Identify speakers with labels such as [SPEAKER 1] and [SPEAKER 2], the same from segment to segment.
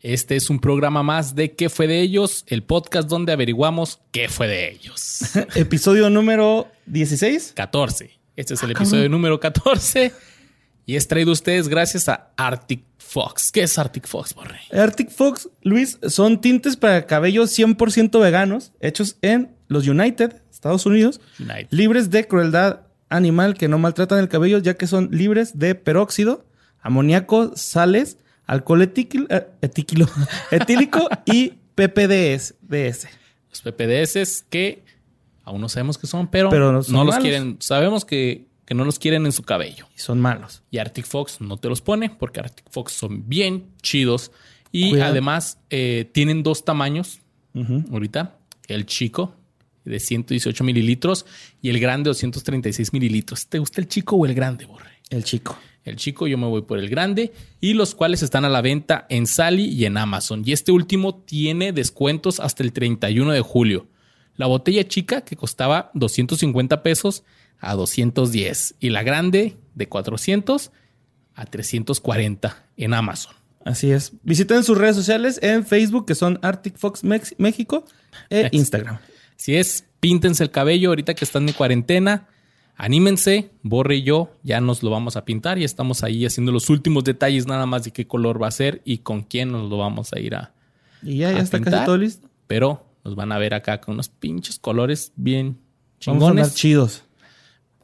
[SPEAKER 1] Este es un programa más de ¿Qué fue de ellos? El podcast donde averiguamos qué fue de ellos.
[SPEAKER 2] Episodio número 16.
[SPEAKER 1] 14. Este
[SPEAKER 2] Ah,
[SPEAKER 1] es el episodio número 14 y es traído a ustedes gracias a Arctic Fox. ¿Qué es Arctic Fox, Borre?
[SPEAKER 2] Arctic Fox, Luis, son tintes para cabello 100% veganos, hechos en los United, Estados Unidos,
[SPEAKER 1] United.
[SPEAKER 2] libres de crueldad animal que no maltratan el cabello, ya que son libres de peróxido, amoníaco, sales, alcohol etíquil- eh, etíquilo- etílico y PPDS. DS.
[SPEAKER 1] Los PPDS que aún no sabemos qué son, pero,
[SPEAKER 2] Pero
[SPEAKER 1] no,
[SPEAKER 2] no son
[SPEAKER 1] los
[SPEAKER 2] malos.
[SPEAKER 1] quieren. Sabemos que, que no los quieren en su cabello.
[SPEAKER 2] Y son malos.
[SPEAKER 1] Y Arctic Fox no te los pone porque Arctic Fox son bien chidos. Y
[SPEAKER 2] Cuidado.
[SPEAKER 1] además eh, tienen dos tamaños
[SPEAKER 2] Ujú.
[SPEAKER 1] ahorita. El chico de 118 mililitros y el grande 236 mililitros. ¿Te gusta el chico o el grande, Borre?
[SPEAKER 2] El chico.
[SPEAKER 1] El chico, yo me voy por el grande. Y los cuales están a la venta en Sally y en Amazon. Y este último tiene descuentos hasta el 31 de julio. La botella chica que costaba 250 pesos a 210. Y la grande de 400 a 340 en Amazon.
[SPEAKER 2] Así es. Visiten sus redes sociales en Facebook, que son Arctic Fox Mex- México, e
[SPEAKER 1] Ex.
[SPEAKER 2] Instagram.
[SPEAKER 1] Si es, píntense el cabello ahorita que están en cuarentena. Anímense, Borre y yo ya nos lo vamos a pintar y estamos ahí haciendo los últimos detalles nada más de qué color va a ser y con quién nos lo vamos a ir a,
[SPEAKER 2] Y ya,
[SPEAKER 1] ¿A
[SPEAKER 2] ya está
[SPEAKER 1] pintar?
[SPEAKER 2] casi todo listo.
[SPEAKER 1] pero nos van a ver acá con unos pinches colores bien
[SPEAKER 2] Vamos a andar
[SPEAKER 1] chingones.
[SPEAKER 2] chidos.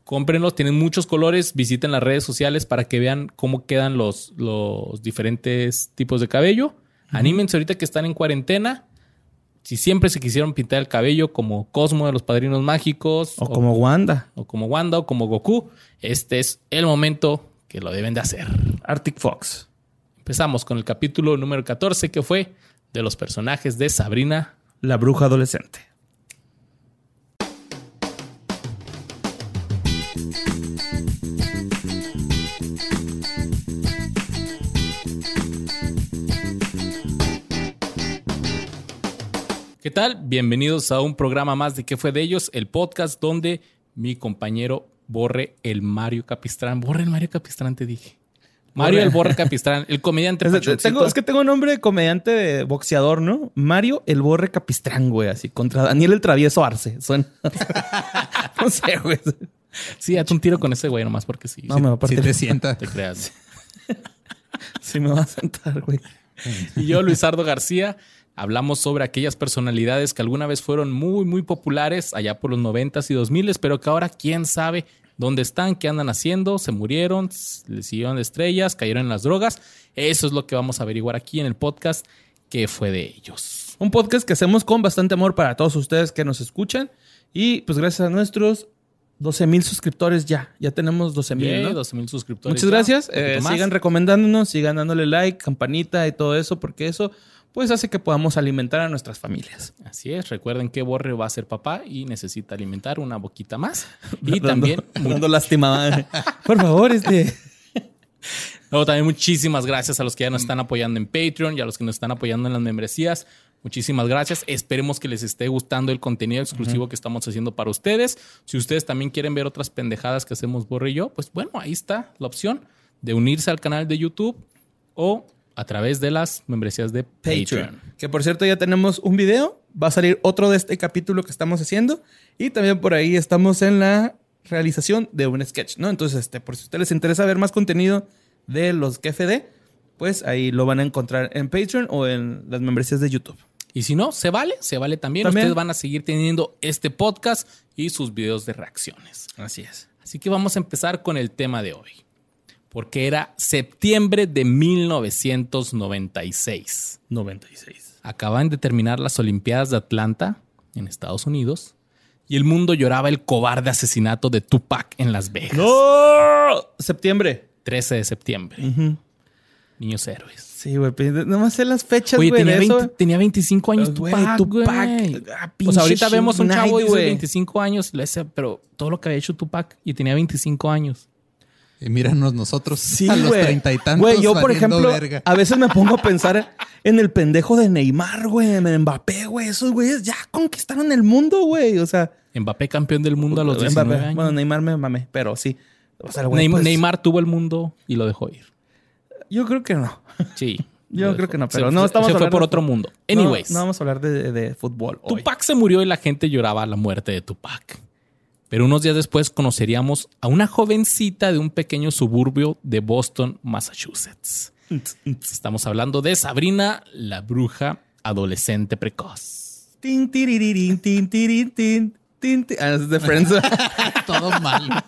[SPEAKER 1] Cómprenlos, tienen muchos colores, visiten las redes sociales para que vean cómo quedan los, los diferentes tipos de cabello. Anímense ahorita que están en cuarentena. Si siempre se quisieron pintar el cabello como Cosmo de los Padrinos Mágicos
[SPEAKER 2] O como Wanda.
[SPEAKER 1] o como Wanda o como Goku, este es el momento que lo deben de hacer.
[SPEAKER 2] Arctic Fox.
[SPEAKER 1] Empezamos con el capítulo número 14 que fue de los personajes de Sabrina
[SPEAKER 2] La bruja adolescente.
[SPEAKER 1] ¿Qué tal? Bienvenidos a un programa más de ¿Qué fue de ellos? El podcast donde mi compañero Borre el Mario Capistrán. Borre el Mario Capistrán, te dije. Mario
[SPEAKER 2] Borre.
[SPEAKER 1] el Borre Capistrán, el comediante
[SPEAKER 2] Es,
[SPEAKER 1] pachoncito.
[SPEAKER 2] tengo- es que tengo nombre de comediante de boxeador, ¿no? Mario el Borre Capistrán, güey, así contra Daniel el Travieso Arce. Suena. no sé, güey.
[SPEAKER 1] Sí, hazte un tiro con ese güey nomás porque sí.
[SPEAKER 2] No, me va a
[SPEAKER 3] Si
[SPEAKER 2] partir.
[SPEAKER 3] te
[SPEAKER 2] Si
[SPEAKER 3] sienta.
[SPEAKER 1] Te creas.
[SPEAKER 2] me va a sentar, güey.
[SPEAKER 1] Y yo, Luisardo García, hablamos sobre aquellas personalidades que alguna vez fueron muy, muy populares allá por los noventas y dos miles, pero que ahora quién sabe dónde están, qué andan haciendo, se murieron, s- les siguieron de estrellas, cayeron en las drogas. Eso es lo que vamos a averiguar aquí en el podcast, qué fue de ellos.
[SPEAKER 2] Un podcast que hacemos con bastante amor para todos ustedes que nos escuchan. Y pues gracias a nuestros 12 mil suscriptores ya. Ya tenemos 12 mil.
[SPEAKER 1] Bien,
[SPEAKER 2] ¿no?
[SPEAKER 1] 12 mil suscriptores.
[SPEAKER 2] Muchas
[SPEAKER 1] ya,
[SPEAKER 2] gracias.
[SPEAKER 1] un poquito
[SPEAKER 2] Eh,
[SPEAKER 1] más.
[SPEAKER 2] sigan recomendándonos, sigan dándole like, campanita y todo eso, porque eso pues hace que podamos alimentar a nuestras familias.
[SPEAKER 1] Así es, recuerden que Borre va a ser papá y necesita alimentar una boquita más. Y
[SPEAKER 2] Dando-
[SPEAKER 1] también
[SPEAKER 2] dando lástima. Por favor, este.
[SPEAKER 1] Luego también muchísimas gracias a los que ya nos están apoyando en Patreon y a los que nos están apoyando en las membresías. Muchísimas gracias. Esperemos que les esté gustando el contenido exclusivo que estamos haciendo para ustedes. Si ustedes también quieren ver otras pendejadas que hacemos Borre y yo, pues bueno, ahí está la opción de unirse al canal de YouTube o a través de las membresías de Patreon.
[SPEAKER 2] Patreon. Que por cierto ya tenemos un video, va a salir otro de este capítulo que estamos haciendo y también por ahí estamos en la realización de un sketch, ¿no? Entonces, este, por si a ustedes les interesa ver más contenido de los KFD, pues ahí lo van a encontrar en Patreon o en las membresías de YouTube.
[SPEAKER 1] Y si no, se vale, se vale también.
[SPEAKER 2] También.
[SPEAKER 1] Ustedes van a seguir teniendo este podcast y sus videos de reacciones.
[SPEAKER 2] Así es.
[SPEAKER 1] Así que vamos a empezar con el tema de hoy, porque era septiembre de 1996.
[SPEAKER 2] 96.
[SPEAKER 1] Acaban de terminar las Olimpiadas de Atlanta en Estados Unidos y el mundo lloraba el cobarde asesinato de Tupac en Las Vegas.
[SPEAKER 2] ¡No! Septiembre.
[SPEAKER 1] 13 de septiembre. Niños héroes.
[SPEAKER 2] Sí, güey. pues, Nomás sé las fechas,
[SPEAKER 1] Oye,
[SPEAKER 2] güey.
[SPEAKER 1] tenía,
[SPEAKER 2] de eso.
[SPEAKER 1] 20 tenía 25 años
[SPEAKER 2] Güey,
[SPEAKER 1] Tupac,
[SPEAKER 2] Tupac.
[SPEAKER 1] güey.
[SPEAKER 2] Ah,
[SPEAKER 1] O sea, ahorita
[SPEAKER 2] pinche
[SPEAKER 1] vemos un
[SPEAKER 2] Shug
[SPEAKER 1] chavo
[SPEAKER 2] Knight,
[SPEAKER 1] de
[SPEAKER 2] güey.
[SPEAKER 1] 25 años, le decía, pero todo lo que había hecho Tupac y tenía 25 años.
[SPEAKER 3] Y míranos nosotros
[SPEAKER 2] Sí,
[SPEAKER 3] a los
[SPEAKER 2] güey.
[SPEAKER 3] treinta y tantos.
[SPEAKER 2] Güey, yo, por
[SPEAKER 3] valiendo
[SPEAKER 2] ejemplo,
[SPEAKER 3] verga.
[SPEAKER 2] a veces me pongo a pensar en el pendejo de Neymar, güey, en Mbappé, güey. Esos güeyes ya conquistaron el mundo, güey. O sea,
[SPEAKER 1] Mbappé campeón del mundo a los
[SPEAKER 2] Mbappé.
[SPEAKER 1] 19 años.
[SPEAKER 2] Bueno, Neymar me mamé, pero sí. O sea, el güey,
[SPEAKER 1] Neym-
[SPEAKER 2] Ah, pues,
[SPEAKER 1] Neymar tuvo el mundo y lo dejó ir.
[SPEAKER 2] Yo creo que no.
[SPEAKER 1] Sí.
[SPEAKER 2] Yo creo que no, pero no
[SPEAKER 1] se,
[SPEAKER 2] estamos
[SPEAKER 1] se fue
[SPEAKER 2] hablando
[SPEAKER 1] por
[SPEAKER 2] de
[SPEAKER 1] otro
[SPEAKER 2] fútbol.
[SPEAKER 1] mundo.
[SPEAKER 2] No,
[SPEAKER 1] Anyways,
[SPEAKER 2] No, vamos a hablar de, de fútbol hoy.
[SPEAKER 1] Tupac se murió y la gente lloraba la muerte de Tupac. Pero unos días después conoceríamos a una jovencita de un pequeño suburbio de Boston, Massachusetts. Estamos hablando de Sabrina, la bruja adolescente precoz.
[SPEAKER 2] Tin, tiriririn, tin, tirin, tin, tin, ti- Ah, es de Friends.
[SPEAKER 3] Todo mal.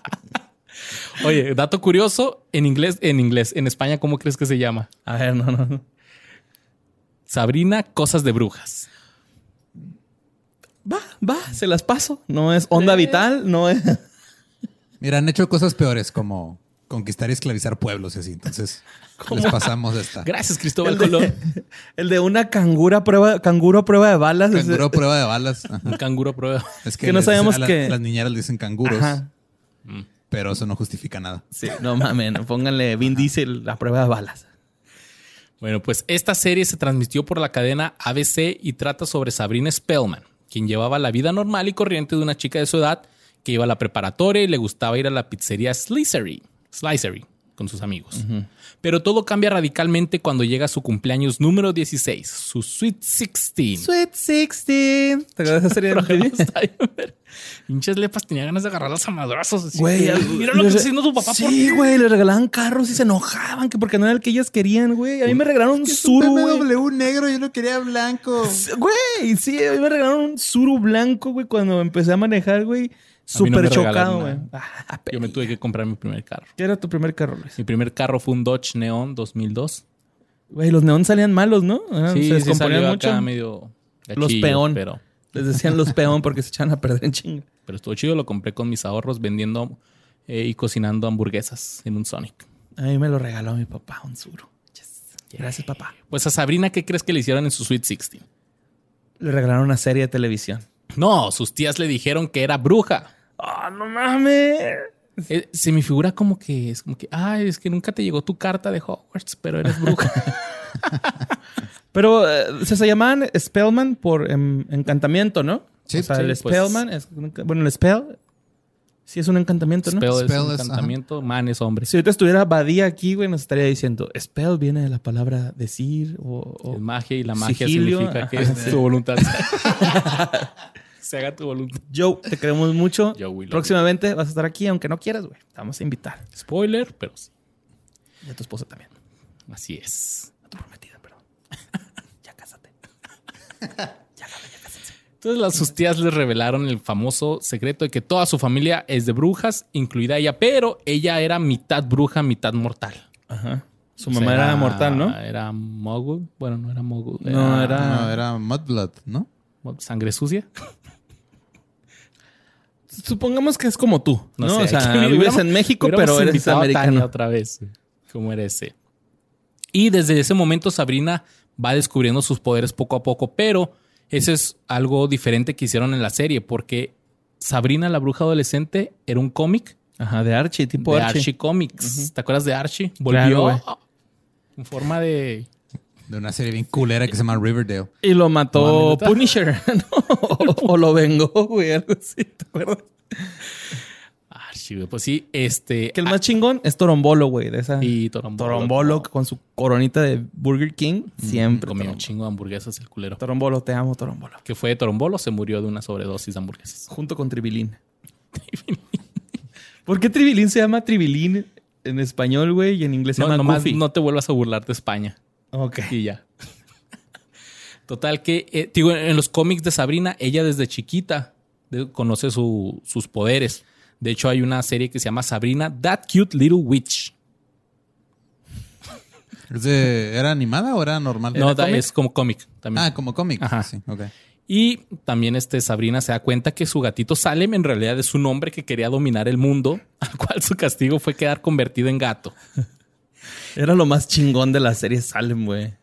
[SPEAKER 1] Oye, dato curioso, en inglés, en inglés, en España, ¿cómo crees que se llama?
[SPEAKER 2] a ver, no, no. no.
[SPEAKER 1] Sabrina, cosas de brujas.
[SPEAKER 2] Va, va, se las paso. No es onda vital, no es.
[SPEAKER 3] Mira, han hecho cosas peores como conquistar y esclavizar pueblos y así. Entonces, les pasamos
[SPEAKER 2] Ah.
[SPEAKER 3] esta.
[SPEAKER 1] Gracias, Cristóbal Colón.
[SPEAKER 2] El de una cangura a prueba, canguro a prueba de balas. ese-
[SPEAKER 3] Canguro a prueba de balas. Ajá.
[SPEAKER 1] Un canguro prueba.
[SPEAKER 3] Es
[SPEAKER 2] eh. Que no
[SPEAKER 3] les dicen-
[SPEAKER 2] sabemos
[SPEAKER 3] a la-
[SPEAKER 2] que-
[SPEAKER 3] Las niñeras le dicen canguros,
[SPEAKER 2] Ajá.
[SPEAKER 3] pero eso no justifica nada.
[SPEAKER 2] Sí, no mames, no, pónganle Vin Diesel la prueba de balas.
[SPEAKER 1] Bueno, pues esta serie se transmitió por la cadena ABC y trata sobre Sabrina Spellman, quien llevaba la vida normal y corriente de una chica de su edad que iba a la preparatoria y le gustaba ir a la pizzería Slicery, Slicery con sus amigos. Pero todo cambia radicalmente cuando llega su cumpleaños número 16, su Sweet 16.
[SPEAKER 2] Sweet 16. ¿Te acuerdas de esa serie de MTV?
[SPEAKER 1] Está bien, ver. Hinchas lepas tenía ganas de agarrarlas a madrazos. así
[SPEAKER 2] Güey,
[SPEAKER 1] que, mira lo que
[SPEAKER 2] le-
[SPEAKER 1] está haciendo tu papá por ti.
[SPEAKER 2] Sí, güey, le regalaban carros y se enojaban que porque no era el que ellas querían, güey. A mí me regalaron un Zuru, güey.
[SPEAKER 3] negro, yo lo quería blanco.
[SPEAKER 2] Güey, sí, a mí me regalaron un Zuru blanco, güey, cuando empecé a manejar,
[SPEAKER 1] A
[SPEAKER 2] güey.
[SPEAKER 1] mí no me
[SPEAKER 2] Súper chocado,
[SPEAKER 1] regalaron
[SPEAKER 2] güey. Ah,
[SPEAKER 1] Yo me tuve que comprar mi primer carro.
[SPEAKER 2] ¿Qué era tu primer carro, Luis?
[SPEAKER 1] Mi primer carro fue un Dodge Neon 2002.
[SPEAKER 2] Güey, los neón salían malos, ¿no? Ah,
[SPEAKER 1] Sí,
[SPEAKER 2] se
[SPEAKER 1] sí
[SPEAKER 2] descomponían
[SPEAKER 1] salió
[SPEAKER 2] mucho.
[SPEAKER 1] acá medio
[SPEAKER 2] Los
[SPEAKER 1] gachillo,
[SPEAKER 2] peón.
[SPEAKER 1] Pero,
[SPEAKER 2] Les decían los peón porque se echaban a perder en chinga.
[SPEAKER 1] pero estuvo chido, lo compré con mis ahorros vendiendo eh, y cocinando hamburguesas en un Sonic.
[SPEAKER 2] A mí me lo regaló mi papá, un Zuru. Yes. Gracias, papá.
[SPEAKER 1] Pues a Sabrina, ¿qué crees que le hicieron en su Sweet 16?
[SPEAKER 2] Le regalaron una serie de televisión.
[SPEAKER 1] No, sus tías le dijeron que era bruja.
[SPEAKER 2] ¡Ah, no mames!
[SPEAKER 1] Eh, se me figura como que es como que, ay, es que nunca te llegó tu carta de Hogwarts, pero eres bruja.
[SPEAKER 2] Pero eh, se, se llamaban Spellman por em, encantamiento, ¿no?
[SPEAKER 3] Sí,
[SPEAKER 2] o sea,
[SPEAKER 1] sí,
[SPEAKER 2] el
[SPEAKER 1] pues-
[SPEAKER 2] Spellman es un enca- bueno, el Spell sí es un encantamiento, ¿no?
[SPEAKER 1] Spell es
[SPEAKER 3] Spell
[SPEAKER 1] un
[SPEAKER 3] es, ajá.
[SPEAKER 1] encantamiento, man es hombre.
[SPEAKER 2] Si ahorita estuviera Badía aquí, güey, nos estaría diciendo Spell viene de la palabra decir o, o-
[SPEAKER 1] Es magia y la magia
[SPEAKER 2] Oh. Sigilio,
[SPEAKER 1] significa que
[SPEAKER 2] ajá.
[SPEAKER 1] es tu voluntad. se haga tu voluntad.
[SPEAKER 2] Joe, te queremos mucho.
[SPEAKER 1] Joe, we love
[SPEAKER 2] Próximamente vas a estar aquí, aunque no quieras, güey. Te vamos a invitar.
[SPEAKER 1] Spoiler, pero sí.
[SPEAKER 2] Y a tu esposa también.
[SPEAKER 1] Así es.
[SPEAKER 2] A tu prometida, perdón. ya cásate.
[SPEAKER 1] Entonces las sus tías les revelaron el famoso secreto de que toda su familia es de brujas, incluida ella, pero ella era mitad bruja, mitad mortal.
[SPEAKER 2] Ajá. Su
[SPEAKER 1] O sea,
[SPEAKER 2] mamá era, mortal, ¿no?
[SPEAKER 1] Era mogul. Bueno, no era mogul.
[SPEAKER 2] No, era-
[SPEAKER 3] Ah. No, era Mudblood, ¿no?
[SPEAKER 1] sangre sucia.
[SPEAKER 2] Supongamos que es como tú, ¿no? o
[SPEAKER 1] sé,
[SPEAKER 2] sea,
[SPEAKER 1] aquí
[SPEAKER 2] vives
[SPEAKER 1] hubiéramos-
[SPEAKER 2] en México,
[SPEAKER 1] hubiéramos
[SPEAKER 2] pero eres
[SPEAKER 1] invitado a Tania
[SPEAKER 2] americano.
[SPEAKER 1] otra vez. Como era ese. Y desde ese momento Sabrina va descubriendo sus poderes poco a poco, pero eso es algo diferente que hicieron en la serie, porque Sabrina la bruja adolescente era un cómic
[SPEAKER 2] Ajá, de Archie, tipo
[SPEAKER 1] de
[SPEAKER 2] Archie.
[SPEAKER 1] Archie, Comics. ¿Te acuerdas de Archie?
[SPEAKER 2] Claro,
[SPEAKER 1] Volvió
[SPEAKER 2] güey.
[SPEAKER 1] en forma de
[SPEAKER 3] De una serie bien culera que se llama Riverdale.
[SPEAKER 2] Y lo mató
[SPEAKER 1] No, la neta.
[SPEAKER 2] Punisher, ¿no? O, o lo vengó, güey, algo así, ¿te acuerdas?
[SPEAKER 1] Archie, güey. Pues sí, este
[SPEAKER 2] Que el más chingón es Torombolo, güey, de esa.
[SPEAKER 1] y Torombolo.
[SPEAKER 2] Torombolo con su coronita de Burger King,
[SPEAKER 1] Mm,
[SPEAKER 2] siempre.
[SPEAKER 1] Comía un
[SPEAKER 2] Torombolo.
[SPEAKER 1] chingo de hamburguesas el culero.
[SPEAKER 2] Torombolo, te amo, Torombolo.
[SPEAKER 1] Que fue de Torombolo, se murió de una sobredosis de hamburguesas.
[SPEAKER 2] Junto con Tribilín. ¿Por qué Tribilín se llama Tribilín en español, güey, y en inglés se
[SPEAKER 1] No,
[SPEAKER 2] llama
[SPEAKER 1] nomás
[SPEAKER 2] Goofy?
[SPEAKER 1] no te vuelvas a burlar de España.
[SPEAKER 2] Ok.
[SPEAKER 1] Y ya. Total que, eh, digo, en los cómics de Sabrina, ella desde chiquita de- conoce su- sus poderes. De hecho, hay una serie que se llama Sabrina, That Cute Little Witch.
[SPEAKER 3] ¿Es de- ¿Era animada o era normal?
[SPEAKER 1] No, da-
[SPEAKER 3] ¿Era cómic?
[SPEAKER 1] es como cómic también.
[SPEAKER 3] Ah, como cómic.
[SPEAKER 1] Ajá.
[SPEAKER 3] Sí, ok.
[SPEAKER 1] Y también este, Sabrina se da cuenta que su gatito Salem en realidad es un hombre que quería dominar el mundo, al cual su castigo fue quedar convertido en gato.
[SPEAKER 2] Era lo más chingón de la serie Salem, güey.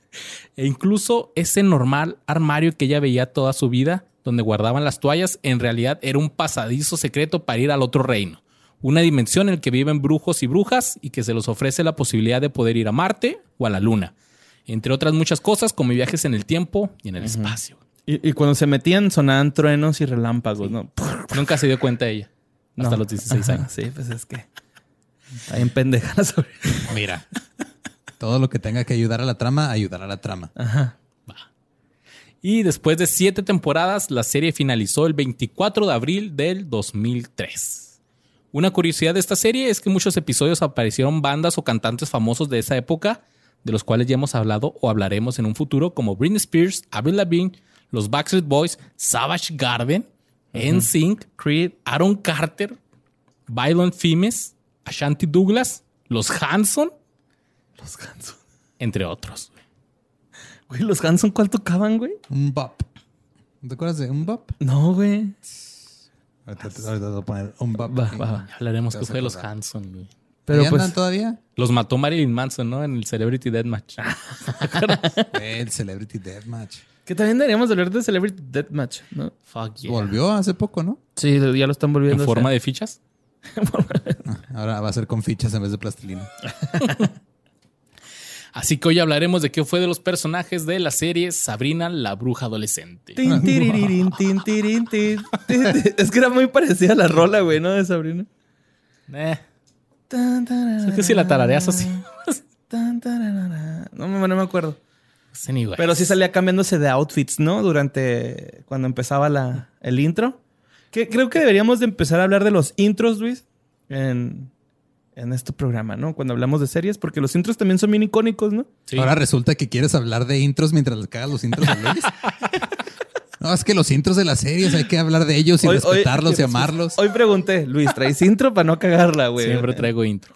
[SPEAKER 1] E incluso ese normal armario que ella veía toda su vida, donde guardaban las toallas, en realidad era un pasadizo secreto para ir al otro reino. Una dimensión en la que viven brujos y brujas y que se les ofrece la posibilidad de poder ir a Marte o a la Luna. Entre otras muchas cosas, como viajes en el tiempo y en el espacio.
[SPEAKER 2] Y, y cuando se metían sonaban truenos y relámpagos, ¿no?
[SPEAKER 1] Nunca se dio cuenta ella. Hasta
[SPEAKER 2] No.
[SPEAKER 1] los 16
[SPEAKER 2] Ajá,
[SPEAKER 1] años.
[SPEAKER 2] Sí, pues es que. Está bien pendejada sobre.
[SPEAKER 3] Mira. Todo lo que tenga que ayudar a la trama, ayudar a la trama.
[SPEAKER 2] Ajá.
[SPEAKER 1] Y después de siete temporadas, la serie finalizó el 24 de abril del 2003. Una curiosidad de esta serie es que en muchos episodios aparecieron bandas o cantantes famosos de esa época, de los cuales ya hemos hablado o hablaremos en un futuro, como Britney Spears, Avril Lavigne, los Backstreet Boys, Savage Garden, NSYNC, Creed, Aaron Carter, Violent Femmes, Ashanti Douglas, los Hanson,
[SPEAKER 2] Los Hanson.
[SPEAKER 1] entre otros.
[SPEAKER 2] Güey, ¿los Hanson cuál tocaban, güey?
[SPEAKER 3] Un bop. ¿Te acuerdas de un bop?
[SPEAKER 2] No, güey.
[SPEAKER 3] Ahorita, ahorita te voy a poner un bop.
[SPEAKER 2] Va, va, va.
[SPEAKER 1] Ya hablaremos
[SPEAKER 3] Te
[SPEAKER 1] que
[SPEAKER 3] vas a
[SPEAKER 1] fue de los
[SPEAKER 3] acordar.
[SPEAKER 1] Hanson. güey.
[SPEAKER 2] Pero
[SPEAKER 3] ¿Ahí andan
[SPEAKER 2] pues,
[SPEAKER 3] todavía?
[SPEAKER 1] Los mató Marilyn Manson, ¿no? En el Celebrity Deathmatch.
[SPEAKER 2] Ah,
[SPEAKER 3] Güey, El Celebrity Deathmatch.
[SPEAKER 2] que también deberíamos hablar de Celebrity Deathmatch, ¿no?
[SPEAKER 1] Fuck yeah.
[SPEAKER 3] Volvió hace poco, ¿no?
[SPEAKER 2] Sí, ya lo están volviendo.
[SPEAKER 1] ¿En
[SPEAKER 2] a
[SPEAKER 1] forma
[SPEAKER 2] hacer.
[SPEAKER 1] de fichas?
[SPEAKER 3] Ahora va a ser con fichas en vez de plastilina.
[SPEAKER 1] Así que hoy hablaremos de qué fue de los personajes de la serie Sabrina la Bruja Adolescente.
[SPEAKER 2] Tin, tiririn, tin, tirin, tin, tin, tin. Es que era muy parecida a la rola, güey, ¿no? De Sabrina.
[SPEAKER 1] Eh,
[SPEAKER 2] Tan, tarara,
[SPEAKER 1] es que si la tarareas así,
[SPEAKER 2] tan, tarara. No, me- no me acuerdo.
[SPEAKER 1] es ni güey.
[SPEAKER 2] Pero sí salía cambiándose de outfits, ¿no? Durante cuando empezaba la, el intro. Que creo que deberíamos de empezar a hablar de los intros, Luis, en, en este programa, ¿no? Cuando hablamos de series, porque los intros también son bien icónicos, ¿no?
[SPEAKER 1] Sí.
[SPEAKER 3] Ahora resulta que quieres hablar de intros mientras les cagas los intros de Luis. No, es que los intros de las series hay que hablar de ellos y
[SPEAKER 2] Hoy- hoy-
[SPEAKER 3] respetarlos y amarlos.
[SPEAKER 2] Hoy pregunté, Luis, ¿traes intro para no cagarla, güey? eh.
[SPEAKER 1] siempre traigo intro.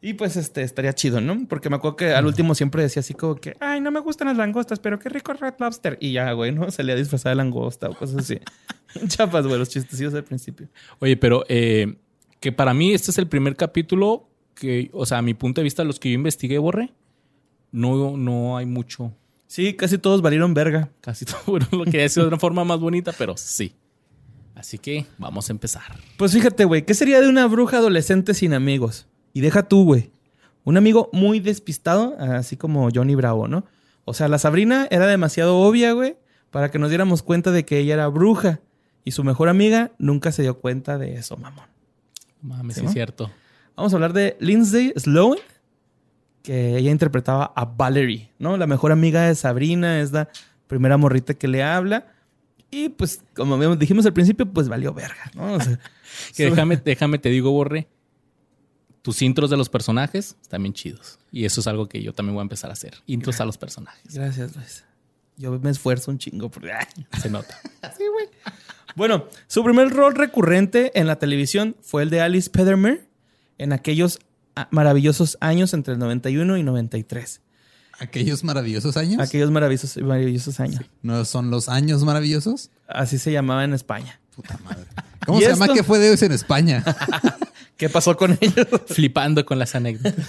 [SPEAKER 2] Y pues este estaría chido, ¿no? Porque me acuerdo que al último siempre decía así como que, ay, no me gustan las langostas, pero qué rico Red Lobster. Y ya, güey, ¿no? Salía disfrazada de langosta o cosas así. Chapas, güey, los chistecillos al principio.
[SPEAKER 1] Oye, pero eh, que para mí este es el primer capítulo que, o sea, a mi punto de vista, los que yo investigué, Borre, no, no hay mucho.
[SPEAKER 2] Sí, casi todos valieron verga.
[SPEAKER 1] Casi todo bueno, lo que decir de una forma más bonita, pero sí. Así que vamos a empezar.
[SPEAKER 2] Pues fíjate, güey, ¿qué sería de una bruja adolescente sin amigos? Y deja tú, güey. Un amigo muy despistado, así como Johnny Bravo, ¿no? O sea, la Sabrina era demasiado obvia, güey, para que nos diéramos cuenta de que ella era bruja. Y su mejor amiga nunca se dio cuenta de eso, mamón.
[SPEAKER 1] Mames,
[SPEAKER 2] ¿Sí,
[SPEAKER 1] sí
[SPEAKER 2] no?
[SPEAKER 1] es cierto.
[SPEAKER 2] Vamos a hablar de Lindsay Sloan, que ella interpretaba a Valerie, ¿no? La mejor amiga de Sabrina, es la primera morrita que le habla. Y pues, como habíamos- dijimos al principio, pues valió verga, ¿no? O sea,
[SPEAKER 1] Que déjame, déjame te digo, Borre, tus intros de los personajes están bien chidos. Y eso es algo que yo también voy a empezar a hacer. Intros a los personajes.
[SPEAKER 2] Gracias, Luis. Yo me esfuerzo un chingo por...
[SPEAKER 1] Se nota.
[SPEAKER 2] Bueno, su primer rol recurrente en la televisión fue el de Alice Pedermer en aquellos ah, maravillosos años entre el 91 y 93.
[SPEAKER 3] Aquellos maravillosos años.
[SPEAKER 2] Aquellos maravillosos, maravillosos años.
[SPEAKER 3] ¿No son los años maravillosos?
[SPEAKER 2] Así se llamaba en España.
[SPEAKER 3] Puta madre. ¿Cómo
[SPEAKER 2] ¿Y
[SPEAKER 3] se llama
[SPEAKER 2] esto?
[SPEAKER 3] que fue de hoy en España?
[SPEAKER 2] ¿Qué pasó con ellos?
[SPEAKER 1] Flipando con las anécdotas.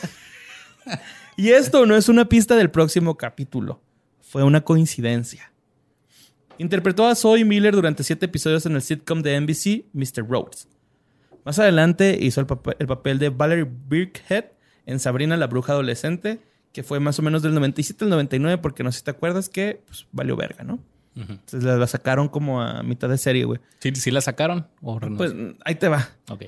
[SPEAKER 2] Y esto no es una pista del próximo capítulo. Fue una coincidencia. Interpretó a Zoe Miller durante siete episodios en el sitcom de NBC, Mr. Rhodes. Más adelante hizo el, papa- el papel de Valerie Birkhead en Sabrina la Bruja Adolescente, que fue más o menos del 97 al 99, porque no sé si te acuerdas que pues, valió verga, ¿no?
[SPEAKER 1] Ujú.
[SPEAKER 2] Entonces la, la sacaron como a mitad de serie, güey.
[SPEAKER 1] ¿Sí, sí la sacaron? ¿O renunció?
[SPEAKER 2] Pues ahí te va.
[SPEAKER 1] Ok.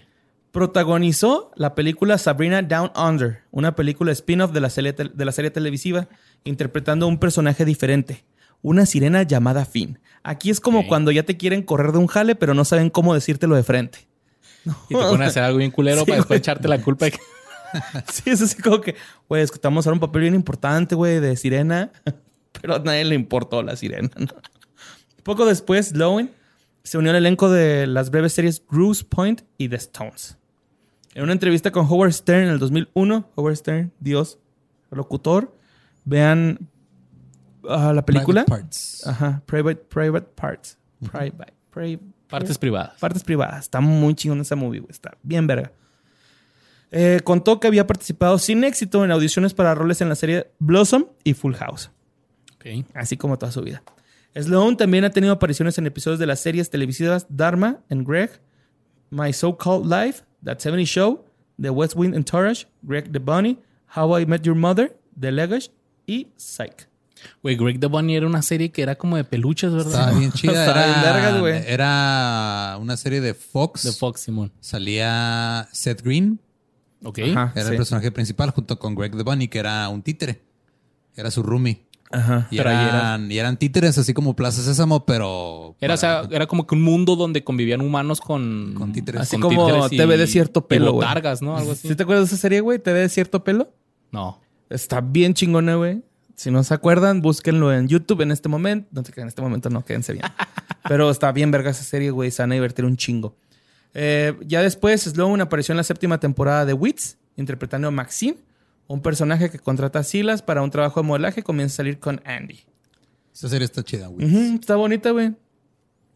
[SPEAKER 2] Protagonizó la película Sabrina Down Under, una película spin-off de, la serie tel- de la serie televisiva, interpretando a un personaje diferente, una sirena llamada Finn. Aquí es como
[SPEAKER 1] Ok.
[SPEAKER 2] cuando ya te quieren correr de un jale, pero no saben cómo decírtelo de frente.
[SPEAKER 1] Y te ponen a hacer algo bien culero
[SPEAKER 2] Sí,
[SPEAKER 1] para después
[SPEAKER 2] güey.
[SPEAKER 1] echarte la culpa. de que-
[SPEAKER 2] Sí, es así como que, güey, es que te vamos a dar un papel bien importante, güey, de sirena, pero a nadie le importó la sirena. ¿no? Poco después, Lowen se unió al elenco de las breves series Groose Point y The Stones. En una entrevista con Howard Stern en el 2001, Howard Stern, Dios, locutor, vean ah, la película.
[SPEAKER 3] Private Parts.
[SPEAKER 2] Ajá, Private, Private Parts. Private, private,
[SPEAKER 1] Partes privadas.
[SPEAKER 2] Partes privadas. Está muy chingón esa movie, güey. Está bien verga. Eh, contó que había participado sin éxito en audiciones para roles en la serie Blossom y Full House,
[SPEAKER 1] Ok.
[SPEAKER 2] así como toda su vida. Sloan también ha tenido apariciones en episodios de las series televisivas Dharma and Greg, My So-Called Life, That 70 Show, The West Wing Entourage, Greg the Bunny, How I Met Your Mother, The Legacy y Psych.
[SPEAKER 1] Güey, Greg the Bunny era una serie que era como de peluches, ¿verdad?
[SPEAKER 3] Estaba bien chida.
[SPEAKER 2] Estaba bien vergas,
[SPEAKER 3] Era,
[SPEAKER 2] güey.
[SPEAKER 3] era una serie de Fox.
[SPEAKER 1] De Fox Simón.
[SPEAKER 3] Salía Seth Green.
[SPEAKER 1] Ok.
[SPEAKER 2] Ajá,
[SPEAKER 3] Era
[SPEAKER 2] sí.
[SPEAKER 3] el personaje principal junto con Greg the Bunny, que era un títere. Era su roomie.
[SPEAKER 2] Ajá.
[SPEAKER 3] Y
[SPEAKER 1] Pero ahí era-
[SPEAKER 3] eran, y eran títeres así como Plaza Sésamo, pero...
[SPEAKER 1] Era, o sea,
[SPEAKER 3] para-
[SPEAKER 1] era como que un mundo donde convivían humanos con...
[SPEAKER 3] Con títeres.
[SPEAKER 2] Así como TV de cierto pelo,
[SPEAKER 1] Y
[SPEAKER 2] güey.
[SPEAKER 1] botargas, ¿no? Algo así.
[SPEAKER 2] ¿Sí te acuerdas de esa serie, güey? ¿Te ve cierto pelo?
[SPEAKER 1] No.
[SPEAKER 2] Está bien chingona, güey. Si no se acuerdan, búsquenlo en YouTube en este momento. No te en este momento no, quédense bien. Pero está bien verga esa serie, güey. Se van a divertir un chingo. Eh, ya después, Sloan apareció en la séptima temporada de Wits, interpretando a Maxine, un personaje que contrata a Silas para un trabajo de modelaje y comienza a salir con Andy.
[SPEAKER 3] Esa serie está chida, güey.
[SPEAKER 2] Ujú, está bonita, güey.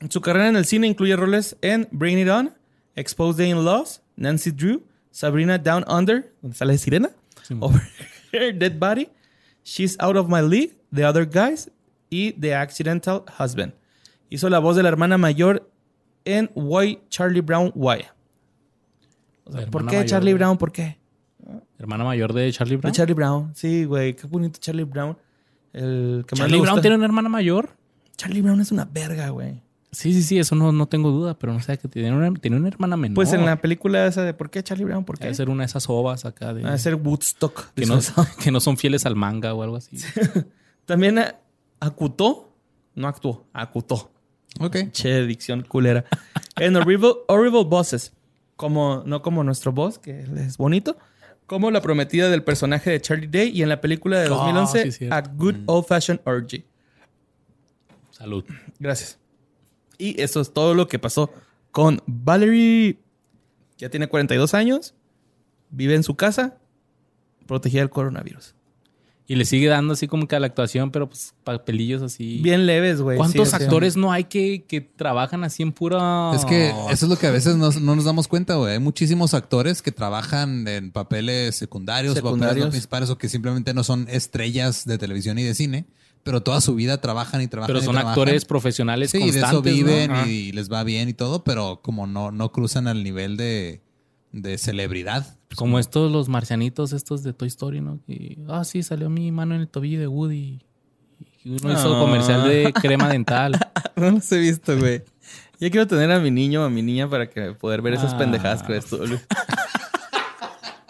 [SPEAKER 2] Su carrera en el cine incluye roles en Bring It On, Exposed Day in Laws, Nancy Drew, Sabrina Down Under, donde sale Sirena, Over Her Dead Body, She's Out of My League, The Other Guys y The Accidental Husband. Hizo la voz de la hermana mayor en Why Charlie Brown Why. O sea,
[SPEAKER 1] La
[SPEAKER 2] ¿Por
[SPEAKER 1] hermana
[SPEAKER 2] qué
[SPEAKER 1] mayor,
[SPEAKER 2] Charlie
[SPEAKER 1] güey.
[SPEAKER 2] Brown? ¿Por qué?
[SPEAKER 1] Hermana mayor de Charlie
[SPEAKER 2] De
[SPEAKER 1] Brown.
[SPEAKER 2] Charlie Brown. Sí, güey. Qué bonito Charlie Brown. El que más
[SPEAKER 1] Charlie
[SPEAKER 2] me
[SPEAKER 1] Brown
[SPEAKER 2] gusta.
[SPEAKER 1] tiene una hermana mayor.
[SPEAKER 2] Charlie Brown es una verga, güey.
[SPEAKER 1] Sí, sí, sí, eso no, no tengo duda, pero no sé que tiene una, tiene una hermana menor.
[SPEAKER 2] Pues en la película esa de ¿Por qué Charlie Brown? ¿Por qué?
[SPEAKER 1] Debe ser una de esas ovas acá de.
[SPEAKER 2] a ser Woodstock.
[SPEAKER 1] que, no,
[SPEAKER 2] disfrazado.
[SPEAKER 1] que no son fieles al manga o algo así.
[SPEAKER 2] También eh, acutó, no actuó, acutó.
[SPEAKER 3] Ok.
[SPEAKER 2] Che, dicción culera. en Horrible, Horrible Bosses, como, no como nuestro boss, que él es bonito, como la prometida del personaje de Charlie Day y en la película de
[SPEAKER 1] Ah,
[SPEAKER 2] 2011,
[SPEAKER 1] sí, cierto. Mm.
[SPEAKER 2] A Good Old Fashioned Orgy.
[SPEAKER 1] Salud.
[SPEAKER 2] Gracias. Y eso es todo lo que pasó con Valerie. Ya tiene 42 años, vive en su casa, protegida del coronavirus.
[SPEAKER 1] Y le sigue dando así como que a la actuación, pero pues papelillos así.
[SPEAKER 2] Bien leves, güey.
[SPEAKER 1] ¿Cuántos
[SPEAKER 2] Sí, sí.
[SPEAKER 1] actores no hay que, que trabajan así en pura.
[SPEAKER 3] Es que
[SPEAKER 1] Oh.
[SPEAKER 3] eso es lo que a veces nos- no nos damos cuenta, güey. Hay muchísimos actores que trabajan en papeles secundarios, o papeles
[SPEAKER 2] Secundarios.
[SPEAKER 3] no principales o que simplemente no son estrellas de televisión y de cine, pero toda su vida trabajan y trabajan.
[SPEAKER 1] Pero
[SPEAKER 3] y
[SPEAKER 1] son
[SPEAKER 3] trabajan.
[SPEAKER 1] actores profesionales
[SPEAKER 3] Sí, y de
[SPEAKER 1] constantes.
[SPEAKER 3] eso viven
[SPEAKER 1] ¿no?
[SPEAKER 2] Ah.
[SPEAKER 3] y les va bien y todo, pero como no, no cruzan al nivel de, de celebridad. pues
[SPEAKER 1] Pues Como estos, los marcianitos, estos de Toy Story, ¿no? Y, ah, sí, salió mi mano en el tobillo de Woody. Y uno hizo
[SPEAKER 2] Ah.
[SPEAKER 1] comercial de crema dental.
[SPEAKER 2] No los he visto, güey. Ya quiero tener a mi niño o a mi niña para que poder ver esas
[SPEAKER 1] Ah.
[SPEAKER 2] pendejadas que ves tú, güey.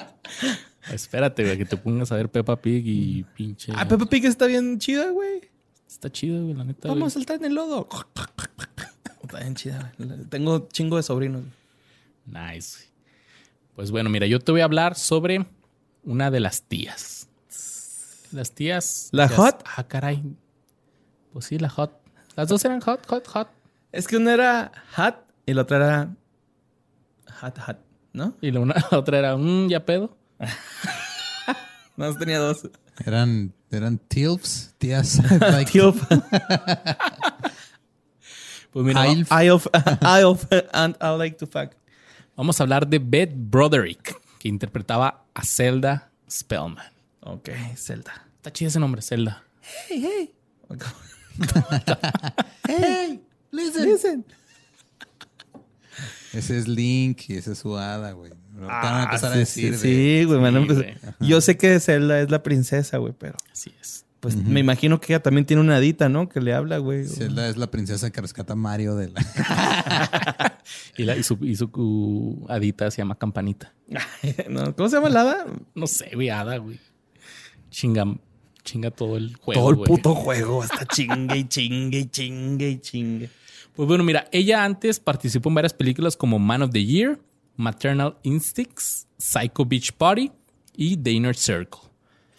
[SPEAKER 1] Espérate, güey, que te pongas a ver Peppa Pig y pinche.
[SPEAKER 2] Ah, Peppa Pig está bien chida, güey.
[SPEAKER 1] Está chido, güey, la neta.
[SPEAKER 2] Vamos a
[SPEAKER 1] güey.
[SPEAKER 2] saltar en el lodo. Está bien chida, güey. Tengo chingo de sobrinos. güey.
[SPEAKER 1] Nice. güey. Pues bueno, mira, yo te voy a hablar sobre una de las tías. Las tías.
[SPEAKER 2] ¿La
[SPEAKER 1] las-
[SPEAKER 2] hot?
[SPEAKER 1] Ah, caray. Pues sí, la hot. Las dos eran hot, hot, hot.
[SPEAKER 2] Es que una era hat y la otra era hat, hat, ¿no?
[SPEAKER 1] Y la, una, la otra era, mmm, ya pedo.
[SPEAKER 2] Más tenía dos.
[SPEAKER 3] Eran, eran TILFs, tías. like,
[SPEAKER 2] Tío,
[SPEAKER 1] Pues mira, va-
[SPEAKER 3] ILF.
[SPEAKER 2] I of, I of, and I like to fuck.
[SPEAKER 1] vamos a hablar de Beth Broderick, que interpretaba a Zelda Spellman.
[SPEAKER 2] Ok, Zelda.
[SPEAKER 1] Está chido ese nombre, Zelda.
[SPEAKER 3] Hey, listen.
[SPEAKER 2] Dicen.
[SPEAKER 3] Ese es Link y ese es su hada, güey. Ahorita van a
[SPEAKER 2] Ah,
[SPEAKER 3] empezar a
[SPEAKER 2] sí,
[SPEAKER 3] decir.
[SPEAKER 2] Sí,
[SPEAKER 3] de-
[SPEAKER 2] sí, güey. van a
[SPEAKER 1] Sí,
[SPEAKER 2] empezar. Yo sé que Zelda es la princesa, güey, pero
[SPEAKER 1] Así es.
[SPEAKER 2] pues me imagino que ella también tiene una adita, ¿no? Que le habla, güey.
[SPEAKER 3] Zelda es la princesa que rescata a Mario de la...
[SPEAKER 1] Y, la, y su, y su cu- adita se llama Campanita.
[SPEAKER 2] No, ¿Cómo se llama la hada?
[SPEAKER 1] No sé, güey, hada, güey. Chinga, chinga todo el juego.
[SPEAKER 2] Todo el
[SPEAKER 1] güey.
[SPEAKER 2] puto juego. Hasta chingue y chingue y chingue y chingue.
[SPEAKER 1] Pues bueno, mira, ella antes participó en varias películas como Man of the Year, Maternal Instincts, Psycho Beach Party y The Inner Circle.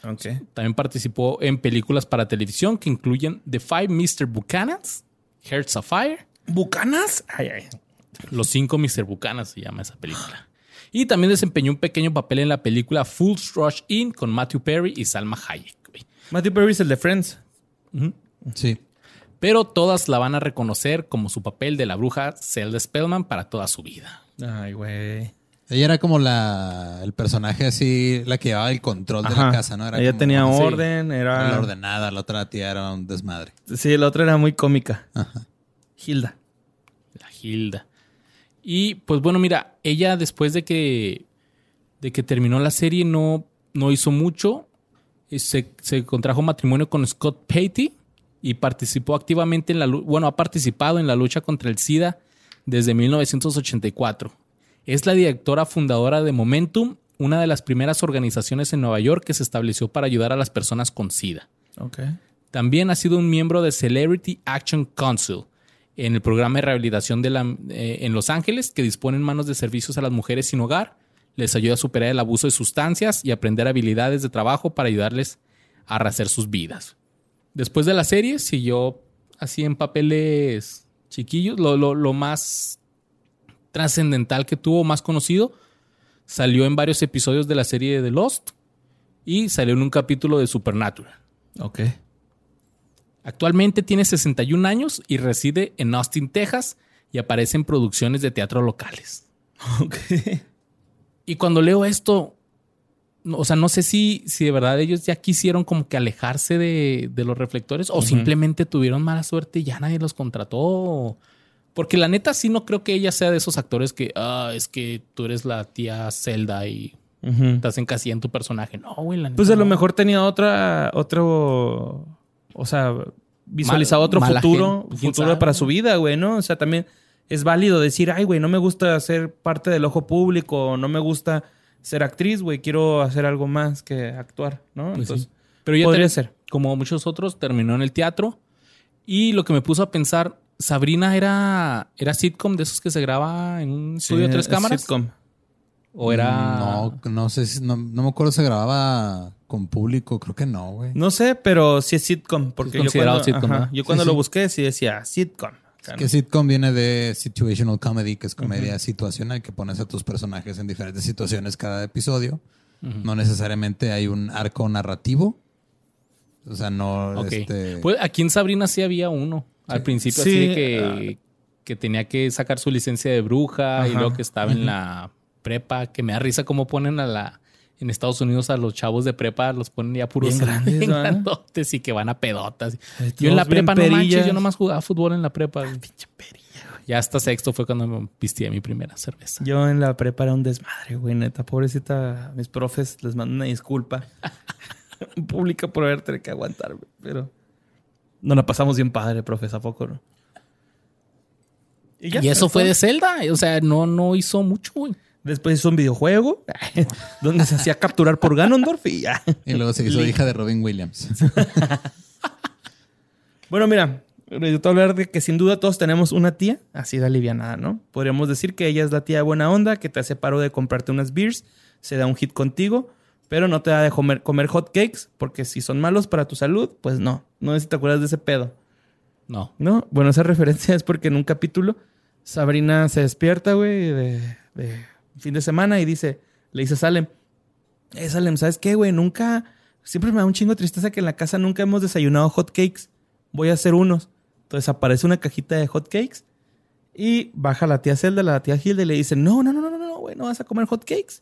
[SPEAKER 2] Ok.
[SPEAKER 1] También participó en películas para televisión que incluyen The Five Mr. Buchanans, Hearts of Fire,
[SPEAKER 2] ¿Bucanas? Ay, ay.
[SPEAKER 1] Los Cinco Mr. Buchanan se llama esa película. Y también desempeñó un pequeño papel en la película Full Rush In con Matthew Perry y Salma Hayek. güey.
[SPEAKER 2] Matthew Perry es el de Friends.
[SPEAKER 3] Sí.
[SPEAKER 1] pero todas la van a reconocer como su papel de la bruja Zelda Spellman para toda su vida.
[SPEAKER 2] Ay, güey.
[SPEAKER 3] Ella era como la el personaje así, la que llevaba el control de la
[SPEAKER 2] Ajá.
[SPEAKER 3] casa, ¿no? Era
[SPEAKER 2] Ella
[SPEAKER 3] como-
[SPEAKER 2] tenía
[SPEAKER 3] sí,
[SPEAKER 2] orden,
[SPEAKER 3] era la
[SPEAKER 2] era...
[SPEAKER 3] ordenada, la otra tía era un desmadre.
[SPEAKER 2] Sí, la otra era muy cómica.
[SPEAKER 3] Ajá.
[SPEAKER 2] Hilda.
[SPEAKER 1] La Hilda. Y pues bueno, mira, ella después de que, de que terminó la serie no, no hizo mucho. Eh, Se, se contrajo matrimonio con Scott Patty y participó activamente en la lu- bueno, ha participado en la lucha contra el SIDA desde 1984. Es la directora fundadora de Momentum una de las primeras organizaciones en Nueva York que se estableció para ayudar a las personas con SIDA.
[SPEAKER 2] Ok.
[SPEAKER 1] También ha sido un miembro de Celebrity Action Council en el programa de rehabilitación de la- eh, en Los Ángeles, que dispone en manos de servicios a las mujeres sin hogar, les ayuda a superar el abuso de sustancias y aprender habilidades de trabajo para ayudarles a rehacer sus vidas. Después de la serie, siguió así en papeles chiquillos. Lo, lo- lo más trascendental que tuvo, más conocido, salió en varios episodios de la serie de Lost y salió en un capítulo de Supernatural.
[SPEAKER 2] Ok.
[SPEAKER 1] Actualmente tiene 61 años y reside en Austin, Texas, y aparece en producciones de teatro locales.
[SPEAKER 2] Ok.
[SPEAKER 1] Y cuando leo esto, no- o sea, no sé si, si de verdad ellos ya quisieron como que alejarse de, de los reflectores o simplemente tuvieron mala suerte y ya nadie los contrató. Porque la neta sí no creo que ella sea de esos actores que, ah, es que tú eres la tía Zelda y
[SPEAKER 2] Ujú.
[SPEAKER 1] estás encasillada en tu personaje. No, güey, la neta.
[SPEAKER 2] Pues a lo
[SPEAKER 1] no.
[SPEAKER 2] mejor tenía otra, otro, o sea, visualizaba
[SPEAKER 1] Mal-
[SPEAKER 2] otro
[SPEAKER 1] mala
[SPEAKER 2] futuro,
[SPEAKER 1] gente, quién
[SPEAKER 2] futuro
[SPEAKER 1] sabe.
[SPEAKER 2] para su vida, güey, ¿no? O sea, también es válido decir, ay, güey, no me gusta ser parte del ojo público, no me gusta ser actriz, güey, quiero hacer algo más que actuar, ¿no?
[SPEAKER 1] Pues sí.
[SPEAKER 2] Entonces,
[SPEAKER 1] Pero ya
[SPEAKER 2] podría
[SPEAKER 1] ter-
[SPEAKER 2] ser.
[SPEAKER 1] Como muchos otros, terminó en el teatro. Y lo que me puso a pensar, Sabrina era, era sitcom de esos que se graba en un estudio de
[SPEAKER 2] sí,
[SPEAKER 1] tres
[SPEAKER 2] es
[SPEAKER 1] cámaras.
[SPEAKER 2] sitcom.
[SPEAKER 1] O era.
[SPEAKER 3] Mm, No, no sé si- no, no me acuerdo si se grababa con público. Creo que no, güey.
[SPEAKER 2] No sé, pero sí es sitcom, porque
[SPEAKER 1] Es
[SPEAKER 2] yo
[SPEAKER 1] considerado
[SPEAKER 2] cuando,
[SPEAKER 1] sitcom,
[SPEAKER 2] ajá,
[SPEAKER 1] ¿no?
[SPEAKER 2] yo
[SPEAKER 3] Sí,
[SPEAKER 2] cuando
[SPEAKER 3] sí.
[SPEAKER 2] lo busqué sí decía sitcom.
[SPEAKER 3] Es que sitcom viene de situational comedy, que es comedia situacional, que pones a tus personajes en diferentes situaciones cada episodio. No necesariamente hay un arco narrativo. O sea, no.
[SPEAKER 1] Ok.
[SPEAKER 3] Este,
[SPEAKER 1] Pues aquí en Sabrina sí había uno. Al principio,
[SPEAKER 2] Sí, eh, ah.
[SPEAKER 1] así de que, que tenía que sacar su licencia de bruja y
[SPEAKER 2] Ajá.
[SPEAKER 1] luego que estaba en la prepa. Que me da risa cómo ponen a la. En Estados Unidos a los chavos de prepa los ponen ya puros
[SPEAKER 2] Bien grandes,
[SPEAKER 1] bien
[SPEAKER 2] ¿verdad?
[SPEAKER 1] grandotes y que van a pedotas. Yo en la prepa no manches, yo nomás jugaba fútbol en la prepa. güey. Ya hasta sexto fue cuando me pisteé mi primera cerveza.
[SPEAKER 2] Yo en la prepa era un desmadre, güey, neta. Pobrecita, mis profes les mando una disculpa pública por haber tenido que aguantarme, pero no la pasamos bien padre, profes, ¿a poco no? ya,
[SPEAKER 1] Y eso
[SPEAKER 2] es
[SPEAKER 1] fue
[SPEAKER 2] todo.
[SPEAKER 1] de Zelda. O sea, no, no hizo mucho, güey.
[SPEAKER 2] Después hizo un videojuego donde se hacía capturar por Ganondorf y ya.
[SPEAKER 3] y luego se hizo hija de Robin Williams.
[SPEAKER 2] Bueno, mira, eh, yo te voy a hablar de que sin duda todos tenemos una tía así de alivianada, ¿no? Podríamos decir que ella es la tía de buena onda que te hace paro de comprarte unas beers, se da un hit contigo, pero no te da de comer, comer hot cakes porque si son malos para tu salud, pues no. No sé si te acuerdas de ese pedo,
[SPEAKER 1] No.
[SPEAKER 2] ¿no? Bueno, esa referencia es porque en un capítulo Sabrina se despierta, güey, de, de fin de semana y dice, le dice a Salem, eh, Salem, ¿sabes qué, güey? Nunca, siempre me da un chingo de tristeza que en la casa nunca hemos desayunado hot cakes. Voy a hacer unos. Entonces aparece una cajita de hot cakes y baja la tía Zelda, la tía Hilda y le dice, no, no, no, no, no, no, güey, no vas a comer hot cakes.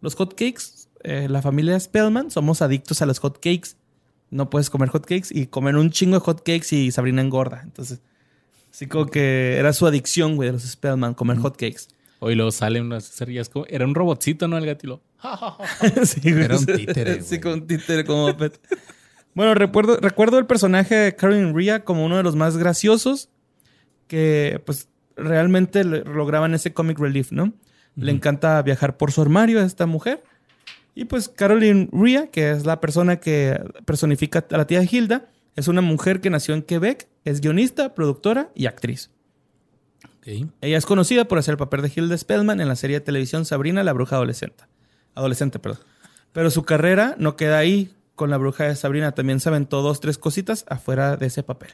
[SPEAKER 2] Los hot cakes, eh, la familia Spellman, somos adictos a los hot cakes. No puedes comer hot cakes y comer un chingo de hot cakes y Sabrina engorda. Entonces, así como que era su adicción, güey, de los Spellman, comer hot cakes.
[SPEAKER 1] Hoy luego sale una serie. Era un robotcito, ¿no? El gatilo. Ja, ja, ja.
[SPEAKER 2] Sí, güey.
[SPEAKER 3] Era un títere,
[SPEAKER 2] Sí,
[SPEAKER 3] güey.
[SPEAKER 2] con un títere como Muppet. bueno, recuerdo, recuerdo el personaje de Karen Ria como uno de los más graciosos que, pues, realmente le- lograban ese comic relief, ¿no? Le encanta viajar por su armario a esta mujer. Y pues Caroline Ria, que es la persona que personifica a la tía Hilda, es una mujer que nació en Quebec, es guionista, productora y actriz.
[SPEAKER 1] Ok.
[SPEAKER 2] Ella es conocida por hacer el papel de Hilda Spellman en la serie de televisión Sabrina la bruja adolescente. Adolescente, perdón. Pero su carrera no queda ahí con la bruja de Sabrina. También se aventó dos, tres cositas afuera de ese papel.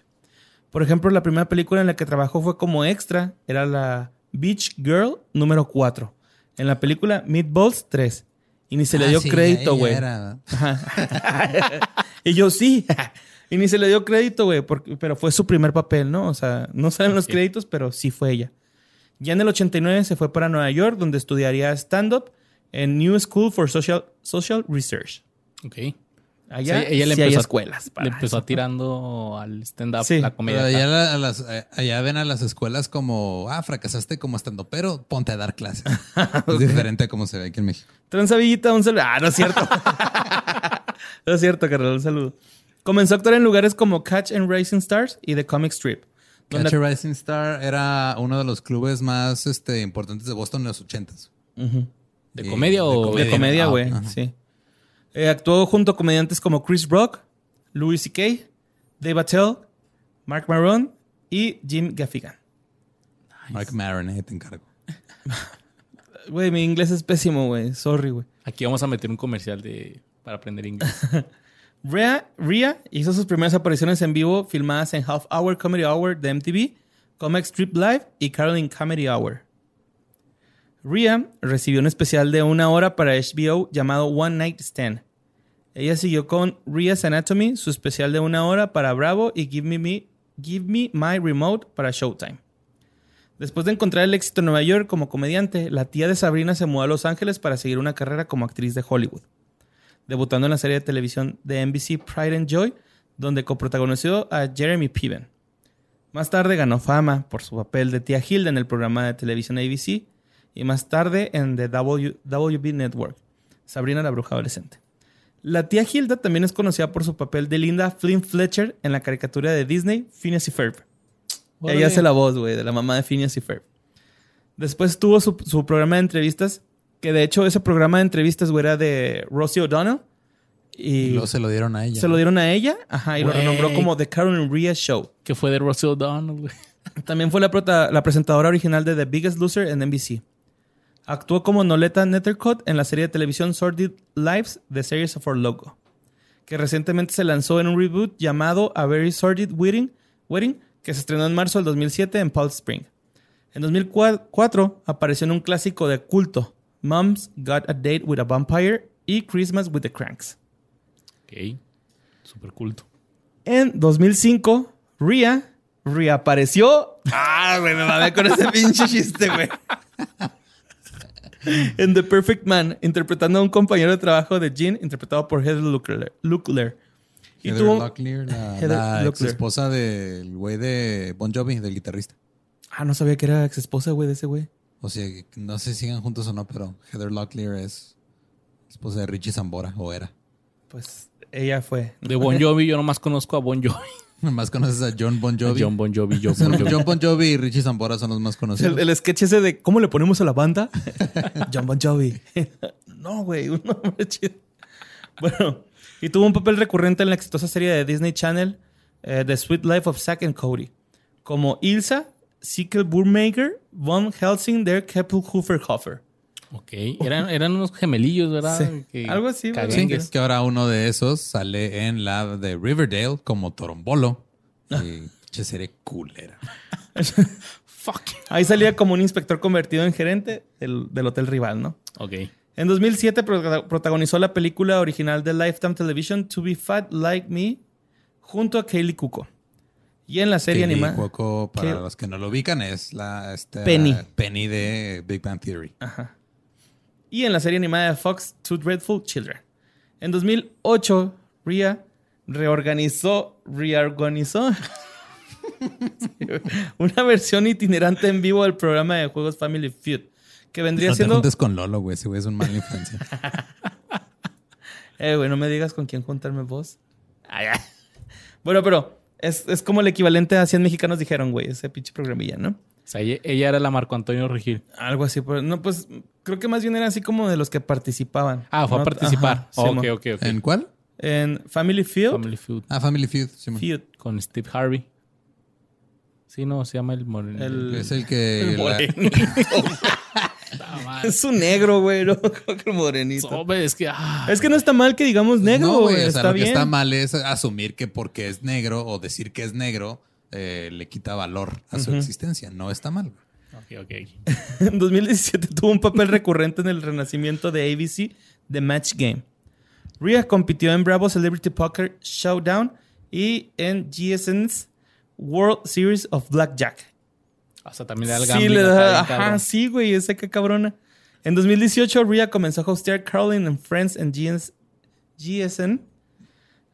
[SPEAKER 2] Por ejemplo, la primera película en la que trabajó fue como extra. Era la Beach Girl número 4. En la película Meatballs 3. Y ni se le
[SPEAKER 3] Ah,
[SPEAKER 2] dio
[SPEAKER 3] sí,
[SPEAKER 2] crédito,
[SPEAKER 3] ella
[SPEAKER 2] güey.
[SPEAKER 3] era-
[SPEAKER 2] Y yo sí. y ni se le dio crédito, güey, porque- pero fue su primer papel, ¿no? O sea, no salen los
[SPEAKER 1] Sí.
[SPEAKER 2] créditos, pero sí fue ella. Ya en el 89 se fue para Nueva York, donde estudiaría stand-up en New School for Social, Social Research.
[SPEAKER 1] Ok.
[SPEAKER 2] Allá
[SPEAKER 1] Sí, ella le
[SPEAKER 2] sí hay
[SPEAKER 1] empezó a-
[SPEAKER 2] escuelas. para
[SPEAKER 1] Le empezó
[SPEAKER 2] eso.
[SPEAKER 1] tirando al stand-up
[SPEAKER 2] Sí,
[SPEAKER 1] la comedia.
[SPEAKER 3] Pero allá, la- a las- eh, allá ven a las escuelas como, ah, fracasaste como estando, pero ponte a dar clases. Es diferente a como se ve aquí en México.
[SPEAKER 2] Transavillita, un saludo. Ah, no es cierto. no es cierto, carnal, un saludo. Comenzó a actuar en lugares como Catch and Racing Stars y The Comic Strip. donde-
[SPEAKER 3] Catch a Rising Star era uno de los clubes más este, importantes de Boston en los ochentas.
[SPEAKER 1] ¿De
[SPEAKER 3] Y-
[SPEAKER 1] comedia
[SPEAKER 3] de
[SPEAKER 1] o...?
[SPEAKER 2] De comedia,
[SPEAKER 3] Ah,
[SPEAKER 2] güey.
[SPEAKER 3] ajá.
[SPEAKER 2] Sí. Eh, actuó junto a comediantes como Chris Rock, Louis C.K., Dave Attell, Mark Maron y Jim Gaffigan.
[SPEAKER 3] Mark Maron, eh, te encargo.
[SPEAKER 2] Güey, mi inglés es pésimo, güey. Sorry, güey.
[SPEAKER 1] Aquí vamos a meter un comercial de... para aprender inglés.
[SPEAKER 2] Rhea, Rhea hizo sus primeras apariciones en vivo filmadas en Half Hour Comedy Hour de MTV, Comic Strip Live y Caroline Comedy Hour. Rhea recibió un especial de una hora para HBO llamado One Night Stand. Ella siguió con Rhea's Anatomy, su especial de una hora para Bravo y Give Me, Me- Give Me My Remote para Showtime. Después de encontrar el éxito en Nueva York como comediante, la tía de Sabrina se mudó a Los Ángeles para seguir una carrera como actriz de Hollywood debutando en la serie de televisión de NBC Pride and Joy, donde coprotagonizó a Jeremy Piven. Más tarde ganó fama por su papel de tía Hilda en el programa de televisión ABC y más tarde en The W- WB Network, Sabrina la Bruja Adolescente. La tía Hilda también es conocida por su papel de Linda Flynn Fletcher en la caricatura de Disney Phineas y Ferb. Ella hace la voz, güey, de la mamá de Phineas y Ferb. Después tuvo su, su programa de entrevistas, que de hecho ese programa de entrevistas, güey, era de Rosie O'Donnell.
[SPEAKER 3] Y
[SPEAKER 2] Y
[SPEAKER 3] luego se lo dieron a ella.
[SPEAKER 2] se lo dieron a ella, ajá, y lo
[SPEAKER 1] Güey.
[SPEAKER 2] renombró como The Karen Rhea Show.
[SPEAKER 1] que fue de Russell Donald, güey.
[SPEAKER 2] También fue la, prota- la presentadora original de The Biggest Loser en NBC. Actuó como Noleta Nethercott en la serie de televisión Sordid Lives, The Series of Our Logo, que recientemente se lanzó en un reboot llamado A Very Sordid Wedding, Wedding que se estrenó en marzo del 2007 en Palm Spring. En 2004 apareció en un clásico de culto, Mom's Got a Date with a Vampire y Christmas with the Cranks.
[SPEAKER 1] Ok. Súper culto.
[SPEAKER 2] En 2005, Rhea reapareció. Ah, güey, me mamé con ese pinche chiste, güey. En The Perfect Man, interpretando a un compañero de trabajo de Jean, interpretado por Heather Luckler. Luckler. Y
[SPEAKER 3] Heather
[SPEAKER 2] tuvo-
[SPEAKER 3] Locklear, la,
[SPEAKER 2] Heather
[SPEAKER 3] la
[SPEAKER 2] Locklear.
[SPEAKER 3] esposa del güey de Bon Jovi, del guitarrista.
[SPEAKER 2] Ah, no sabía que era ex esposa, güey, de ese güey.
[SPEAKER 3] O sea, que no sé si sigan juntos o no, pero Heather Locklear es esposa de Richie Zambora, o era.
[SPEAKER 2] Pues ella fue.
[SPEAKER 1] De Bon Jovi, yo nomás conozco a Bon Jovi.
[SPEAKER 3] Más conoces a John Bon
[SPEAKER 1] A
[SPEAKER 3] Jovi.
[SPEAKER 1] John Bon Jovi, yo Bon
[SPEAKER 3] Son-
[SPEAKER 1] Jovi.
[SPEAKER 3] John Bon Jovi y Richie Zambora son los más conocidos.
[SPEAKER 2] El, el sketch ese de cómo le ponemos a la banda. John Bon Jovi. no, güey, un nombre chido. Bueno, y tuvo un papel recurrente en la exitosa serie de Disney Channel, eh, The Sweet Life of Zack and Cody, como Ilsa, Sickle Burmaker, Von Helsing, Der Keppelhofer
[SPEAKER 1] Ok. Eran, eran unos gemelillos, ¿verdad?
[SPEAKER 2] Sí. Algo así, güey.
[SPEAKER 3] Sí,
[SPEAKER 1] caguengues.
[SPEAKER 3] es que ahora uno de esos sale en la de Riverdale como Torombolo.
[SPEAKER 2] Ah.
[SPEAKER 3] Y che, serie culera.
[SPEAKER 1] Fuck.
[SPEAKER 2] Ahí salía como un inspector convertido en gerente del- del hotel rival, ¿no?
[SPEAKER 1] Ok.
[SPEAKER 2] En 2007 prota- protagonizó la película original de Lifetime Television To Be Fat Like Me junto a Kaylee Cuoco. Y en la serie
[SPEAKER 3] Kelly
[SPEAKER 2] animada.
[SPEAKER 3] Cuoco, para
[SPEAKER 2] Ke-
[SPEAKER 3] los que no lo ubican, es la este,
[SPEAKER 2] Penny.
[SPEAKER 3] Penny de Big Bang Theory.
[SPEAKER 2] Y en la serie animada de Fox Two Dreadful Children. En 2008 Rhea reorganizó, reorganizó una versión itinerante en vivo del programa de juegos Family Feud que vendría
[SPEAKER 3] No te
[SPEAKER 2] siendo
[SPEAKER 3] juntes con Lolo, güey. Ese güey es un mala influencia.
[SPEAKER 2] Eh, güey, no me digas con quién juntarme vos. Ay, ay. Bueno, pero es, es como el equivalente a 100 mexicanos dijeron, güey, ese pinche programilla, ¿no?
[SPEAKER 1] O sea, ella, ella era la Marco Antonio Regil.
[SPEAKER 2] Algo así. Pero, no, pues creo que más bien era así como de los que participaban.
[SPEAKER 1] Ah, fue
[SPEAKER 2] No,
[SPEAKER 1] a participar.
[SPEAKER 2] ajá, sí,
[SPEAKER 1] ok,
[SPEAKER 2] mo.
[SPEAKER 1] ok, ok.
[SPEAKER 3] ¿En cuál?
[SPEAKER 2] En Family Field.
[SPEAKER 1] Family Feud.
[SPEAKER 3] Ah, Family Feud. sí, man.
[SPEAKER 2] Feud.
[SPEAKER 1] Con Steve Harvey. Sí, no, se llama el moreno.
[SPEAKER 2] El-
[SPEAKER 3] Es el que...
[SPEAKER 2] El
[SPEAKER 3] la-
[SPEAKER 2] morenito.
[SPEAKER 1] Ah, madre.
[SPEAKER 2] es un negro, güey, no, Creo que el morenito.
[SPEAKER 1] Sobre, es que. ah.
[SPEAKER 2] Es que no está mal que digamos negro,
[SPEAKER 3] No,
[SPEAKER 2] güey.
[SPEAKER 3] O sea,
[SPEAKER 2] está
[SPEAKER 3] lo que
[SPEAKER 2] bien.
[SPEAKER 3] está mal es asumir que porque es negro o decir que es negro eh, le quita valor a su existencia. No está mal. güey.
[SPEAKER 1] Ok, ok.
[SPEAKER 2] En 2017 tuvo un papel recurrente en el renacimiento de ABC, The Match Game. Rhea compitió en Bravo Celebrity Poker Showdown y en GSN's World Series of Blackjack.
[SPEAKER 1] Hasta también le da el
[SPEAKER 2] sí,
[SPEAKER 1] gambling
[SPEAKER 2] le
[SPEAKER 1] acá
[SPEAKER 2] da,
[SPEAKER 1] bien
[SPEAKER 2] ajá,
[SPEAKER 1] cabrón.
[SPEAKER 2] sí, güey, esa que cabrona. En 2018, Rhea comenzó a hostear Caroline and Friends en GS GSN.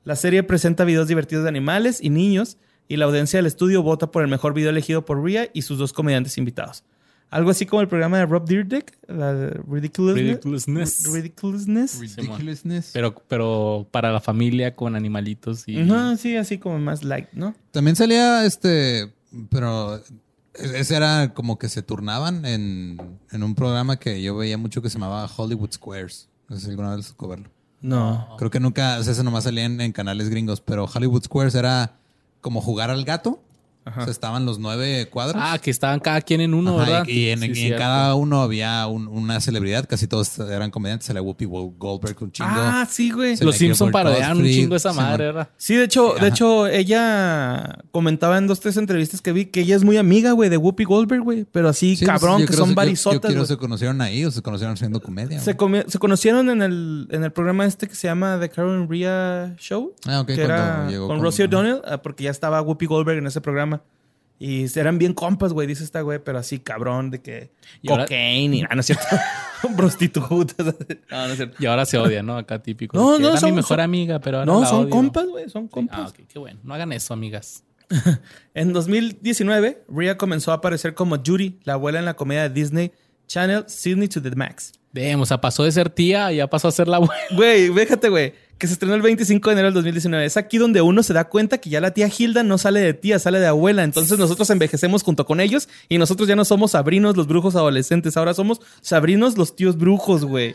[SPEAKER 2] La serie presenta videos divertidos de animales y niños, y la audiencia del estudio vota por el mejor video elegido por Rhea y sus dos comediantes invitados. Algo así como el programa de Rob Dyrdek, la de Ridiculousness.
[SPEAKER 1] Ridiculousness.
[SPEAKER 2] Ridiculousness.
[SPEAKER 3] Ridiculousness.
[SPEAKER 1] Pero, pero para la familia con animalitos y.
[SPEAKER 2] Ajá, sí, así como más light, ¿no?
[SPEAKER 3] También salía este, pero Ese era como que se turnaban en, en un programa que yo veía mucho que se llamaba Hollywood Squares. No sé si alguna vez tocó verlo.
[SPEAKER 2] No.
[SPEAKER 3] Creo que nunca, o sea, ese nomás salía en, en canales gringos, pero Hollywood Squares era como jugar al gato. O sea, estaban los nueve cuadros.
[SPEAKER 1] Ah, que estaban cada quien en uno,
[SPEAKER 3] Ajá, y-
[SPEAKER 1] ¿verdad?
[SPEAKER 3] y en,
[SPEAKER 1] Sí,
[SPEAKER 3] y en
[SPEAKER 1] cierto.
[SPEAKER 3] cada uno había un- una celebridad, casi todos eran comediantes. Era Whoopi Goldberg un chingo.
[SPEAKER 2] Ah, sí, güey.
[SPEAKER 3] Se-
[SPEAKER 1] Los
[SPEAKER 3] Gilbert
[SPEAKER 1] Simpson parodiaban un
[SPEAKER 3] Gottfried,
[SPEAKER 1] chingo esa
[SPEAKER 3] Simón.
[SPEAKER 1] madre, ¿verdad?
[SPEAKER 2] Sí, de hecho, de hecho, ella comentaba en dos, tres entrevistas que vi que ella es muy amiga, güey, de Whoopi Goldberg, güey. Pero así,
[SPEAKER 3] Sí,
[SPEAKER 2] cabrón,
[SPEAKER 3] yo
[SPEAKER 2] que
[SPEAKER 3] creo-
[SPEAKER 2] son
[SPEAKER 3] yo- Yo,
[SPEAKER 2] varizotas,
[SPEAKER 3] quiero
[SPEAKER 2] güey.
[SPEAKER 3] se conocieron ahí o se conocieron haciendo comedia.
[SPEAKER 2] Se,
[SPEAKER 3] güey.
[SPEAKER 2] comi- se conocieron en el, en el programa este que se llama The Karen Ria Show.
[SPEAKER 3] Ah, ok,
[SPEAKER 2] que
[SPEAKER 3] cuando
[SPEAKER 2] era
[SPEAKER 3] llegó
[SPEAKER 2] con
[SPEAKER 3] con-
[SPEAKER 2] Rosie O'Donnell, ah, porque ya estaba Whoopi Goldberg en ese programa. Y eran bien compas, güey, dice esta güey, pero así cabrón, de que
[SPEAKER 1] Y ahora-
[SPEAKER 2] cocaine y ah, no es cierto. Prostitutas. no, no es cierto.
[SPEAKER 1] Y ahora se odian, ¿no? Acá típico.
[SPEAKER 2] No,
[SPEAKER 1] de que
[SPEAKER 2] no,
[SPEAKER 1] era
[SPEAKER 2] son-
[SPEAKER 1] mi mejor
[SPEAKER 2] son-
[SPEAKER 1] amiga, pero ahora
[SPEAKER 2] No,
[SPEAKER 1] la
[SPEAKER 2] son
[SPEAKER 1] odio.
[SPEAKER 2] compas, güey, son compas.
[SPEAKER 1] Ah, ok, qué bueno. No hagan eso, amigas.
[SPEAKER 2] En 2019, Rhea comenzó a aparecer como Judy, la abuela en la comedia de Disney Channel Sydney to the Max.
[SPEAKER 1] Damn, o sea, pasó de ser tía y ya pasó a ser la abuela.
[SPEAKER 2] Güey, déjate, güey, que se estrenó el 25 de enero del 2019. Es aquí donde uno se da cuenta que ya la tía Hilda no sale de tía, sale de abuela. Entonces nosotros envejecemos junto con ellos y nosotros ya no somos sabrinos los brujos adolescentes, ahora somos sabrinos los tíos brujos, güey.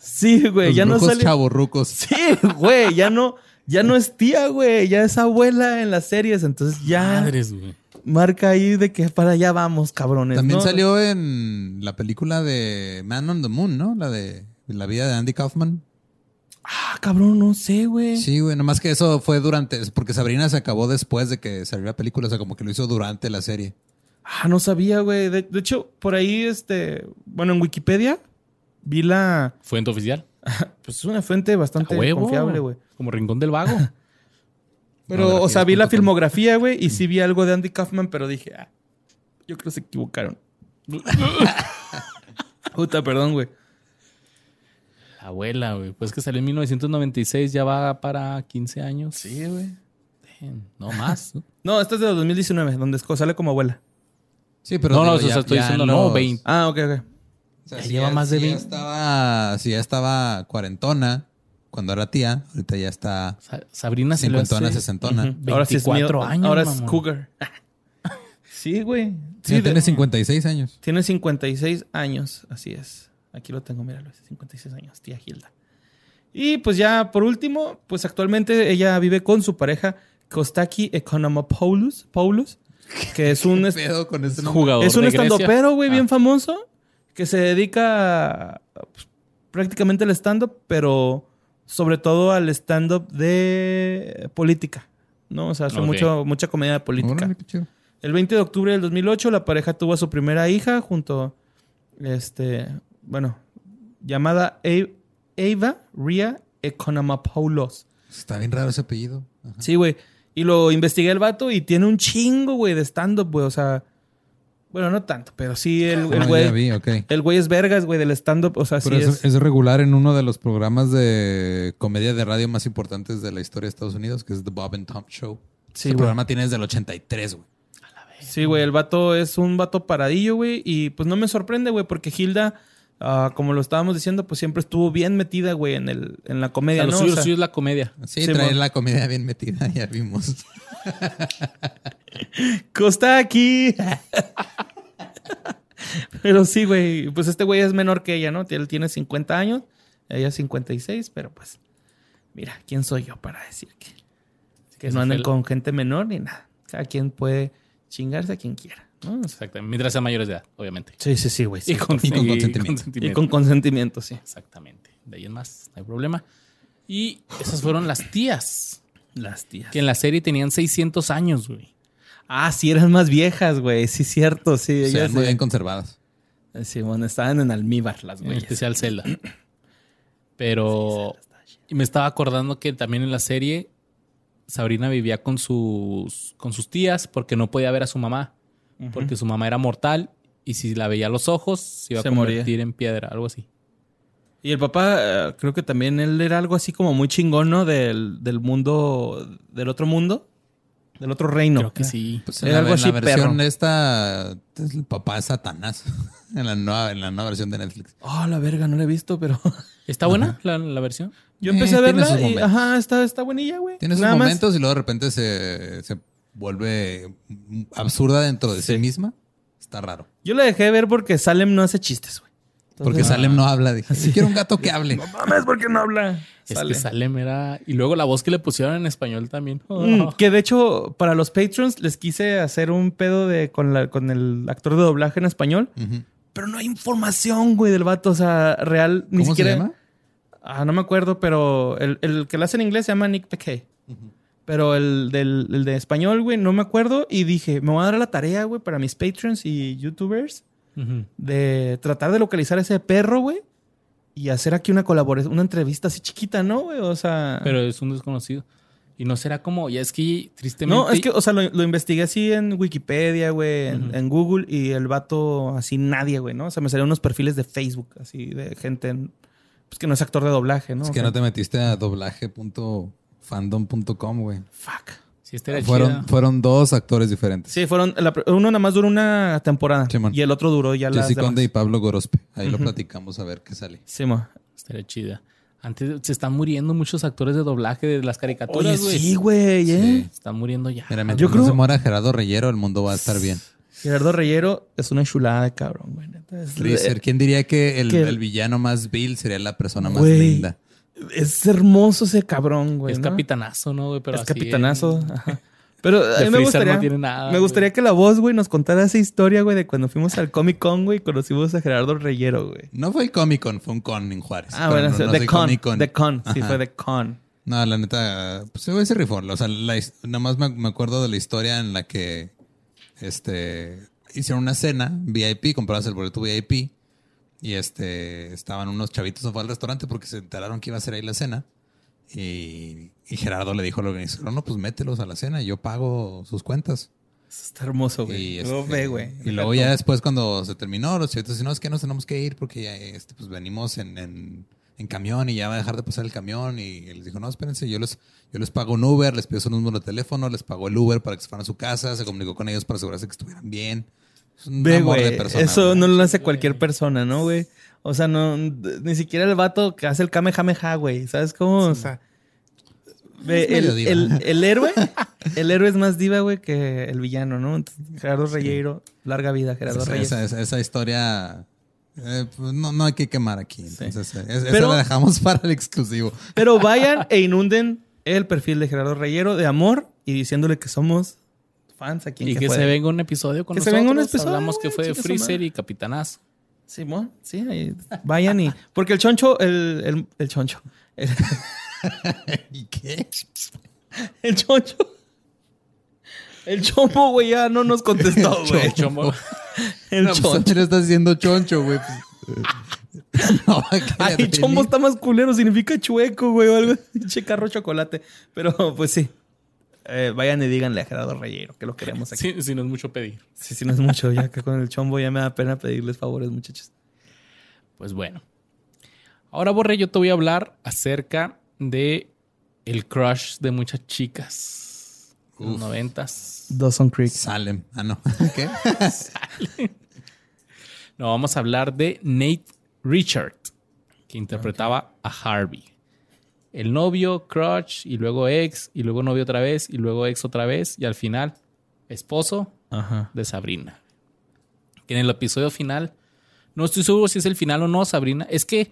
[SPEAKER 2] Sí, güey,
[SPEAKER 3] Los
[SPEAKER 2] ya no
[SPEAKER 3] brujos
[SPEAKER 2] sale.
[SPEAKER 3] chavorrucos.
[SPEAKER 2] Sí, güey, ya no, ya no es tía, güey, ya es abuela en las series. Entonces ya.
[SPEAKER 3] Ah,
[SPEAKER 1] Madres, güey.
[SPEAKER 2] marca ahí de que para allá vamos, cabrones.
[SPEAKER 3] También
[SPEAKER 2] ¿no?
[SPEAKER 3] salió en la película de Man on the Moon, ¿no? La de la vida de Andy Kaufman.
[SPEAKER 2] Ah, cabrón, no sé, güey.
[SPEAKER 3] Sí, güey, nomás que eso fue durante, es porque Sabrina se acabó después de que salió la película, o sea, como que lo hizo durante la serie.
[SPEAKER 2] Ah, no sabía, güey. De, de hecho, por ahí, este, bueno, en Wikipedia vi la,
[SPEAKER 1] Fuente oficial.
[SPEAKER 2] pues es una fuente
[SPEAKER 1] A
[SPEAKER 2] bastante
[SPEAKER 1] huevo.
[SPEAKER 2] confiable, güey.
[SPEAKER 1] Como Rincón del Vago.
[SPEAKER 2] Pero, o sea, vi la
[SPEAKER 3] Biografías.com.
[SPEAKER 2] filmografía, güey, y sí vi algo de Andy Kaufman, pero dije, ah, yo creo que se equivocaron. Puta, perdón, güey.
[SPEAKER 1] La abuela, güey. Pues que salió en 1996, ya va para 15 años.
[SPEAKER 2] Sí, güey.
[SPEAKER 1] Damn, No más. ¿no?
[SPEAKER 2] No, esta es de 2019, donde Scott sale como abuela.
[SPEAKER 3] Sí, pero.
[SPEAKER 1] No,
[SPEAKER 3] digo,
[SPEAKER 1] no, o sea,
[SPEAKER 3] ya-
[SPEAKER 1] estoy
[SPEAKER 3] ya
[SPEAKER 1] diciendo,
[SPEAKER 3] en
[SPEAKER 1] no, 20.
[SPEAKER 2] Ah, ok, ok.
[SPEAKER 3] o sea,
[SPEAKER 1] Ya
[SPEAKER 3] si
[SPEAKER 1] lleva
[SPEAKER 3] ya-
[SPEAKER 1] más de
[SPEAKER 3] si ya
[SPEAKER 1] 20.
[SPEAKER 3] estaba, si ya estaba cuarentona cuando era tía, ahorita ya está
[SPEAKER 1] Sa- Sabrina se Ah, lo
[SPEAKER 3] cincuentona,
[SPEAKER 1] hace.
[SPEAKER 3] sesentona.
[SPEAKER 2] Ujú. Ahora sí es
[SPEAKER 1] 24
[SPEAKER 2] mil-
[SPEAKER 1] años,
[SPEAKER 2] Ahora es
[SPEAKER 1] mamón.
[SPEAKER 2] cougar. sí, güey.
[SPEAKER 3] Sí,
[SPEAKER 2] Sí, de-
[SPEAKER 3] tiene 56 años.
[SPEAKER 2] Tiene 56 años, así es. Aquí lo tengo, míralo, es 56 años, tía Hilda. Y pues ya por último, pues actualmente ella vive con su pareja Kostaki Economopoulos, Paulus, que es un este,
[SPEAKER 3] ¿Qué pedo con ese nombre?
[SPEAKER 1] Jugador
[SPEAKER 2] es un
[SPEAKER 1] de Grecia.
[SPEAKER 2] estandopero, güey,
[SPEAKER 1] Ah.
[SPEAKER 2] bien famoso, que se dedica a, pues, prácticamente al stand-up, pero sobre todo al stand-up de política, ¿no? O sea, hace
[SPEAKER 1] Ok.
[SPEAKER 2] mucho, mucha comedia de política.
[SPEAKER 3] Órale, qué chido.
[SPEAKER 2] El 20 de octubre del 2008 la pareja tuvo a su primera hija junto, este, bueno, llamada E- Eva Ria Economopoulos.
[SPEAKER 3] Está bien raro ese apellido. Ajá.
[SPEAKER 2] Sí, güey. Y lo investigué el vato y tiene un chingo, güey, de stand-up, güey. O sea, bueno, no tanto, pero sí, el, el
[SPEAKER 3] Ah, ya
[SPEAKER 2] güey.
[SPEAKER 3] vi, ok.
[SPEAKER 2] El güey es vergas, güey, del stand-up. O sea, sí
[SPEAKER 3] Pero es,
[SPEAKER 2] es.
[SPEAKER 3] es regular en uno de los programas de comedia de radio más importantes de la historia de Estados Unidos, que es The Bob and Tom Show.
[SPEAKER 2] Sí,
[SPEAKER 3] Ese
[SPEAKER 2] güey.
[SPEAKER 3] programa tiene desde el 83, güey.
[SPEAKER 2] Sí, güey, el vato es un vato paradillo, güey. Y pues no me sorprende, güey, porque Hilda, ah, como lo estábamos diciendo, pues siempre estuvo bien metida, güey, en, el- en la
[SPEAKER 1] O
[SPEAKER 2] comedia,
[SPEAKER 1] sea, lo
[SPEAKER 2] ¿no? O
[SPEAKER 1] suyo, lo
[SPEAKER 2] sea,
[SPEAKER 1] suyo es la comedia.
[SPEAKER 3] Sí,
[SPEAKER 2] Sí,
[SPEAKER 3] trae
[SPEAKER 2] mon.
[SPEAKER 3] la comedia bien metida, ya vimos.
[SPEAKER 2] Costa aquí. pero sí, güey. Pues este güey es menor que ella, ¿no? Él tiene 50 años, ella 56, pero pues. Mira, ¿quién soy yo para decir que, que
[SPEAKER 1] esa
[SPEAKER 2] no anden
[SPEAKER 1] fue la-
[SPEAKER 2] con gente menor ni nada? Cada quien puede chingarse a quien quiera, ¿no? O sea,
[SPEAKER 1] Exactamente. Mientras sean mayores de edad, obviamente.
[SPEAKER 2] sí, sí, sí, güey. sí.
[SPEAKER 1] Y con,
[SPEAKER 3] y con
[SPEAKER 1] y
[SPEAKER 3] consentimiento.
[SPEAKER 2] Y con consentimiento, sí.
[SPEAKER 1] Exactamente. De ahí en más, no hay problema. Y esas fueron las tías,
[SPEAKER 2] Las tías.
[SPEAKER 1] que en la serie tenían 600 años, güey.
[SPEAKER 2] Ah, sí, eran más viejas, güey. Sí, cierto, sí.
[SPEAKER 3] Se
[SPEAKER 2] ellas
[SPEAKER 3] ven muy
[SPEAKER 2] sí.
[SPEAKER 3] bien conservadas.
[SPEAKER 2] Sí, bueno, estaban en almíbar las
[SPEAKER 1] En
[SPEAKER 2] güeyes.
[SPEAKER 1] especial Zelda. Pero y me estaba acordando que también en la serie Sabrina vivía con sus, con sus tías porque no podía ver a su mamá. Porque su mamá era mortal y si la veía a los ojos se iba a
[SPEAKER 2] Se moría.
[SPEAKER 1] convertir en piedra, algo así.
[SPEAKER 2] Y el papá, eh, creo que también él era algo así como muy chingón, ¿no? Del, del mundo, del otro mundo, del otro reino.
[SPEAKER 1] Creo que sí.
[SPEAKER 3] Pues
[SPEAKER 2] Era
[SPEAKER 3] en, la,
[SPEAKER 2] algo
[SPEAKER 3] en la
[SPEAKER 2] así,
[SPEAKER 3] versión
[SPEAKER 2] perro.
[SPEAKER 3] esta, es el papá es Satanás. en, la nueva, en la nueva versión de Netflix.
[SPEAKER 2] Oh, la verga, no la he visto, pero...
[SPEAKER 1] ¿Está buena la, la versión?
[SPEAKER 2] Yo
[SPEAKER 3] Eh,
[SPEAKER 2] empecé a
[SPEAKER 3] tiene
[SPEAKER 2] verla
[SPEAKER 3] sus
[SPEAKER 2] y,
[SPEAKER 3] momentos.
[SPEAKER 2] ajá, está, está buenilla, güey.
[SPEAKER 3] Tiene sus
[SPEAKER 2] Nada más.
[SPEAKER 3] momentos y luego de repente se, se vuelve absurda dentro de sí, misma, está raro.
[SPEAKER 2] Yo la dejé ver porque Salem no hace chistes, güey. Entonces- ah.
[SPEAKER 3] Porque Salem no habla. Dije, si quiero un gato que hable.
[SPEAKER 2] No mames, porque no habla.
[SPEAKER 1] Es
[SPEAKER 2] Salem.
[SPEAKER 1] que Salem era. Y luego la voz que le pusieron en español también. Oh.
[SPEAKER 2] Mm, que de hecho, para los patrons les quise hacer un pedo de con, la, con el actor de doblaje en español.
[SPEAKER 3] Ujú.
[SPEAKER 2] Pero no hay información, güey, del vato. O sea, real, ni
[SPEAKER 3] ¿Cómo
[SPEAKER 2] siquiera.
[SPEAKER 3] se llama?
[SPEAKER 2] Ah, no me acuerdo, pero el, el que lo hace en inglés se llama Nick Pequet. Pero el, del, el de español, güey, no me acuerdo. Y dije, me voy a dar a la tarea, güey, para mis patrons y youtubers
[SPEAKER 1] Ujú.
[SPEAKER 2] de tratar de localizar a ese perro, güey. Y hacer aquí una colaboración, una entrevista así chiquita, ¿no, güey? O sea...
[SPEAKER 1] Pero es un desconocido. Y no será como. Ya es que tristemente.
[SPEAKER 2] No, es que, o sea, lo, lo investigué así en Wikipedia, güey, en, en Google, y el vato así nadie, güey, ¿no? O sea, me salieron unos perfiles de Facebook, así, de gente en- pues, que no es actor de doblaje, ¿no?
[SPEAKER 3] Es
[SPEAKER 2] O
[SPEAKER 3] que
[SPEAKER 2] sea,
[SPEAKER 3] no te metiste a doblaje.fandom.com, güey.
[SPEAKER 2] Fuck.
[SPEAKER 1] Sí, esta este era
[SPEAKER 3] Fueron,
[SPEAKER 1] chida.
[SPEAKER 3] fueron dos actores diferentes.
[SPEAKER 2] Sí, fueron. la pr- uno nada más duró una temporada.
[SPEAKER 3] Simón.
[SPEAKER 2] y el otro duró ya las
[SPEAKER 3] Jesse
[SPEAKER 2] demás.
[SPEAKER 3] Conde y Pablo Gorospe. Ahí lo platicamos a ver qué sale.
[SPEAKER 2] Simón.
[SPEAKER 1] Estaría chida. Antes se están muriendo muchos actores de doblaje de las
[SPEAKER 2] Oye,
[SPEAKER 1] caricaturas, güey.
[SPEAKER 2] sí, güey, ¿eh?
[SPEAKER 3] Sí.
[SPEAKER 1] Están muriendo ya.
[SPEAKER 3] Mira,
[SPEAKER 2] Ah, Yo
[SPEAKER 3] mientras
[SPEAKER 2] creo-
[SPEAKER 3] no se muera Gerardo Reyero, el mundo va a estar bien.
[SPEAKER 2] Gerardo Reyero es una chulada de cabrón, güey. neta, Es,
[SPEAKER 3] Freezer, ¿quién diría que el,
[SPEAKER 2] eh, que-
[SPEAKER 3] el villano más vil sería la persona más
[SPEAKER 2] Güey.
[SPEAKER 3] linda?
[SPEAKER 2] es hermoso ese cabrón, güey.
[SPEAKER 1] es
[SPEAKER 2] ¿no?
[SPEAKER 1] capitanazo, ¿no, güey? Pero
[SPEAKER 2] es
[SPEAKER 1] así
[SPEAKER 2] capitanazo. ajá. Pero a
[SPEAKER 1] De
[SPEAKER 2] mí me
[SPEAKER 1] Freezer
[SPEAKER 2] gustaría,
[SPEAKER 1] no tiene nada,
[SPEAKER 2] me
[SPEAKER 1] güey.
[SPEAKER 2] gustaría que la voz, güey, nos contara esa historia, güey, de cuando fuimos al Comic Con, güey, y conocimos a Gerardo Reyero, güey.
[SPEAKER 3] No fue el Comic Con, fue un con en Juárez.
[SPEAKER 2] Ah,
[SPEAKER 3] Pero
[SPEAKER 2] bueno,
[SPEAKER 3] no- no
[SPEAKER 2] The,
[SPEAKER 3] soy
[SPEAKER 2] con,
[SPEAKER 3] Comic Con.
[SPEAKER 2] The Con. Sí,
[SPEAKER 3] Ajá.
[SPEAKER 2] fue The Con.
[SPEAKER 3] No, la neta, pues se ese rifón. O sea, la his- nada más me, me acuerdo de la historia en la que este hicieron una cena VIP, comprabas el boleto VIP y este estaban unos chavitos afuera del restaurante porque se enteraron que iba a ser ahí la cena. Y, y Gerardo le dijo al organizador, no, pues mételos a la cena, yo pago sus cuentas.
[SPEAKER 2] Eso está hermoso,
[SPEAKER 3] Y,
[SPEAKER 2] güey.
[SPEAKER 3] este,
[SPEAKER 2] Lo ve, güey.
[SPEAKER 3] y luego ya después cuando se terminó, los chavitos dicen, no, es que nos tenemos que ir porque ya este, pues venimos en, en- en camión y ya va a dejar de pasar el camión. Y él les dijo, no, espérense, yo les, yo les pago un Uber, les pido su número de teléfono, les pago el Uber para que se fueran a su casa, se comunicó con ellos para asegurarse que estuvieran bien. Es un
[SPEAKER 2] Ve,
[SPEAKER 3] amor de
[SPEAKER 2] güey.
[SPEAKER 3] persona,
[SPEAKER 2] Eso
[SPEAKER 3] güey.
[SPEAKER 2] no lo hace cualquier persona, ¿no, güey? O sea, no, ni siquiera el vato que hace el Kamehameha, güey. ¿Sabes cómo? O sea, ve,
[SPEAKER 3] Es
[SPEAKER 2] el,
[SPEAKER 3] medio diva.
[SPEAKER 2] el- el héroe, el héroe es más diva, güey, que el villano, ¿no? Entonces, Gerardo Reyero, larga vida, Gerardo
[SPEAKER 3] Esa,
[SPEAKER 2] Reyero.
[SPEAKER 3] esa- esa- esa historia... eh, pues, no, no hay que quemar aquí. Entonces, eh, es-
[SPEAKER 2] Pero-
[SPEAKER 3] esa la dejamos para el exclusivo.
[SPEAKER 2] Pero vayan e inunden el perfil de Gerardo Reyero de amor y diciéndole que somos fans aquí en
[SPEAKER 1] Y que se venga un episodio con
[SPEAKER 2] Que se
[SPEAKER 1] nosotros.
[SPEAKER 2] venga un episodio,
[SPEAKER 1] Hablamos que
[SPEAKER 2] güey,
[SPEAKER 1] fue de
[SPEAKER 2] chingue su
[SPEAKER 1] Freezer
[SPEAKER 2] madre.
[SPEAKER 1] y Capitanazo.
[SPEAKER 2] Simón, sí, ahí vayan y. Porque el choncho, el, el, el choncho. El,
[SPEAKER 3] ¿Y qué?
[SPEAKER 2] el choncho. El chombo, güey, ya no nos contestó, güey.
[SPEAKER 1] El chombo.
[SPEAKER 2] El
[SPEAKER 3] No, pues,
[SPEAKER 2] choncho.
[SPEAKER 3] también lo está haciendo choncho, güey. pues. No, va a
[SPEAKER 2] Ay,
[SPEAKER 3] querer
[SPEAKER 2] chombo
[SPEAKER 3] venir.
[SPEAKER 2] está más culero, significa chueco, güey, o algo. Che carro chocolate. Pero pues sí. Eh, vayan y díganle a Gerardo Reyero que lo queremos aquí.
[SPEAKER 1] Sí, sí, no es mucho pedir.
[SPEAKER 2] Sí, sí, no es mucho. Ya que con el chombo ya me da pena pedirles favores, muchachos.
[SPEAKER 1] Pues bueno. Ahora, Borre, yo te voy a hablar acerca de el crush de muchas chicas. De los
[SPEAKER 3] Uf.
[SPEAKER 1] noventas.
[SPEAKER 2] Dawson Creek.
[SPEAKER 3] Salem. Ah, no. ¿Qué?
[SPEAKER 1] No, vamos a hablar de Nate Richard, que interpretaba a Harvey. El novio, crush, y luego ex, y luego novio otra vez, y luego ex otra vez, y al final, esposo
[SPEAKER 2] Ajá.
[SPEAKER 1] de Sabrina. Que en el episodio final, no estoy seguro si es el final o no, Sabrina. Es que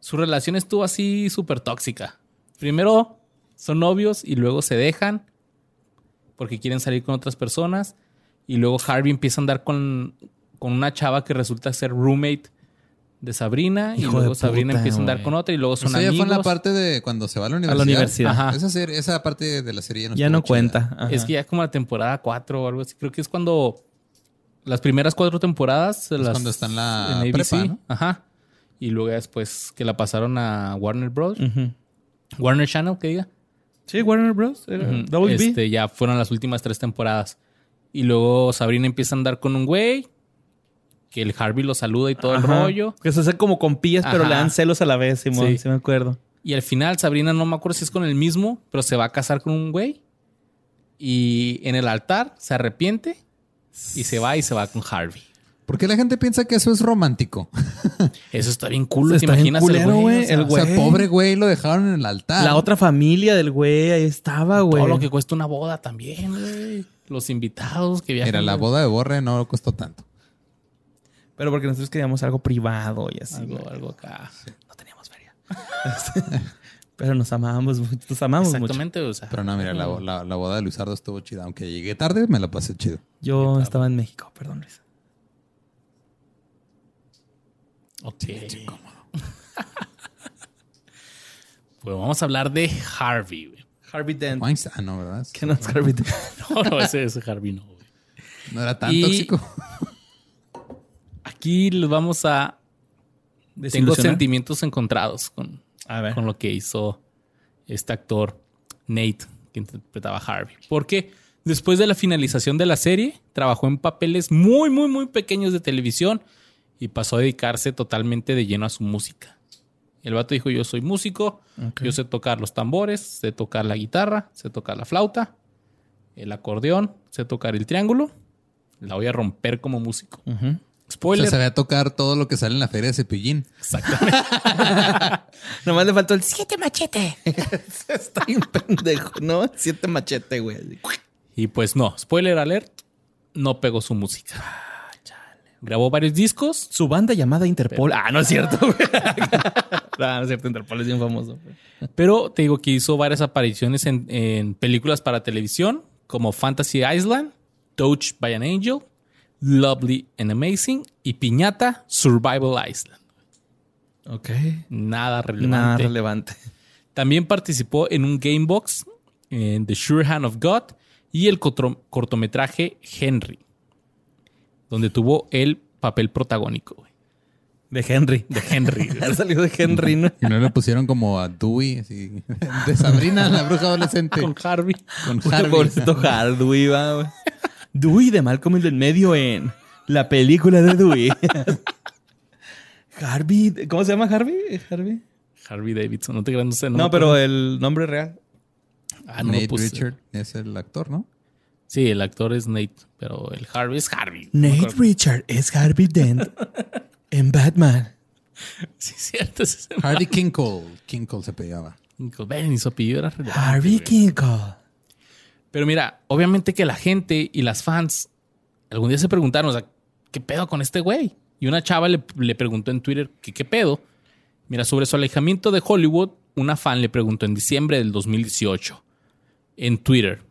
[SPEAKER 1] su relación estuvo así súper tóxica. Primero son novios y luego se dejan porque quieren salir con otras personas. Y luego Harvey empieza a andar con, con una chava que resulta ser roommate de Sabrina.
[SPEAKER 2] Hijo
[SPEAKER 1] y
[SPEAKER 2] de
[SPEAKER 1] luego Sabrina
[SPEAKER 2] puta,
[SPEAKER 1] empieza a andar
[SPEAKER 2] güey.
[SPEAKER 1] con otra y luego
[SPEAKER 3] Eso
[SPEAKER 1] son
[SPEAKER 3] ya
[SPEAKER 1] amigos.
[SPEAKER 3] Pues fue en la parte de cuando se va a la universidad.
[SPEAKER 2] universidad.
[SPEAKER 1] Ajá.
[SPEAKER 3] Esa, serie- esa parte de la serie ya no,
[SPEAKER 2] Ya
[SPEAKER 3] estuvo
[SPEAKER 2] no
[SPEAKER 3] chida.
[SPEAKER 2] cuenta. Ajá.
[SPEAKER 1] Es que ya como la temporada 4 o algo así. Creo que es cuando las primeras cuatro temporadas. se
[SPEAKER 3] Es
[SPEAKER 1] las,
[SPEAKER 3] cuando está en la prepa, ¿no?
[SPEAKER 1] Ajá. Y luego ya después que la pasaron a Warner Bros.
[SPEAKER 3] Mm.
[SPEAKER 2] Ujú.
[SPEAKER 1] Warner Channel, que diga.
[SPEAKER 2] Sí, Warner Bros. Era
[SPEAKER 1] Ujú.
[SPEAKER 2] Double B.
[SPEAKER 1] Este, ya fueron las últimas tres temporadas. Y luego Sabrina empieza a andar con un güey. Que el Harvey lo saluda y todo el
[SPEAKER 2] Ajá.
[SPEAKER 1] rollo.
[SPEAKER 2] Que se hacen como compillas, pero
[SPEAKER 1] Ajá.
[SPEAKER 2] le dan celos a la vez, Simón. Sí,
[SPEAKER 1] Sí.
[SPEAKER 2] me acuerdo.
[SPEAKER 1] Y al final Sabrina, no me acuerdo si es con el mismo, pero se va a casar con un güey. Y en el altar se arrepiente y se va y se va con Harvey.
[SPEAKER 3] ¿Por qué la gente piensa que eso es romántico?
[SPEAKER 1] Eso está bien cool. ¿Te
[SPEAKER 2] Está bien
[SPEAKER 1] imaginas
[SPEAKER 2] culero,
[SPEAKER 1] el güey?
[SPEAKER 2] güey,
[SPEAKER 1] O sea,
[SPEAKER 2] el güey.
[SPEAKER 3] O sea, pobre güey, lo dejaron en el altar.
[SPEAKER 2] La otra familia del güey ahí estaba, güey.
[SPEAKER 1] Todo lo que cuesta una boda también, güey. Los invitados que viajan.
[SPEAKER 3] Mira, la boda de Borre no costó tanto.
[SPEAKER 2] Pero porque nosotros queríamos algo privado y así.
[SPEAKER 1] Algo,
[SPEAKER 2] güey.
[SPEAKER 1] algo acá.
[SPEAKER 2] No teníamos feria. Pero nos amábamos, mucho, nos amamos mucho.
[SPEAKER 1] Exactamente, o sea.
[SPEAKER 3] Pero no, mira, la, bo- la- la boda de Luisardo estuvo chida. Aunque llegué tarde, me la pasé chido.
[SPEAKER 2] Yo estaba en México, perdón, Luis.
[SPEAKER 1] Ok. pues vamos a hablar de Harvey, güey.
[SPEAKER 2] Harvey Dent.
[SPEAKER 3] Weinstein, ah, no, ¿verdad?
[SPEAKER 2] Que no es Harvey Dent.
[SPEAKER 1] No, no, ese es Harvey, no, güey.
[SPEAKER 3] No era tan
[SPEAKER 1] Y-
[SPEAKER 3] tóxico.
[SPEAKER 1] Aquí les vamos a. Tengo
[SPEAKER 2] Desilusionar.
[SPEAKER 1] sentimientos encontrados con,
[SPEAKER 2] A ver.
[SPEAKER 1] con lo que hizo este actor Nate, que interpretaba a Harvey. Porque después de la finalización de la serie, trabajó en papeles muy, muy, muy pequeños de televisión y pasó a dedicarse totalmente de lleno a su música. El vato dijo, yo soy músico,
[SPEAKER 2] Ok.
[SPEAKER 1] yo sé tocar los tambores, sé tocar la guitarra, sé tocar la flauta, el acordeón, sé tocar el triángulo, la voy a romper como músico.
[SPEAKER 2] Ujú.
[SPEAKER 3] O sea,
[SPEAKER 1] Spoiler.
[SPEAKER 3] sabía tocar todo lo que sale en la feria de Cepillín.
[SPEAKER 1] Exactamente.
[SPEAKER 2] Nomás le faltó el siete machete. Está bien pendejo, ¿no? Siete machete, güey. Así.
[SPEAKER 1] Y pues no, spoiler alert, no pegó su música. Grabó varios discos,
[SPEAKER 2] Su banda llamada Interpol. Ah, no es cierto, güey. no, no es cierto. Interpol es bien famoso. güey.
[SPEAKER 1] pero te digo que hizo varias apariciones en, en películas para televisión como Fantasy Island, Touched by an Angel, Lovely and Amazing y Piñata Survival Island.
[SPEAKER 2] Ok.
[SPEAKER 1] Nada relevante.
[SPEAKER 2] Nada relevante.
[SPEAKER 1] También participó en un Game Box, en The Sure Hand of God y el cotro- cortometraje Henry, donde tuvo el papel protagónico güey,
[SPEAKER 2] De Henry.
[SPEAKER 1] de Henry. güey.
[SPEAKER 2] Ha salido de Henry, ¿no?
[SPEAKER 3] Y no le pusieron como a Dewey, así, de Sabrina, la bruja adolescente.
[SPEAKER 1] Ah, con Harvey.
[SPEAKER 3] Con
[SPEAKER 2] Harvey.
[SPEAKER 3] Harvey.
[SPEAKER 2] Pobrecito Harvey, va, güey. Dewey de Malcolm el del medio en la película de Dewey. Harvey, ¿cómo se llama Harvey? Harvey.
[SPEAKER 1] Harvey Davidson, no te creas, no sé.
[SPEAKER 2] No,
[SPEAKER 1] me
[SPEAKER 2] pero
[SPEAKER 1] acuerdo.
[SPEAKER 2] el nombre real.
[SPEAKER 1] Ah, no lo
[SPEAKER 3] Nate
[SPEAKER 1] puse.
[SPEAKER 3] Richard es el actor, ¿no?
[SPEAKER 1] Sí, el actor es Nate, pero el Harvey es Harvey. No me
[SPEAKER 2] Nate
[SPEAKER 1] acuerdo.
[SPEAKER 2] Richard es Harvey Dent en Batman.
[SPEAKER 1] Sí, cierto. ese es el
[SPEAKER 3] Hardy Kinkle. Kinkle se pegaba.
[SPEAKER 1] Michael Bay, ni su apellido era relevante,
[SPEAKER 2] Harvey
[SPEAKER 1] güey.
[SPEAKER 2] Kinkle.
[SPEAKER 1] Pero mira, obviamente que la gente y las fans algún día se preguntaron, o sea, ¿qué pedo con este güey? Y una chava le, le preguntó en Twitter que qué pedo. Mira, sobre su alejamiento de Hollywood, una fan le preguntó en diciembre del 2018 en Twitter,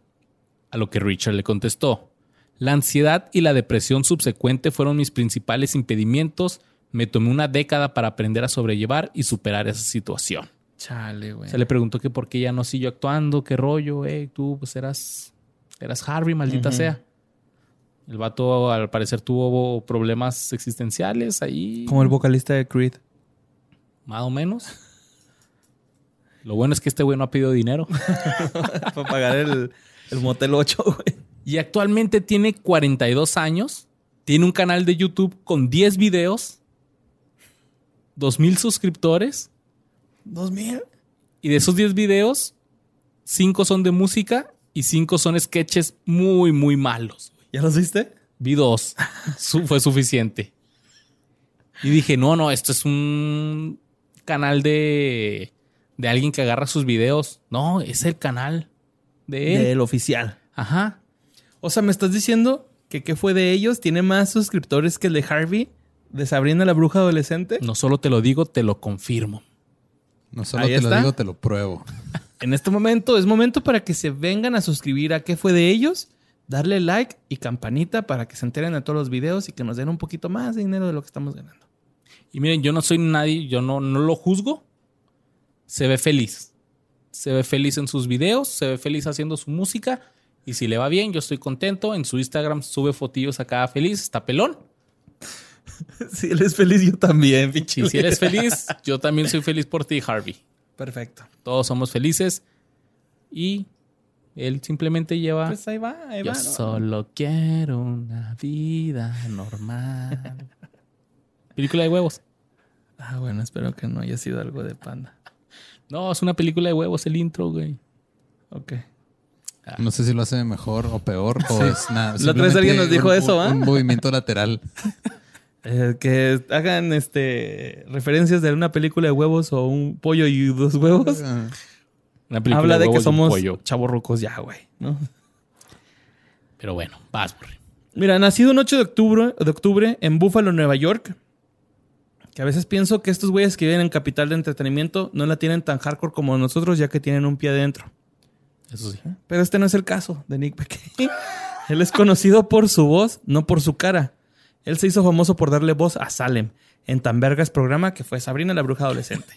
[SPEAKER 1] a lo que Richard le contestó. La ansiedad y la depresión subsecuente fueron mis principales impedimentos. Me tomé una década para aprender a sobrellevar y superar esa situación.
[SPEAKER 2] Chale, güey.
[SPEAKER 1] Se le preguntó que por qué ya no siguió actuando, qué rollo, eh, tú pues eras, eras Harvey, maldita sea. El vato al parecer tuvo problemas existenciales ahí,
[SPEAKER 2] Como el vocalista de Creed.
[SPEAKER 1] más o menos. Lo bueno es que este güey no ha pedido dinero.
[SPEAKER 2] Para pagar el, el Motel 8, güey.
[SPEAKER 1] Y actualmente tiene 42 años, tiene un canal de YouTube con 10 videos, 2.000 suscriptores,
[SPEAKER 2] ¿Dos mil?
[SPEAKER 1] y de esos 10 videos, 5 son de música y 5 son sketches muy, muy malos.
[SPEAKER 2] ¿Ya los viste?
[SPEAKER 1] Vi dos. Su- fue suficiente. Y dije, no, no, esto es un canal de, de alguien que agarra sus videos. No, es el canal de él.
[SPEAKER 2] Del oficial.
[SPEAKER 1] Ajá.
[SPEAKER 2] O sea, me estás diciendo que qué fue de ellos. Tiene más suscriptores que el de Harvey, de Sabrina la Bruja Adolescente.
[SPEAKER 1] No solo te lo digo, te lo confirmo.
[SPEAKER 3] No solo
[SPEAKER 2] Ahí
[SPEAKER 3] te
[SPEAKER 2] está.
[SPEAKER 3] lo digo, te lo pruebo.
[SPEAKER 2] En este momento es momento para que se vengan a suscribir a qué fue de ellos, darle like y campanita para que se enteren de todos los videos y que nos den un poquito más de dinero de lo que estamos ganando.
[SPEAKER 1] Y miren, yo no soy nadie, yo no, no lo juzgo. Se ve feliz. Se ve feliz en sus videos, se ve feliz haciendo su música. Y si le va bien, yo estoy contento. En su Instagram sube fotillos acá feliz, está pelón.
[SPEAKER 2] Si él es feliz, yo también,
[SPEAKER 1] Y si eres feliz, yo también soy feliz por ti, Harvey.
[SPEAKER 2] Perfecto.
[SPEAKER 1] Todos somos felices. Y él simplemente lleva.
[SPEAKER 2] Pues ahí va, ahí
[SPEAKER 1] yo
[SPEAKER 2] va. ¿no?
[SPEAKER 1] solo quiero una vida normal. película de huevos.
[SPEAKER 2] Ah, bueno, espero que no haya sido algo de panda.
[SPEAKER 1] No, es una película de huevos el intro, güey.
[SPEAKER 2] Ok.
[SPEAKER 3] No sé si lo hace mejor o peor o es nada.
[SPEAKER 2] Ah. La otra vez
[SPEAKER 3] simplemente
[SPEAKER 2] alguien nos dijo
[SPEAKER 3] un-
[SPEAKER 2] eso, ¿va?
[SPEAKER 3] Un movimiento lateral.
[SPEAKER 2] Eh, que hagan este referencias de una película de huevos o un pollo y dos huevos.
[SPEAKER 3] Ah,
[SPEAKER 1] Una película
[SPEAKER 2] Habla de
[SPEAKER 1] huevos
[SPEAKER 2] que
[SPEAKER 1] y un
[SPEAKER 2] somos
[SPEAKER 1] pollo.
[SPEAKER 2] chavorrucos ya, güey. ¿no?
[SPEAKER 1] Pero bueno, vas, Burri.
[SPEAKER 2] Mira, nacido un 8 de octubre, de octubre en Buffalo, Nueva York. Que a veces pienso que estos güeyes que viven en capital de entretenimiento no la tienen tan hardcore como nosotros, ya que tienen un pie adentro.
[SPEAKER 1] Eso sí.
[SPEAKER 2] Pero este no es el caso de Nick Beckett. Él es conocido por su voz, no por su cara. Él se hizo famoso por darle voz a Salem en Tan Vergas programa que fue Sabrina la Bruja Adolescente.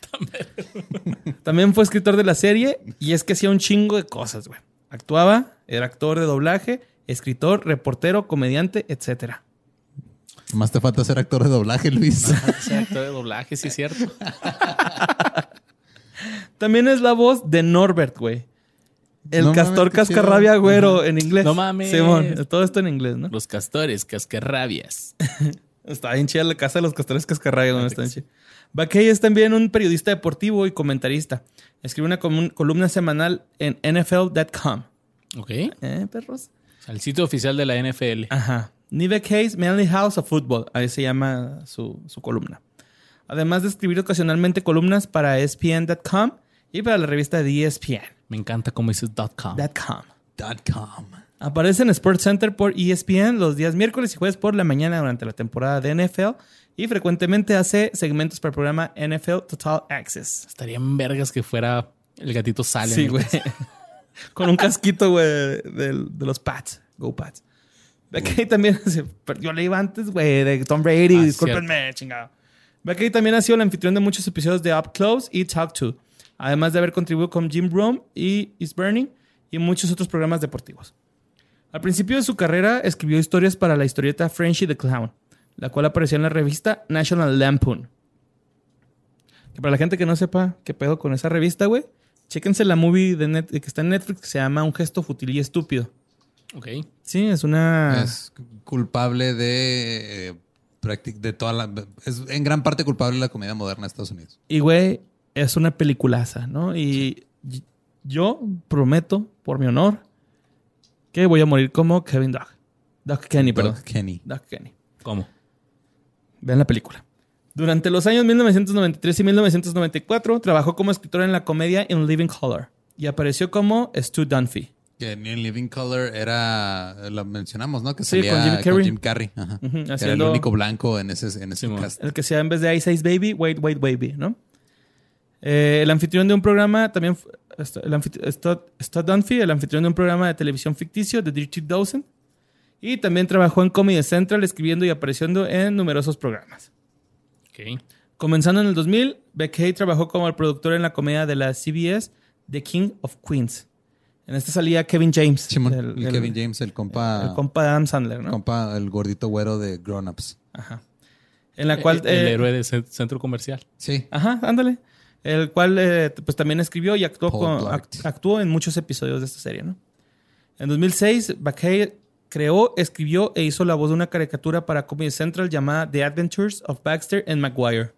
[SPEAKER 2] También fue escritor de la serie y es que hacía un chingo de cosas, güey. Actuaba, era actor de doblaje, escritor, reportero, comediante, etcétera.
[SPEAKER 3] Más te falta ser actor de doblaje, Luis.
[SPEAKER 1] Ser actor de doblaje, sí es cierto.
[SPEAKER 2] También es la voz de Norbert, güey. El
[SPEAKER 3] No mames,
[SPEAKER 2] castor
[SPEAKER 3] qué chido.
[SPEAKER 2] cascarrabia güero en inglés.
[SPEAKER 1] No mames.
[SPEAKER 2] Simón, todo esto en inglés, ¿no?
[SPEAKER 1] Los castores, cascarrabias.
[SPEAKER 2] Está bien chida la casa de los castores cascarrayos. ¿no? Está bien chida. Bakay es también un periodista deportivo y comentarista. Escribe una comun- columna semanal en NFL.com.
[SPEAKER 1] Ok.
[SPEAKER 2] ¿Eh, perros?
[SPEAKER 1] O sea, El sitio oficial de la NFL.
[SPEAKER 2] Ajá. Nive Case, Manly House of Football. Ahí se llama su, su columna. Además de escribir ocasionalmente columnas para E ESPN.com y para la revista de E ESPN.com.
[SPEAKER 1] Me encanta cómo dices .com.
[SPEAKER 3] Dot com.
[SPEAKER 2] Aparece en Sports Center por E ESPN los días miércoles y jueves por la mañana durante la temporada de NFL y frecuentemente hace segmentos para el programa NFL Total Access.
[SPEAKER 1] Estarían vergas que fuera el gatito Salem.
[SPEAKER 2] Sí, güey. Con un casquito, güey, del- de, los Pats. Go Pats. Becky también se perdió la iba antes, güey, de Tom Brady.
[SPEAKER 1] Ah,
[SPEAKER 2] Discúlpenme, chingado. Becky también ha sido el anfitrión de muchos episodios de Up Close y Talk To, además de haber contribuido con Jim Rome y Is Burning y muchos otros programas deportivos. Al principio de su carrera escribió historias para la historieta Frenchie the Clown, la cual apareció en la revista National Lampoon. Que para la gente que no sepa qué pedo con esa revista, güey, chéquense la movie de Net- que está en Netflix que se llama Un gesto futil y estúpido.
[SPEAKER 1] Ok.
[SPEAKER 2] Sí, es una...
[SPEAKER 3] Es culpable de eh, práctic- de toda la es en gran parte culpable de la comida moderna de Estados Unidos.
[SPEAKER 2] Y, güey, es una peliculaza, ¿no? Y y- yo prometo, por mi honor, que voy a morir como Kevin Doug. Doug Kenny, perdón.
[SPEAKER 3] Doug Kenny.
[SPEAKER 2] Doug Kenny.
[SPEAKER 1] ¿Cómo?
[SPEAKER 2] Vean la película. Durante los años 1993 y 1994 trabajó como escritora en la comedia In Living Color y apareció como Stu Dunphy.
[SPEAKER 3] Que en Living Color era lo mencionamos, ¿no? Que
[SPEAKER 2] Sí,
[SPEAKER 3] salía
[SPEAKER 2] con Jim Carrey.
[SPEAKER 3] ajá.
[SPEAKER 2] Ujú,
[SPEAKER 3] Que Era el
[SPEAKER 2] haciendo-
[SPEAKER 3] único blanco en ese en ese
[SPEAKER 1] Simón.
[SPEAKER 3] cast.
[SPEAKER 2] El que sea en vez de Ice Ice Baby, Wait, Wait, Baby, ¿no? Eh, el anfitrión de un programa también. fu- está- el anfitri- está- está Dunphy, el anfitrión de un programa de televisión ficticio, The Dirty Dozen. Y también trabajó en Comedy Central, escribiendo y apareciendo en numerosos programas.
[SPEAKER 1] Ok.
[SPEAKER 2] Comenzando en el 2000, Beckey trabajó como el productor en la comedia de la CBS The King of Queens. En esta salía Kevin James.
[SPEAKER 3] Simón,
[SPEAKER 2] del-
[SPEAKER 3] el
[SPEAKER 2] del-
[SPEAKER 3] Kevin James, el compa,
[SPEAKER 2] El
[SPEAKER 3] el compa,
[SPEAKER 2] compa de Adam Sandler, ¿no?
[SPEAKER 3] el gordito güero de Grown Ups.
[SPEAKER 2] Ajá. En la cual.
[SPEAKER 1] El, el
[SPEAKER 2] eh,
[SPEAKER 1] héroe de ce- centro comercial.
[SPEAKER 3] Sí.
[SPEAKER 2] Ajá, ándale. El cual eh, pues también escribió y actuó,
[SPEAKER 3] Paul
[SPEAKER 2] con-
[SPEAKER 3] Blart.
[SPEAKER 2] act- actuó en muchos episodios de esta serie, ¿no? En 2006, Bakay creó, escribió e hizo la voz de una caricatura para Comedy Central llamada The Adventures of Baxter and Maguire.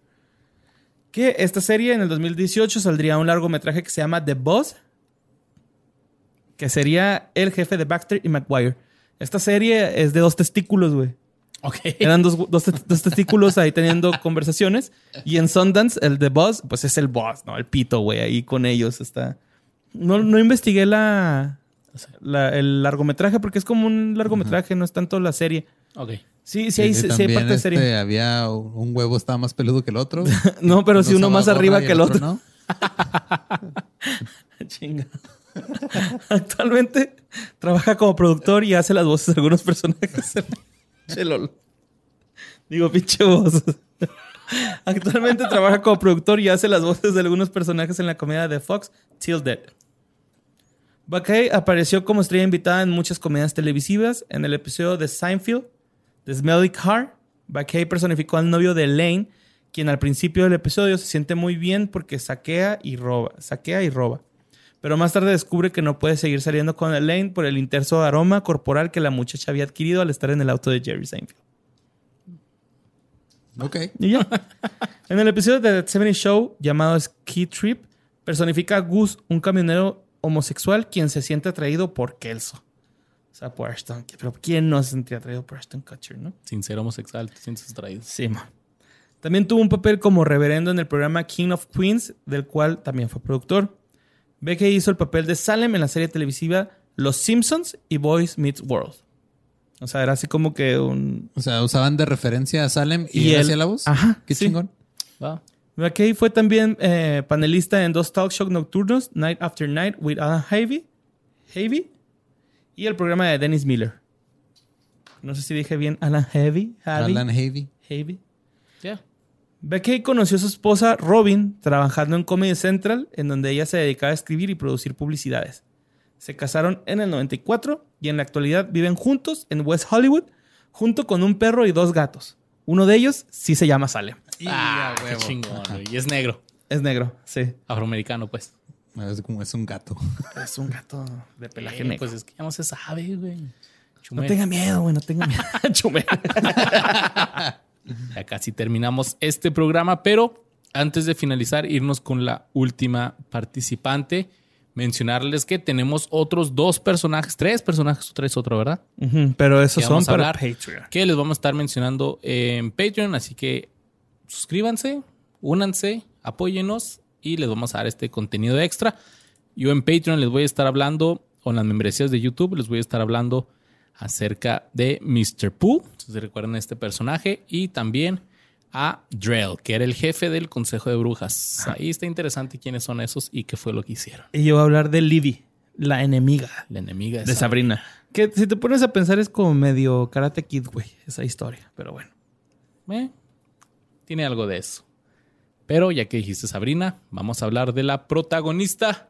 [SPEAKER 2] Que esta serie en el 2018 saldría un largometraje que se llama The Boss, que sería el jefe de Baxter y Maguire. Esta serie es de dos testículos, güey.
[SPEAKER 1] Ok.
[SPEAKER 2] Eran dos, dos te- dos testículos ahí teniendo conversaciones. Y en Sundance, el de Boss, pues es el Boss, ¿no? El pito, güey, ahí con ellos está. No, no investigué la, la- el largometraje porque es como un largometraje, no es tanto la serie.
[SPEAKER 1] Ok.
[SPEAKER 2] Sí, sí, hay,
[SPEAKER 3] Y
[SPEAKER 2] sí hay
[SPEAKER 3] también,
[SPEAKER 2] parte de
[SPEAKER 3] este,
[SPEAKER 2] serie.
[SPEAKER 3] Había un huevo estaba más peludo que el otro.
[SPEAKER 2] No, pero sí uno
[SPEAKER 3] usaba
[SPEAKER 2] más
[SPEAKER 3] gorra
[SPEAKER 2] arriba
[SPEAKER 3] y
[SPEAKER 2] que el otro.
[SPEAKER 3] ¿no?
[SPEAKER 2] Chinga. Actualmente trabaja como productor y hace las voces de algunos personajes. Che, lol. Digo, pinche voz. Actualmente trabaja como productor y hace las voces de algunos personajes en la comedia de Fox, Till Dead. Bakay apareció como estrella invitada en muchas comedias televisivas. En el episodio de Seinfeld, de Smelly Car, Bakay personificó al novio de Elaine, quien al principio del episodio se siente muy bien porque saquea y roba, saquea y roba. Pero más tarde descubre que no puede seguir saliendo con Elaine por el intenso aroma corporal que la muchacha había adquirido al estar en el auto de Jerry Seinfeld.
[SPEAKER 3] Ok.
[SPEAKER 2] Y ya. en el episodio de The 70 Show llamado Ski Trip, personifica a Gus, un camionero homosexual quien se siente atraído por Kelso. sea, por Ashton. Pero ¿quién no se sentía atraído por Ashton Kutcher, no?
[SPEAKER 1] Sin ser homosexual, te sientes atraído.
[SPEAKER 2] Sí, ma. También tuvo un papel como reverendo en el programa King of Queens, del cual también fue productor. Beckey hizo el papel de Salem en la serie televisiva Los Simpsons y Boys Meets World. O sea, era así como que un...
[SPEAKER 3] O sea, usaban de referencia a Salem y,
[SPEAKER 2] Y
[SPEAKER 3] él
[SPEAKER 2] él-
[SPEAKER 3] hacía la voz.
[SPEAKER 2] Ajá,
[SPEAKER 3] Qué
[SPEAKER 2] sí.
[SPEAKER 3] chingón.
[SPEAKER 1] Va.
[SPEAKER 2] McKay fue también eh, panelista en dos talk shows nocturnos, Night After Night with Adam Havey, Havey y el programa de Dennis Miller. No sé si dije bien Alan Havey. Havey,
[SPEAKER 3] Alan Heavy.
[SPEAKER 2] Havey.
[SPEAKER 1] Ya.
[SPEAKER 2] Beckey conoció a su esposa Robin trabajando en Comedy Central, en donde ella se dedicaba a escribir y producir publicidades. Se casaron en el 94 y en la actualidad viven juntos en West Hollywood, junto con un perro y dos gatos. Uno de ellos sí se llama Salem.
[SPEAKER 1] Ah, qué chingón, güey. Y es negro.
[SPEAKER 2] Es negro, sí.
[SPEAKER 1] Afroamericano, pues.
[SPEAKER 3] Es como es un gato.
[SPEAKER 2] Es un gato de
[SPEAKER 1] Eh, Pues es que ya no se sabe, güey.
[SPEAKER 2] no
[SPEAKER 1] Chumel.
[SPEAKER 2] tenga miedo, güey, no tenga miedo. Chumel.
[SPEAKER 1] Ya casi terminamos este programa, pero antes de finalizar, irnos con la última participante. Mencionarles que tenemos otros dos personajes, tres personajes, tres otro, ¿verdad?
[SPEAKER 2] Ujú, Pero esos
[SPEAKER 1] Que
[SPEAKER 2] son
[SPEAKER 1] vamos a
[SPEAKER 2] para
[SPEAKER 1] hablar.
[SPEAKER 2] Patreon.
[SPEAKER 1] Que les vamos a estar mencionando en Patreon, así que suscríbanse, únanse, apóyenos y les vamos a dar este contenido extra. Yo en Patreon les voy a estar hablando, o en las membresías de YouTube, les voy a estar hablando acerca de Mr. Pooh, si se recuerdan a este personaje, y también a Drell, que era el jefe del Consejo de Brujas. Ahí está interesante quiénes son esos y qué fue lo que hicieron.
[SPEAKER 2] Y yo voy a hablar de Libby, la enemiga
[SPEAKER 1] La enemiga
[SPEAKER 2] de
[SPEAKER 1] es
[SPEAKER 2] Sabrina. Que si te pones a pensar es como medio Karate Kid, güey, esa historia. Pero bueno.
[SPEAKER 1] Eh, tiene algo de eso. Pero ya que dijiste Sabrina, vamos a hablar de la protagonista.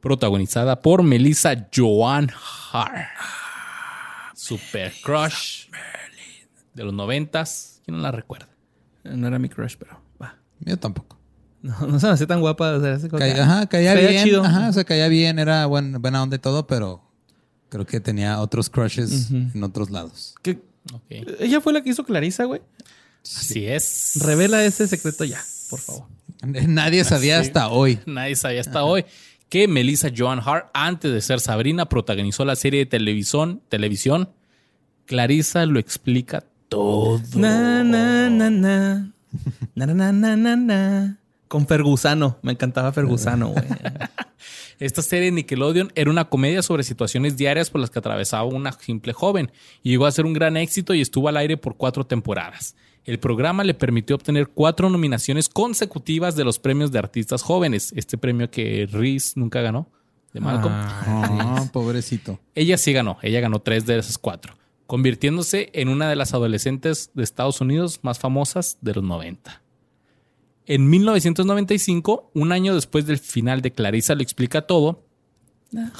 [SPEAKER 1] Protagonizada por Melissa Joan Hart. Super crush. De los noventas. ¿Quién no la recuerda?
[SPEAKER 2] No era mi crush, pero va.
[SPEAKER 3] Yo tampoco.
[SPEAKER 2] No, no se me hacía tan guapa. o sea, así como que-
[SPEAKER 3] Caía- ajá, caía
[SPEAKER 2] Estaría
[SPEAKER 3] bien.
[SPEAKER 2] chido.
[SPEAKER 3] Ajá, o sea, caía bien. Era buen- buena onda y todo, pero creo que tenía otros crushes en otros lados.
[SPEAKER 2] que-
[SPEAKER 1] Ok.
[SPEAKER 2] ella fue la que hizo Clarisa, güey.
[SPEAKER 1] Así es.
[SPEAKER 2] Revela ese secreto ya, por favor.
[SPEAKER 3] Nadie sabía hasta hoy.
[SPEAKER 1] Nadie sabía hasta hoy que Melissa Joan Hart, antes de ser Sabrina, protagonizó la serie de televisión. televisión. Clarisa lo explica todo.
[SPEAKER 2] Na, na, na, na. Na, na, na, na, na, na. Con Fergusano. Me encantaba Fergusano, güey.
[SPEAKER 1] Esta serie de Nickelodeon era una comedia sobre situaciones diarias por las que atravesaba una simple joven y llegó a ser un gran éxito y estuvo al aire por cuatro temporadas. El programa le permitió obtener cuatro nominaciones consecutivas de los premios de artistas jóvenes, este premio que Reese nunca ganó, de Malcolm.
[SPEAKER 3] Ah, pobrecito.
[SPEAKER 1] Ella sí ganó, ella ganó tres de esas cuatro, convirtiéndose en una de las adolescentes de Estados Unidos más famosas de los 90. En 1995, un año después del final de Clarissa lo explica todo,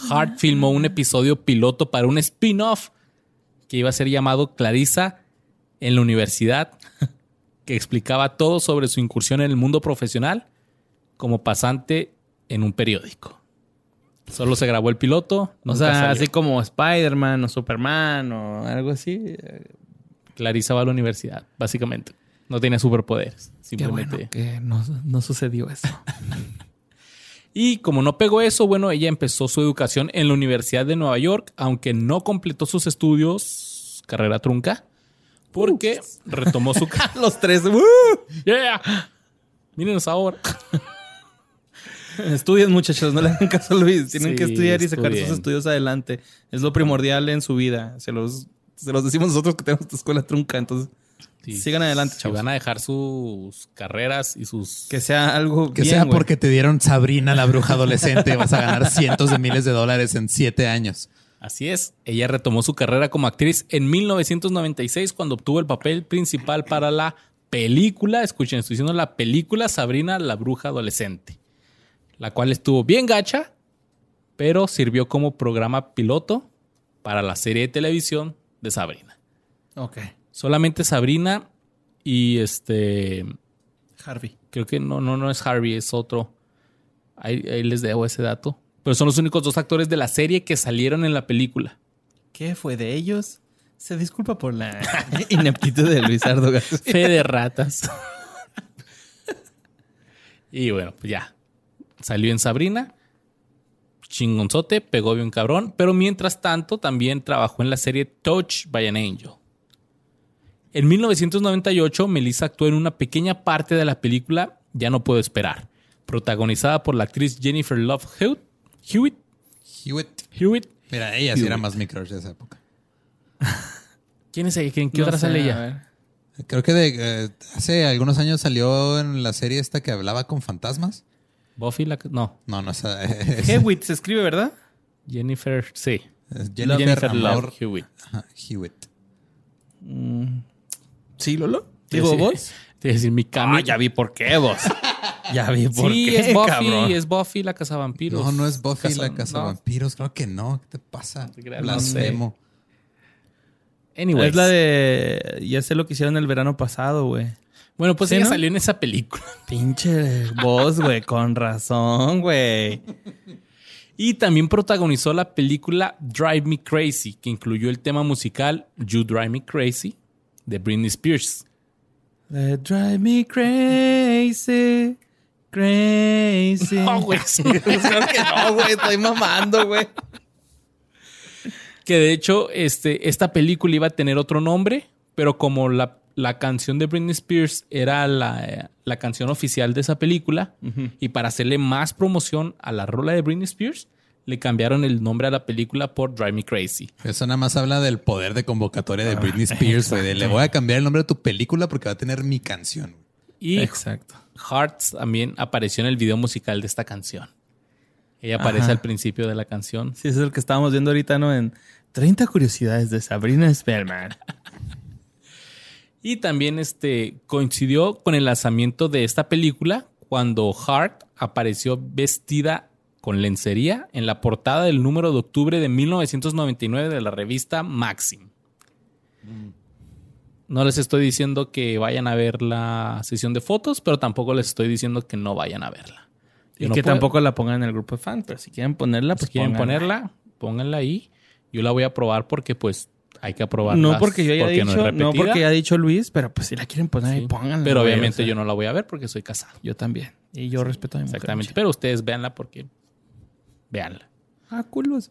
[SPEAKER 1] Hart filmó un episodio piloto para un spin-off que iba a ser llamado Clarissa en la universidad, que explicaba todo sobre su incursión en el mundo profesional como pasante en un periódico. Solo se grabó el piloto.
[SPEAKER 2] O
[SPEAKER 1] nunca
[SPEAKER 2] sea,
[SPEAKER 1] salió.
[SPEAKER 2] así como Spider-Man o Superman o algo así. eh,
[SPEAKER 1] Clarisa va a la universidad, básicamente. No tenía superpoderes.
[SPEAKER 2] Qué
[SPEAKER 1] Simplemente.
[SPEAKER 2] bueno que no, no sucedió eso.
[SPEAKER 1] Y como no pegó eso, bueno, ella empezó su educación en la Universidad de Nueva York, aunque no completó sus estudios, carrera trunca, porque retomó su... ca-
[SPEAKER 2] Los tres. ¡uh!
[SPEAKER 1] ¡Yeah! Mírenos ahora.
[SPEAKER 2] Estudien, muchachos, no le hagan caso a Luis. Tienen
[SPEAKER 1] Sí,
[SPEAKER 2] que estudiar y sacar
[SPEAKER 1] estudien.
[SPEAKER 2] sus estudios adelante. Es lo primordial en su vida. Se los, se los decimos nosotros que tenemos esta escuela trunca. Entonces,
[SPEAKER 1] Sí.
[SPEAKER 2] sigan adelante,
[SPEAKER 1] Si
[SPEAKER 2] chavos.
[SPEAKER 1] van a dejar sus carreras y sus...
[SPEAKER 2] Que sea algo
[SPEAKER 3] Que
[SPEAKER 2] bien,
[SPEAKER 3] sea
[SPEAKER 2] güey.
[SPEAKER 3] porque te dieron Sabrina la bruja adolescente y vas a ganar cientos de miles de dólares en siete años.
[SPEAKER 1] Así es, ella retomó su carrera como actriz en 1996 cuando obtuvo el papel principal para la película, escuchen, estoy diciendo la película Sabrina la bruja adolescente, la cual estuvo bien gacha, pero sirvió como programa piloto para la serie de televisión de Sabrina.
[SPEAKER 2] Ok.
[SPEAKER 1] Solamente Sabrina y este,
[SPEAKER 2] Harvey.
[SPEAKER 1] creo que no, no, no es Harvey, es otro. Ahí, ahí les debo ese dato. Pero son los únicos dos actores de la serie que salieron en la película.
[SPEAKER 2] ¿Qué fue de ellos? Se disculpa por la ineptitud de Luis Ardo García.
[SPEAKER 1] Fe de ratas. y bueno, pues ya. Salió en Sabrina. chingonzote, pegó bien cabrón, pero mientras tanto también trabajó en la serie Touch by an Angel. En 1998, Melissa actuó en una pequeña parte de la película Ya no puedo esperar, protagonizada por la actriz Jennifer Love Hewitt. Hewitt,
[SPEAKER 3] Hewitt.
[SPEAKER 1] Hewitt.
[SPEAKER 3] Mira, ella sí era más mi crush de esa época.
[SPEAKER 1] ¿Quién es ella? ¿En qué
[SPEAKER 2] No
[SPEAKER 1] otra
[SPEAKER 2] sé,
[SPEAKER 1] sale
[SPEAKER 2] a
[SPEAKER 1] ella?
[SPEAKER 2] ver.
[SPEAKER 3] Creo que de, eh, hace algunos años salió en la serie esta que hablaba con fantasmas.
[SPEAKER 1] Buffy, la... que- no.
[SPEAKER 3] No, no, esa, es,
[SPEAKER 2] Hewitt se escribe, ¿verdad?
[SPEAKER 1] Jennifer, sí.
[SPEAKER 3] es Jennifer,
[SPEAKER 1] Jennifer,
[SPEAKER 3] Amor
[SPEAKER 1] Love Hewitt.
[SPEAKER 3] ajá, Hewitt.
[SPEAKER 2] Sí, Lolo. Digo,
[SPEAKER 1] Sí.
[SPEAKER 2] vos.
[SPEAKER 1] Te iba a decir, mi cami.
[SPEAKER 2] Ah, vi por qué vos. ya vi por
[SPEAKER 1] sí,
[SPEAKER 2] qué,
[SPEAKER 1] es Buffy,
[SPEAKER 2] cabrón.
[SPEAKER 1] es Buffy la cazavampiros.
[SPEAKER 3] No, no es Buffy
[SPEAKER 1] Casa-
[SPEAKER 3] la casa
[SPEAKER 1] no.
[SPEAKER 3] vampiros. Creo que no. ¿Qué te pasa?
[SPEAKER 1] te creas,
[SPEAKER 3] Blasfemo.
[SPEAKER 1] Anyways.
[SPEAKER 2] Es la de. Ya sé lo que hicieron el verano pasado, güey.
[SPEAKER 1] Bueno, pues
[SPEAKER 2] Sí,
[SPEAKER 1] ella
[SPEAKER 2] ¿no?
[SPEAKER 1] salió en esa película.
[SPEAKER 2] Pinche voz, güey. Con razón, güey.
[SPEAKER 1] Y también protagonizó la película Drive Me Crazy, que incluyó el tema musical You Drive Me Crazy de Britney Spears.
[SPEAKER 2] They drive me crazy. Crazy.
[SPEAKER 1] No, Oh, güey.
[SPEAKER 2] Creo que no, güey. Estoy mamando, güey.
[SPEAKER 1] que de hecho, este, esta película iba a tener otro nombre, pero como la, la canción de Britney Spears era la, eh, la canción oficial de esa película, y para hacerle más promoción a la rola de Britney Spears, le cambiaron el nombre a la película por Drive Me Crazy.
[SPEAKER 3] Eso nada más habla del poder de convocatoria de Britney Spears, güey. de Le voy a cambiar el nombre de tu película porque va a tener mi canción. güey.
[SPEAKER 1] Y
[SPEAKER 2] Exacto.
[SPEAKER 1] Hearts también apareció en el video musical de esta canción. Ella aparece
[SPEAKER 2] Ajá.
[SPEAKER 1] al principio de la canción.
[SPEAKER 2] Sí, ese es el que estábamos viendo ahorita, ¿no? En 30 curiosidades de Sabrina Spellman.
[SPEAKER 1] Y también este, coincidió con el lanzamiento de esta película cuando Hart apareció vestida con lencería en la portada del número de octubre de 1999 de la revista Maxim.
[SPEAKER 2] Mm.
[SPEAKER 1] No les estoy diciendo que vayan a ver la sesión de fotos, pero tampoco les estoy diciendo que no vayan a verla.
[SPEAKER 2] Y
[SPEAKER 1] Yo no
[SPEAKER 2] que
[SPEAKER 1] puedo-
[SPEAKER 2] tampoco la pongan en el grupo de fans, pero si quieren ponerla, pues
[SPEAKER 1] si quieren
[SPEAKER 2] pónganla.
[SPEAKER 1] ponerla, pónganla ahí. Yo la voy a probar porque pues hay que aprobarla.
[SPEAKER 2] No porque yo haya dicho, no, porque haya dicho Luis, pero pues si la quieren poner ahí, pónganla.
[SPEAKER 1] Pero
[SPEAKER 2] güey,
[SPEAKER 1] obviamente
[SPEAKER 2] o sea,
[SPEAKER 1] yo no la voy a ver porque soy casado.
[SPEAKER 2] Yo también. Y yo respeto a mi mujer.
[SPEAKER 1] Exactamente.
[SPEAKER 2] mucho.
[SPEAKER 1] Pero ustedes véanla porque véanla.
[SPEAKER 2] Ah, culos.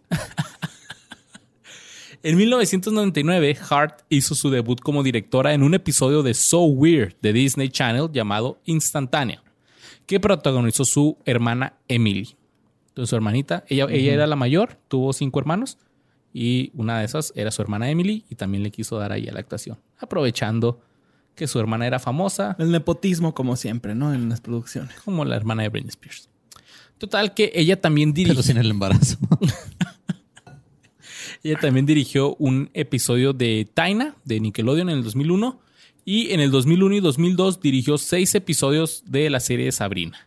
[SPEAKER 1] En 1999, Hart hizo su debut como directora en un episodio de So Weird de Disney Channel llamado Instantánea, que protagonizó su hermana Emily. Entonces, su hermanita, ella, ella era la mayor, tuvo cinco hermanos, y una de esas era su hermana Emily, y también le quiso dar ahí a la actuación, aprovechando que su hermana era famosa,
[SPEAKER 2] El nepotismo, como siempre, ¿no? En las producciones.
[SPEAKER 1] como la hermana de Britney Spears. Total, que ella también dirigió.
[SPEAKER 3] Pero sin el embarazo.
[SPEAKER 1] Ella también dirigió un episodio de Taina de Nickelodeon en el 2001 y en el 2001 y 2002 dirigió seis episodios de la serie de Sabrina.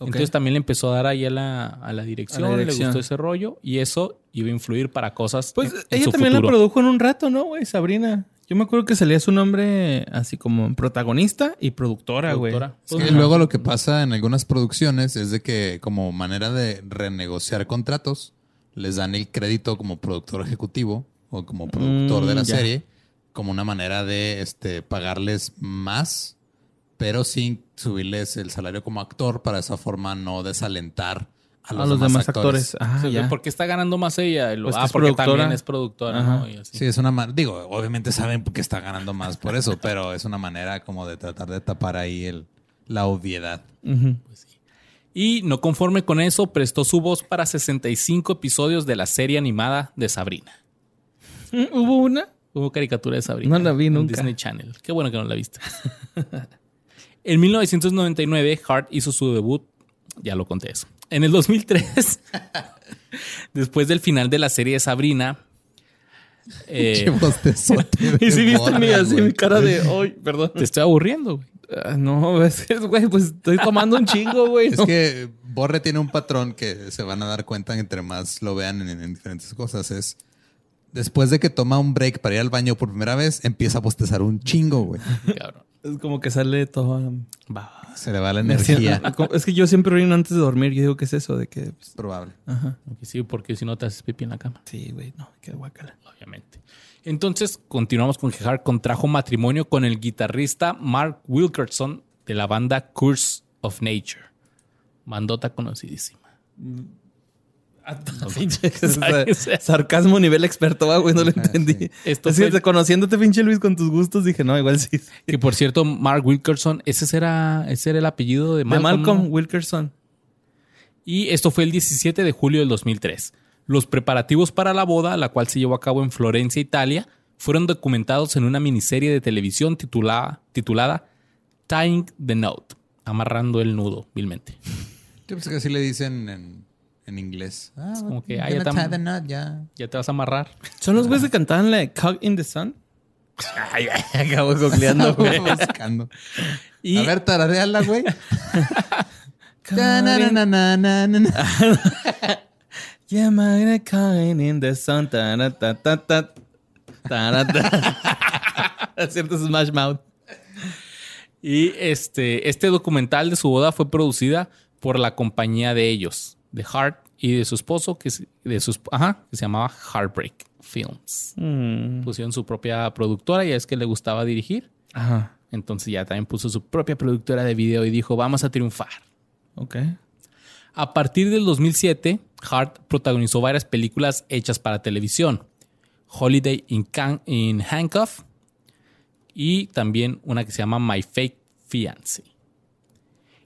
[SPEAKER 1] Entonces también le empezó a dar ahí a la, a la dirección,
[SPEAKER 2] A la
[SPEAKER 1] le
[SPEAKER 2] dirección.
[SPEAKER 1] gustó ese rollo y eso iba a influir para cosas.
[SPEAKER 2] Pues
[SPEAKER 1] en- en
[SPEAKER 2] ella
[SPEAKER 1] su
[SPEAKER 2] también la
[SPEAKER 1] futuro.
[SPEAKER 2] produjo en un rato, ¿no, güey? Sabrina. Yo me acuerdo que salía su nombre así como protagonista y productora, güey. Pues,
[SPEAKER 1] Productora.
[SPEAKER 3] Es que
[SPEAKER 1] Ajá.
[SPEAKER 3] luego lo que pasa en algunas producciones es de que como manera de renegociar contratos, les dan el crédito como productor ejecutivo o como productor
[SPEAKER 2] Mm,
[SPEAKER 3] de la
[SPEAKER 2] ya.
[SPEAKER 3] serie, como una manera de este, pagarles más, pero sin subirles el salario como actor para de esa forma no desalentar a los, demás, actores.
[SPEAKER 2] Ah,
[SPEAKER 1] Sí,
[SPEAKER 2] ya.
[SPEAKER 1] ¿Por qué está ganando más ella? Lo-
[SPEAKER 2] Pues que
[SPEAKER 1] ah,
[SPEAKER 2] es
[SPEAKER 1] porque
[SPEAKER 2] productora.
[SPEAKER 1] también es productora,
[SPEAKER 2] Ajá.
[SPEAKER 1] ¿no? Y así.
[SPEAKER 3] Sí, es una manera, digo, obviamente saben que está ganando más por eso, pero es una manera como de tratar de tapar ahí el, la obviedad.
[SPEAKER 2] Ujú.
[SPEAKER 1] Y no conforme con eso, prestó su voz para 65 episodios de la serie animada de Sabrina. Pues,
[SPEAKER 2] Mm, Hubo una.
[SPEAKER 1] Hubo caricatura de Sabrina.
[SPEAKER 2] No la vi
[SPEAKER 1] en
[SPEAKER 2] nunca.
[SPEAKER 1] Disney Channel. Qué bueno que no la viste. en 1999, Hart hizo su debut. Ya lo conté eso. En el 2003, después del final de la serie de Sabrina. eh,
[SPEAKER 3] Qué bostezote de
[SPEAKER 2] Y si viste mi,
[SPEAKER 3] morra,
[SPEAKER 2] así,
[SPEAKER 3] güey.
[SPEAKER 2] mi cara de hoy, perdón.
[SPEAKER 1] te estoy aburriendo, güey.
[SPEAKER 2] Ah, No, es que, güey, pues estoy tomando un chingo, güey.
[SPEAKER 3] Es
[SPEAKER 2] ¿no?
[SPEAKER 3] que Borre tiene un patrón que se van a dar cuenta entre más lo vean en, en diferentes cosas. Es después de que toma un break para ir al baño por primera vez, empieza a bostezar un chingo, güey.
[SPEAKER 1] Cabrón.
[SPEAKER 2] Es como que sale todo.
[SPEAKER 1] Va.
[SPEAKER 3] Se le va la
[SPEAKER 2] Me
[SPEAKER 3] energía.
[SPEAKER 2] siento- como- Es que yo siempre orino antes de dormir. Yo digo que es eso de que. pues,
[SPEAKER 3] Probable.
[SPEAKER 2] ajá.
[SPEAKER 1] Ok, Sí, porque si no te haces pipi en la cama.
[SPEAKER 2] Sí, güey, no, qué guacala.
[SPEAKER 1] obviamente. Entonces, continuamos con que Hart contrajo matrimonio con el guitarrista Mark Wilkerson de la banda Curse of Nature. Bandota conocidísima. Pinche
[SPEAKER 2] Sa- Sarcasmo nivel experto, va, güey, no lo
[SPEAKER 3] Ajá,
[SPEAKER 2] entendí.
[SPEAKER 3] sí.
[SPEAKER 1] Esto
[SPEAKER 2] Así,
[SPEAKER 1] fue-
[SPEAKER 2] de- conociéndote, pinche Luis, con tus gustos, dije, no, igual sí.
[SPEAKER 1] Que por cierto, Mark Wilkerson, ese era, ese era el apellido de
[SPEAKER 2] De
[SPEAKER 1] Malcolm.
[SPEAKER 2] Malcolm
[SPEAKER 1] ¿no?
[SPEAKER 2] Wilkerson.
[SPEAKER 1] Y esto fue el 17 de julio del 2003. Los preparativos para la boda, la cual se llevó a cabo en Florencia, Italia, fueron documentados en una miniserie de televisión titulada, titulada Tying the Knot, amarrando el nudo, vilmente.
[SPEAKER 3] Yo pensé que así le dicen en, en inglés. Ah,
[SPEAKER 1] como que, ah,
[SPEAKER 3] ya
[SPEAKER 1] ya tam-
[SPEAKER 3] ya.
[SPEAKER 1] Ya te vas a amarrar.
[SPEAKER 2] ¿Son los güeyes que cantaban la de Cog in the Sun?
[SPEAKER 3] Acabo googleando, güey. Buscando.
[SPEAKER 1] Y
[SPEAKER 3] A ver, tarareala, güey.
[SPEAKER 2] Ah, Yeah, man, I'm caught in the sun. ta-ra, ta, ta, ta, ta-ra, ta. Cierto Smash Mouth.
[SPEAKER 1] Y este, este documental de su boda fue producida por la compañía de ellos, de Hart y de su esposo, que, se- de sus, ajá, que se llamaba Heartbreak Films.
[SPEAKER 2] Mm,
[SPEAKER 1] Pusieron su propia productora y es que le gustaba dirigir.
[SPEAKER 2] Ajá.
[SPEAKER 1] Entonces ya también puso su propia productora de video y dijo, vamos a triunfar.
[SPEAKER 2] Ok.
[SPEAKER 1] A partir del 2007, Hart protagonizó varias películas hechas para televisión. Holiday in, Can- in Handcuff y también una que se llama My Fake Fiancé.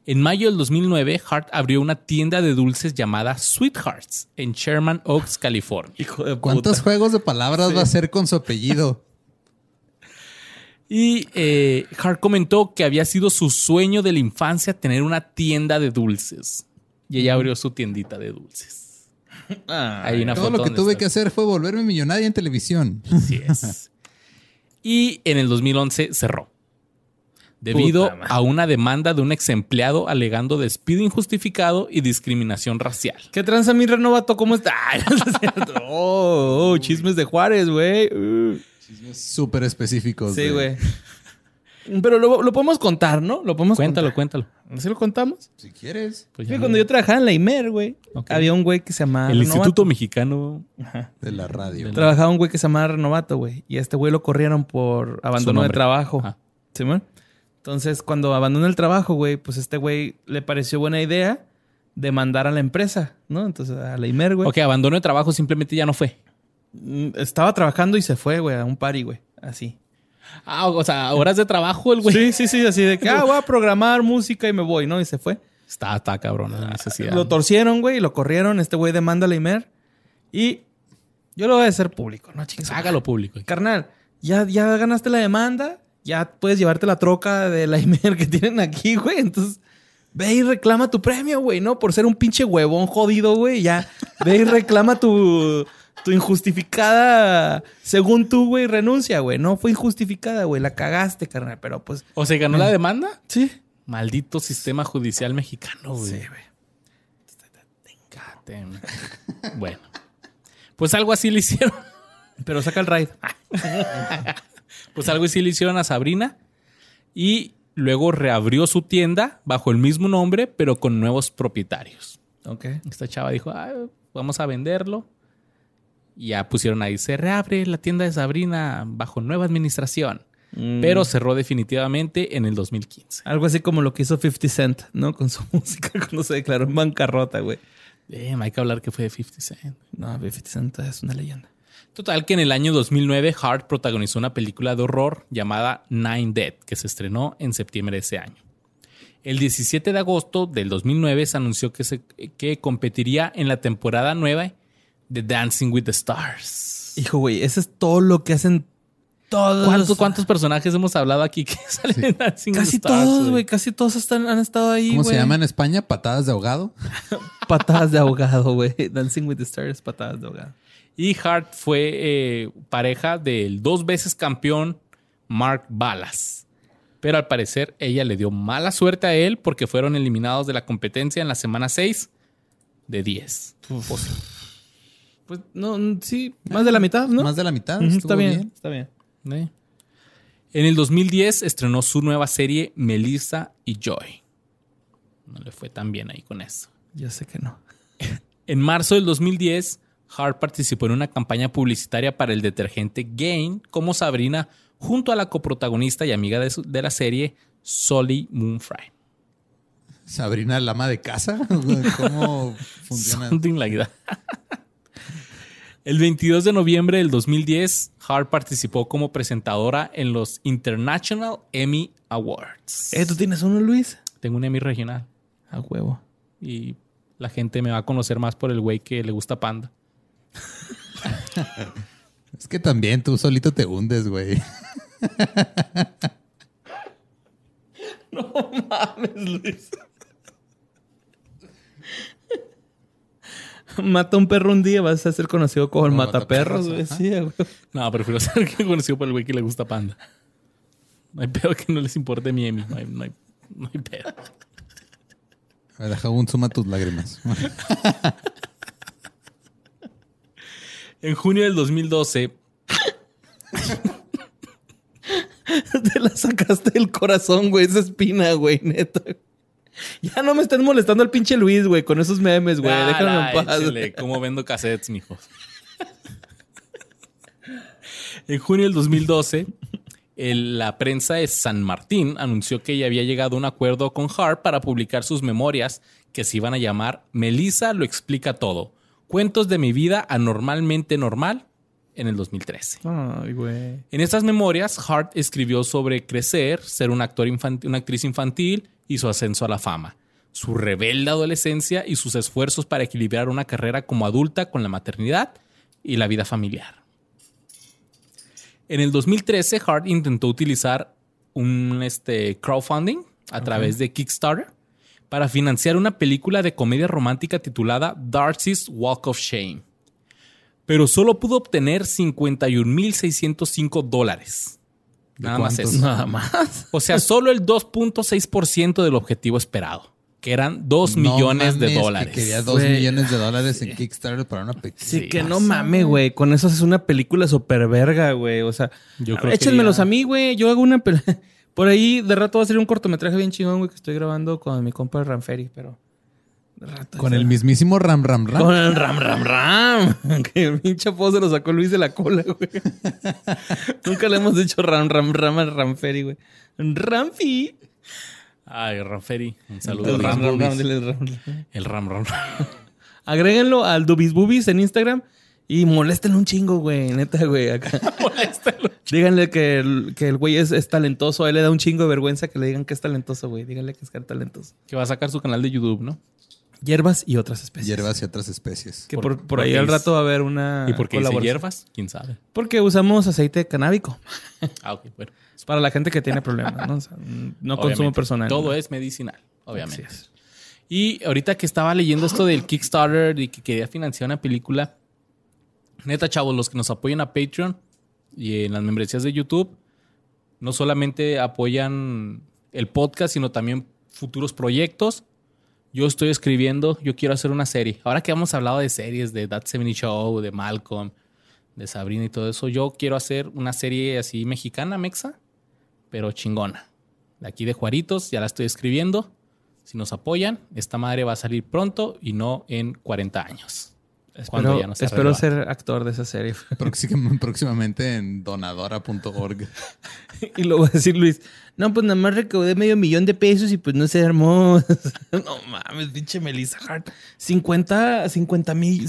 [SPEAKER 1] En mayo del 2009, Hart abrió una tienda de dulces llamada Sweethearts en Sherman Oaks, California.
[SPEAKER 2] Hijo de puta.
[SPEAKER 3] ¿Cuántos juegos de palabras va a hacer con su apellido?
[SPEAKER 1] Y eh, Hart comentó que había sido su sueño de la infancia tener una tienda de dulces. Y ella abrió su tiendita de dulces.
[SPEAKER 2] Ah,
[SPEAKER 1] Hay una
[SPEAKER 3] Todo
[SPEAKER 1] foto
[SPEAKER 3] lo que
[SPEAKER 1] donde
[SPEAKER 3] tuve
[SPEAKER 1] está.
[SPEAKER 3] que hacer fue volverme millonaria en televisión.
[SPEAKER 1] Así es. Y en el 2011 cerró. Debido
[SPEAKER 2] Puta madre.
[SPEAKER 1] a una demanda de un ex empleado alegando despido injustificado y discriminación racial.
[SPEAKER 2] ¿Qué tranza, mi renovato? ¿Cómo está? Ay, no es cierto. oh, oh, chismes de Juárez, güey. Uh.
[SPEAKER 3] Súper específicos.
[SPEAKER 2] Sí, güey. Pero lo, lo podemos contar, ¿no? Lo podemos
[SPEAKER 1] Cuéntalo,
[SPEAKER 2] contar.
[SPEAKER 1] cuéntalo.
[SPEAKER 2] ¿Sí lo contamos?
[SPEAKER 3] Si quieres.
[SPEAKER 1] Pues ya
[SPEAKER 2] Yo
[SPEAKER 1] no-
[SPEAKER 2] cuando yo trabajaba en la IMER, güey,
[SPEAKER 1] Ok.
[SPEAKER 2] había un güey que se llamaba...
[SPEAKER 1] el
[SPEAKER 2] Renovato.
[SPEAKER 1] Instituto Mexicano.
[SPEAKER 3] De la radio.
[SPEAKER 1] De la-
[SPEAKER 2] Trabajaba un güey que se llamaba Renovato, güey. Y a este güey lo corrieron por abandono de
[SPEAKER 1] nombre.
[SPEAKER 2] trabajo.
[SPEAKER 1] Ah.
[SPEAKER 2] ¿Sí, man? Entonces, cuando abandona el trabajo, güey, pues este güey le pareció buena idea demandar a la empresa, ¿no? Entonces, a la Imer, güey.
[SPEAKER 1] Ok, abandono de trabajo, simplemente ya no fue.
[SPEAKER 2] Mm, Estaba trabajando y se fue, güey, a un party, güey. Así.
[SPEAKER 1] Ah, o sea, horas de trabajo el güey.
[SPEAKER 2] Sí, sí, sí, así de que, ah, voy a programar música y me voy, ¿no? Y se fue.
[SPEAKER 1] Está, está cabrón la necesidad.
[SPEAKER 2] Lo torcieron, güey, y lo corrieron. Este güey demanda a la Imer. Y yo lo voy a hacer público, ¿no? Chingues.
[SPEAKER 1] Pues Hágalo público.
[SPEAKER 2] carnal, ya, ya ganaste la demanda, ya puedes llevarte la troca de la IMER que tienen aquí, güey. Entonces, ve y reclama tu premio, güey, ¿no? Por ser un pinche huevón jodido, güey. Ya, ve y reclama tu, tu injustificada, según tú, güey, renuncia, güey. No fue injustificada, güey. La cagaste, carnal, pero pues...
[SPEAKER 1] O se ganó la demanda.
[SPEAKER 2] Sí.
[SPEAKER 1] Maldito sistema judicial mexicano, güey.
[SPEAKER 2] Sí, güey.
[SPEAKER 1] God damn. Bueno. Pues algo así le hicieron.
[SPEAKER 2] Pero saca el Ah, raid.
[SPEAKER 1] Pues algo así le hicieron a Sabrina. Y luego reabrió su tienda bajo el mismo nombre, pero con nuevos propietarios.
[SPEAKER 2] Ok.
[SPEAKER 1] Esta chava dijo, "Ah, vamos a venderlo. Y ya pusieron ahí, se reabre la tienda de Sabrina bajo nueva administración.
[SPEAKER 3] Mm.
[SPEAKER 2] Mm.
[SPEAKER 1] Pero cerró definitivamente en el 2015.
[SPEAKER 2] Algo así como lo que hizo 50 Cent, ¿no? Con su música cuando se declaró en bancarrota, güey.
[SPEAKER 1] Damn, hay que hablar que fue de 50 Cent.
[SPEAKER 2] No, 50 Cent es una leyenda.
[SPEAKER 1] Total que en el año 2009 Hart protagonizó una película de horror llamada Nine Dead que se estrenó en septiembre de ese año. El 17 de agosto del 2009 se anunció que, se- que competiría en la temporada nueva de Dancing with the Stars.
[SPEAKER 2] Hijo, güey, eso es todo lo que hacen todos.
[SPEAKER 1] ¿Cuántos, cuántos personajes hemos hablado aquí que salen en Dancing with the
[SPEAKER 2] Casi
[SPEAKER 1] Stars?
[SPEAKER 2] todos, güey. Casi todos están, han estado ahí,
[SPEAKER 3] ¿Cómo se
[SPEAKER 2] güey.
[SPEAKER 3] llama en España? ¿Patadas de ahogado?
[SPEAKER 2] Patadas de ahogado, güey. Dancing with the Stars, patadas de ahogado.
[SPEAKER 1] Y Hart fue eh, pareja del dos veces campeón Mark Ballas. Pero al parecer ella le dio mala suerte a él porque fueron eliminados de la competencia en la semana 6 de 10. Pues,
[SPEAKER 2] Pues no, mm, sí, más de la mitad, ¿no?
[SPEAKER 3] Más de la mitad.
[SPEAKER 2] Ujú,
[SPEAKER 3] estuvo
[SPEAKER 2] está bien,
[SPEAKER 3] bien.
[SPEAKER 2] está bien.
[SPEAKER 1] ¿eh? En el 2010 estrenó su nueva serie Melissa y Joy. No le fue tan bien ahí con eso.
[SPEAKER 2] Yo sé que no.
[SPEAKER 1] En marzo del 2010, Hart participó en una campaña publicitaria para el detergente Gain como Sabrina junto a la coprotagonista y amiga de, su- de la serie Solly Moonfry.
[SPEAKER 3] Sabrina, la ama de casa. ¿Cómo funciona?
[SPEAKER 1] Something like that. El 22 de noviembre del 2010, Hart participó como presentadora en los International Emmy Awards.
[SPEAKER 2] Eh, ¿tú tienes uno, Luis?
[SPEAKER 1] Tengo un Emmy regional
[SPEAKER 2] A huevo.
[SPEAKER 1] y la gente me va a conocer más por el güey que le gusta Panda.
[SPEAKER 3] Es que también tú solito te hundes, güey.
[SPEAKER 2] No mames, Luis. Mata un perro un día, vas a ser conocido como el
[SPEAKER 3] Como
[SPEAKER 2] mataperros, güey.
[SPEAKER 3] mataperros,
[SPEAKER 2] Sí, a huevo.
[SPEAKER 1] No, prefiero ser que conocido por el güey que le gusta Panda. No hay pedo que no les importe mi Emmy. No hay, no hay- no hay pedo.
[SPEAKER 3] A ver, Deja un suma tus lágrimas.
[SPEAKER 1] En junio del 2012,
[SPEAKER 2] Te la sacaste del corazón, güey. Esa espina, güey, neta. Ya no me estén molestando al pinche Luis, güey, con esos memes, güey.
[SPEAKER 1] Ah, la,
[SPEAKER 2] Déjame en paz.
[SPEAKER 1] échale,
[SPEAKER 2] güey.
[SPEAKER 1] ¿Cómo vendo cassettes, mijos? en junio del 2012, el- la prensa de San Martín anunció que ya había llegado a un acuerdo con Hart para publicar sus memorias que se iban a llamar Melissa lo explica todo. Cuentos de mi vida anormalmente normal en el 2013.
[SPEAKER 2] Ay, güey.
[SPEAKER 1] En estas memorias, Hart escribió sobre crecer, ser un actor infan- una actriz infantil y su ascenso a la fama, su rebelde adolescencia y sus esfuerzos para equilibrar una carrera como adulta con la maternidad y la vida familiar. En el 2013, Hart intentó utilizar un este, crowdfunding a través de Kickstarter para financiar una película de comedia romántica titulada Darcy's Walk of Shame pero solo pudo obtener 51.605 dólares. Nada más
[SPEAKER 3] cuántos?
[SPEAKER 1] eso.
[SPEAKER 2] Nada más.
[SPEAKER 1] O sea, solo el 2.6% del objetivo esperado, que eran 2
[SPEAKER 3] No
[SPEAKER 1] millones
[SPEAKER 3] mames,
[SPEAKER 1] de
[SPEAKER 3] que
[SPEAKER 1] dólares.
[SPEAKER 3] quería dos
[SPEAKER 2] Güey.
[SPEAKER 3] millones de dólares en Kickstarter para una película.
[SPEAKER 2] Sí,
[SPEAKER 1] Sí,
[SPEAKER 2] que no
[SPEAKER 1] pasa,
[SPEAKER 2] mames, güey. Con eso es una película súper verga, güey. O sea,
[SPEAKER 1] Yo
[SPEAKER 2] a-
[SPEAKER 1] creo que
[SPEAKER 2] échenmelos
[SPEAKER 1] ya-
[SPEAKER 2] a mí, güey. Yo hago una pel- Por ahí de rato va a ser un cortometraje bien chingón, güey, que estoy grabando con mi compa Ranferi, pero. de rato
[SPEAKER 3] Con
[SPEAKER 2] esa-
[SPEAKER 3] el mismísimo Ram Ram Ram.
[SPEAKER 2] Con el Ram Ram Ram. Que el pinche apodo se lo sacó Luis de la cola, güey. Nunca le hemos dicho Ram Ram Ram al Ranferi, güey. Ramfi.
[SPEAKER 1] Ay, Ranferi, un saludo.
[SPEAKER 2] El
[SPEAKER 1] El
[SPEAKER 2] Ram Ram Ram,
[SPEAKER 1] Ram
[SPEAKER 2] dile el Ram Ram.
[SPEAKER 1] el Ram. Ram.
[SPEAKER 2] Agréguenlo al Dubis Bubis en Instagram y moléstenlo un chingo, güey. Neta, güey. Acá.
[SPEAKER 1] Moléstalo.
[SPEAKER 2] Díganle que el, que el güey es, es talentoso. A él le da un chingo de vergüenza que le digan que es talentoso, güey. Díganle que es talentoso.
[SPEAKER 1] que va a sacar su canal de YouTube, ¿no?
[SPEAKER 2] Hierbas y otras especies.
[SPEAKER 3] Hierbas y otras especies.
[SPEAKER 2] Que
[SPEAKER 1] Por-
[SPEAKER 2] por, por
[SPEAKER 1] porque
[SPEAKER 2] ahí al
[SPEAKER 1] es-
[SPEAKER 2] rato va a haber una.
[SPEAKER 1] ¿Y por qué dice
[SPEAKER 2] colaboración.
[SPEAKER 1] hierbas? ¿Quién sabe?
[SPEAKER 2] Porque usamos aceite canábico.
[SPEAKER 1] Ah, ok, bueno.
[SPEAKER 2] Para la gente que tiene problemas, ¿no? O sea, no consumo
[SPEAKER 1] Obviamente.
[SPEAKER 2] personal.
[SPEAKER 1] Todo es medicinal, obviamente.
[SPEAKER 2] Así es.
[SPEAKER 1] Y ahorita que estaba leyendo esto del Kickstarter y que quería financiar una película, neta, chavos, los que nos apoyan a Patreon y en las membresías de YouTube, no solamente apoyan el podcast, sino también futuros proyectos. Yo estoy escribiendo, yo quiero hacer una serie. Ahora que hemos hablado de series, de That 70 Show, de Malcolm, de Sabrina y todo eso, yo quiero hacer una serie así mexicana, mexa, pero chingona. De aquí de Juaritos, ya la estoy escribiendo. Si nos apoyan, esta madre va a salir pronto y no en 40 años. cuando
[SPEAKER 2] Pero
[SPEAKER 1] ya no sea
[SPEAKER 2] espero
[SPEAKER 1] relevante.
[SPEAKER 2] ser actor de esa serie.
[SPEAKER 3] Próxim- próximamente en donadora.org.
[SPEAKER 2] y lo va a decir Luis. No, pues nada más recaudé medio millón de pesos y pues no se armó. no mames, pinche Melissa Hart. 50, 50 mil, 51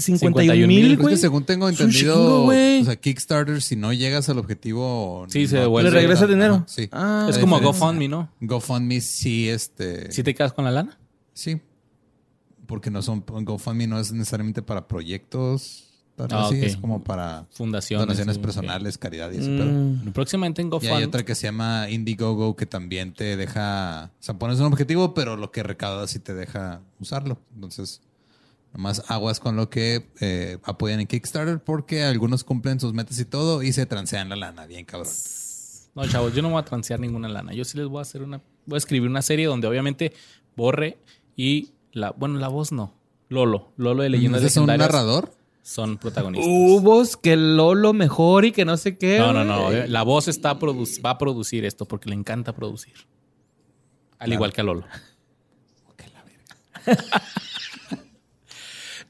[SPEAKER 1] 51,000,
[SPEAKER 2] mil,
[SPEAKER 3] Pues
[SPEAKER 2] güey.
[SPEAKER 3] que según tengo
[SPEAKER 2] Es un chingo,
[SPEAKER 3] entendido,
[SPEAKER 2] güey.
[SPEAKER 3] o sea, Kickstarter, si no llegas al objetivo,
[SPEAKER 1] Sí, se
[SPEAKER 3] no-
[SPEAKER 1] devuelve.
[SPEAKER 2] Le regresa
[SPEAKER 3] Ajá,
[SPEAKER 2] dinero.
[SPEAKER 3] sí.
[SPEAKER 2] Ah,
[SPEAKER 1] Es como
[SPEAKER 3] diferencia.
[SPEAKER 1] GoFundMe, ¿no?
[SPEAKER 3] GoFundMe sí, este.
[SPEAKER 1] Si
[SPEAKER 3] Sí.
[SPEAKER 1] te quedas con la lana.
[SPEAKER 3] Porque no son. GoFundMe no es necesariamente para proyectos. Para
[SPEAKER 1] Ah,
[SPEAKER 3] así,
[SPEAKER 1] ok.
[SPEAKER 3] es como para
[SPEAKER 1] Fundaciones.
[SPEAKER 3] donaciones
[SPEAKER 1] sí,
[SPEAKER 3] personales, caridad y eso.
[SPEAKER 2] Mm.
[SPEAKER 1] ok. Bueno, próximamente en
[SPEAKER 3] Y hay otra
[SPEAKER 1] GoFundMe.
[SPEAKER 3] que se llama Indiegogo que también te deja. O sea, pones un objetivo, pero lo que recaudas sí te deja usarlo. Entonces, nomás aguas con lo que eh, apoyan en Kickstarter porque algunos cumplen sus metas y todo y se transean la lana, bien cabrón.
[SPEAKER 1] No, chavos, yo no voy a transear ninguna lana. Yo sí les voy a hacer una. Voy a escribir una serie donde obviamente borre y la. Bueno, la voz no. Lolo. Lolo de leyendas
[SPEAKER 3] ¿Ese ¿Es un
[SPEAKER 1] legendarias
[SPEAKER 3] narrador?
[SPEAKER 1] son protagonistas.
[SPEAKER 2] Hubo que Lolo mejor y que no sé qué.
[SPEAKER 1] No, no, no.
[SPEAKER 2] güey.
[SPEAKER 1] obvio, La voz está produ- va a producir esto porque le encanta producir. Al igual que a Lolo.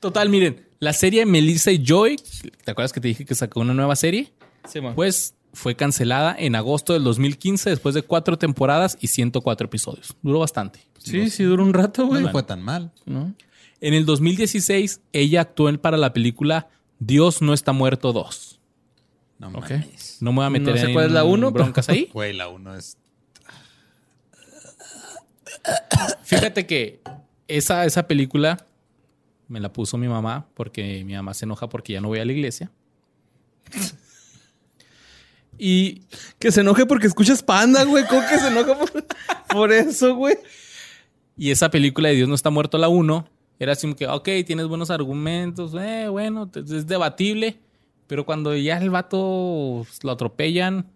[SPEAKER 1] Total, miren, la serie Melissa y Joy, ¿te acuerdas que te dije que sacó una nueva serie?
[SPEAKER 2] Sí, man.
[SPEAKER 1] Pues fue cancelada en agosto del 2015 después de cuatro temporadas y 104 episodios. Duró bastante.
[SPEAKER 2] Sí, sí, duró un rato,
[SPEAKER 3] No
[SPEAKER 2] güey.
[SPEAKER 3] le fue tan mal.
[SPEAKER 2] ¿No?
[SPEAKER 1] En el 2016, ella actuó en- para la película Dios no está muerto 2.
[SPEAKER 3] No
[SPEAKER 2] Ok.
[SPEAKER 3] mames.
[SPEAKER 1] No me voy a meter
[SPEAKER 2] No sé
[SPEAKER 1] en
[SPEAKER 2] cuál es la uno, pero-
[SPEAKER 1] broncas ahí.
[SPEAKER 3] Güey, la uno es.
[SPEAKER 1] Fíjate que esa, esa película me la puso mi mamá porque mi mamá se enoja porque ya no voy a la iglesia. Y
[SPEAKER 2] Que se enoje porque escuchas panda, güey. ¿Cómo que se enoja por, por eso, güey?
[SPEAKER 1] Y esa película de Dios no está muerto, la 1, era así como que, ok, tienes buenos argumentos, eh, bueno, te- es debatible, pero cuando ya el vato lo atropellan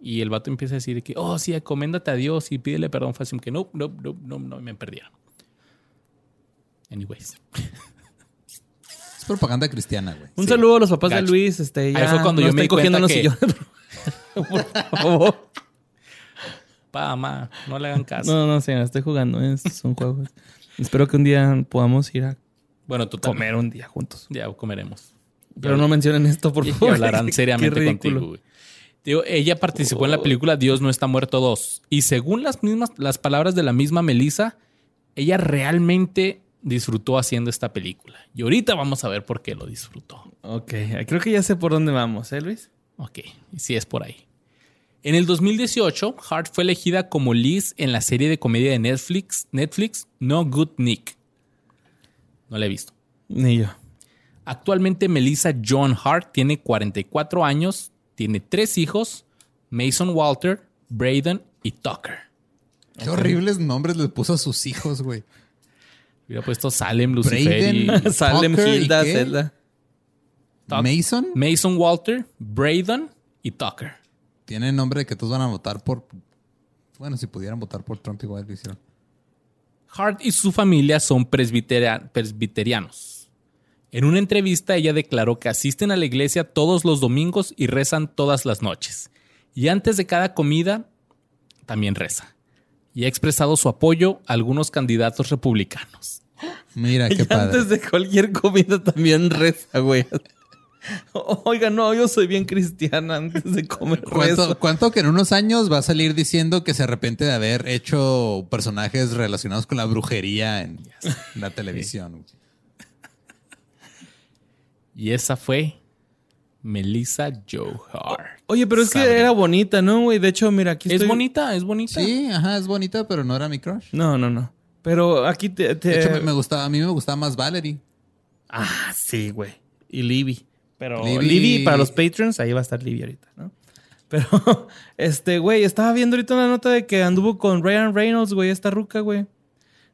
[SPEAKER 1] y el vato empieza a decir que, oh, sí, encoméndate a Dios y pídele perdón, fue así como que, no, no, no, no, no, y me perdieron. Anyways.
[SPEAKER 3] Es propaganda cristiana, güey.
[SPEAKER 2] Un
[SPEAKER 1] Sí.
[SPEAKER 2] saludo a los papás de
[SPEAKER 1] Gacho.
[SPEAKER 2] Luis. Este, ya
[SPEAKER 1] Ahí fue cuando
[SPEAKER 2] no
[SPEAKER 1] yo me
[SPEAKER 2] estén
[SPEAKER 1] di
[SPEAKER 2] cogiendo en los
[SPEAKER 1] cuenta
[SPEAKER 2] sillones. Por favor.
[SPEAKER 1] Pa, ma, no le hagan caso.
[SPEAKER 2] No, no, sí, no estoy jugando. ¿eh? Son juegos. Espero que un día podamos ir a
[SPEAKER 1] Bueno, tú también.
[SPEAKER 2] comer un día juntos.
[SPEAKER 1] Ya comeremos.
[SPEAKER 2] Pero no mencionen esto, por
[SPEAKER 1] Y- y
[SPEAKER 2] favor.
[SPEAKER 1] hablarán
[SPEAKER 2] Qué-
[SPEAKER 1] seriamente
[SPEAKER 2] qué
[SPEAKER 1] contigo,
[SPEAKER 2] ridículo.
[SPEAKER 1] güey. Digo, ella participó en la película Dios no está muerto 2. Y según las mismas, las palabras de la misma Melissa, ella realmente disfrutó haciendo esta película. Y ahorita vamos a ver por qué lo disfrutó.
[SPEAKER 2] Ok, creo que ya sé por dónde vamos, ¿eh, Luis?
[SPEAKER 1] Ok, sí es por ahí. En el 2018, Hart fue elegida como Liz en la serie de comedia de Netflix, Netflix No Good Nick. No la he visto.
[SPEAKER 2] Ni yo.
[SPEAKER 1] Actualmente Melissa John Hart tiene 44 años, tiene tres hijos, Mason Walter, Braden y Tucker.
[SPEAKER 3] Qué horribles nombres les puso a sus hijos, güey.
[SPEAKER 1] Hubiera puesto Salem, Lucifer y
[SPEAKER 3] Braden.
[SPEAKER 2] Salem,
[SPEAKER 3] Tucker, ¿y
[SPEAKER 2] Hilda,
[SPEAKER 3] qué?
[SPEAKER 2] Zelda.
[SPEAKER 1] Tuck.
[SPEAKER 3] Mason
[SPEAKER 1] Mason Walter, Braden y Tucker.
[SPEAKER 3] tiene nombre de que todos van a votar por. Bueno, si pudieran votar por Trump, igual lo hicieron.
[SPEAKER 1] Hart y su familia son presbiteria- presbiterianos. En una entrevista ella declaró que asisten a la iglesia todos los domingos y rezan todas las noches. Y antes de cada comida, también reza. Y ha expresado su apoyo a algunos candidatos republicanos.
[SPEAKER 3] Mira
[SPEAKER 2] Y
[SPEAKER 3] Ah, qué padre.
[SPEAKER 2] antes de cualquier comida también reza, güey. Oiga, no, yo soy bien cristiana antes de comer rezo.
[SPEAKER 3] ¿Cuánto, cuánto que en unos años va a salir diciendo que se arrepiente de haber hecho personajes relacionados con la brujería en la televisión? güey?
[SPEAKER 1] Y esa fue Melissa Joe Hart.
[SPEAKER 2] Oye, pero es que
[SPEAKER 1] Sabrina.
[SPEAKER 2] era bonita, ¿no, güey? De hecho, mira, aquí
[SPEAKER 1] Es
[SPEAKER 2] estoy...
[SPEAKER 1] bonita, es bonita.
[SPEAKER 3] Sí, ajá, es bonita, pero no era mi crush.
[SPEAKER 2] No, no, no. Pero aquí te... te-
[SPEAKER 3] De hecho, me, me gustaba, a mí me gustaba más Valerie.
[SPEAKER 2] Ah, sí, güey. Y Libby. Pero Libby...
[SPEAKER 3] Libby-
[SPEAKER 2] para los patrons, ahí va a estar Libby ahorita, ¿no? Pero, este, güey, estaba viendo ahorita una nota de que anduvo con Ryan Reynolds, güey, esta ruca, güey.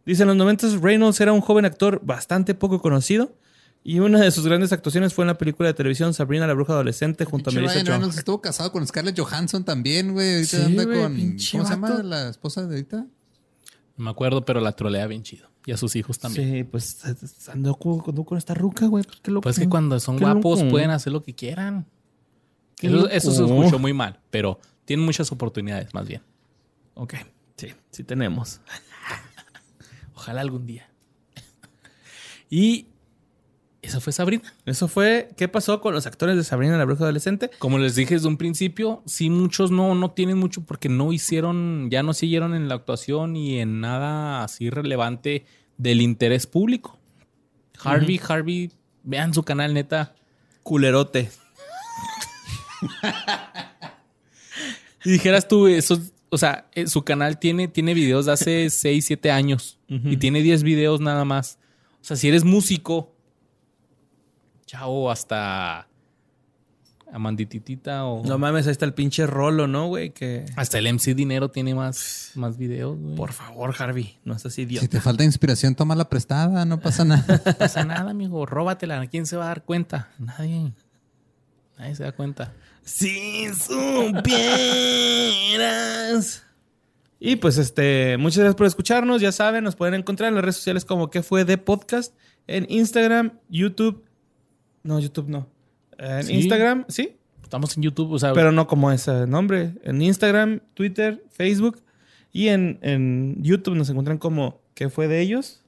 [SPEAKER 2] Dice, en los 90 Reynolds era un joven actor bastante poco conocido y una de sus grandes actuaciones fue en la película de televisión Sabrina la Bruja Adolescente junto a
[SPEAKER 3] Pinche
[SPEAKER 2] Melissa
[SPEAKER 3] Ryan
[SPEAKER 2] Joan
[SPEAKER 3] Reynolds estuvo casado con Scarlett Johansson también, güey. Ahorita
[SPEAKER 2] Sí,
[SPEAKER 3] anda
[SPEAKER 2] güey,
[SPEAKER 3] con.
[SPEAKER 2] pinche
[SPEAKER 3] ¿Cómo se llama
[SPEAKER 2] vato.
[SPEAKER 3] la esposa de ahorita?
[SPEAKER 1] No me acuerdo, pero la trolea bien chido. Y a sus hijos también.
[SPEAKER 2] Sí, pues andó con, andó con esta ruca, güey. Qué loco.
[SPEAKER 1] Pues es que cuando son
[SPEAKER 2] Qué
[SPEAKER 1] guapos
[SPEAKER 2] loco.
[SPEAKER 1] pueden hacer lo que quieran.
[SPEAKER 2] Qué
[SPEAKER 1] Eso, eso se
[SPEAKER 2] loco.
[SPEAKER 1] escuchó muy mal, pero tienen muchas oportunidades más bien.
[SPEAKER 2] Ok, sí, sí tenemos.
[SPEAKER 1] Ojalá algún día. Y esa fue Sabrina.
[SPEAKER 2] Eso fue, ¿qué pasó con los actores de Sabrina la Bruja Adolescente?
[SPEAKER 1] Como les dije desde un principio, sí muchos no, no tienen mucho porque no hicieron, ya no siguieron en la actuación y en nada así relevante del interés público. Harvey, Harvey, vean su canal, neta.
[SPEAKER 2] Culerote.
[SPEAKER 1] Y dijeras tú, eso, o sea, eh, su canal tiene, tiene videos de hace 6, 7 años y tiene 10 videos nada más. O sea, si eres músico, chao, hasta Amandititita o
[SPEAKER 2] No mames, ahí está el pinche rolo, ¿no, güey? Que.
[SPEAKER 1] hasta el MC Dinero tiene más, más videos. güey.
[SPEAKER 2] Ah, Por favor, Harvey, no seas
[SPEAKER 3] Si
[SPEAKER 2] idiota.
[SPEAKER 3] te falta inspiración, toma la prestada, no pasa nada.
[SPEAKER 1] No pasa nada, amigo, róbatela. ¿Quién se va a dar cuenta? Nadie. Nadie se da cuenta.
[SPEAKER 2] Si supieras. Y pues este, muchas gracias por escucharnos. Ya saben, nos pueden encontrar en las redes sociales como que fue de podcast, en Instagram, YouTube. No, YouTube no. En
[SPEAKER 1] Sí.
[SPEAKER 2] Instagram, sí, Ah,
[SPEAKER 1] Estamos en YouTube, o sea,
[SPEAKER 2] pero no como ese nombre. En Instagram, Twitter, Facebook y en, en YouTube nos encuentran como que fue de ellos.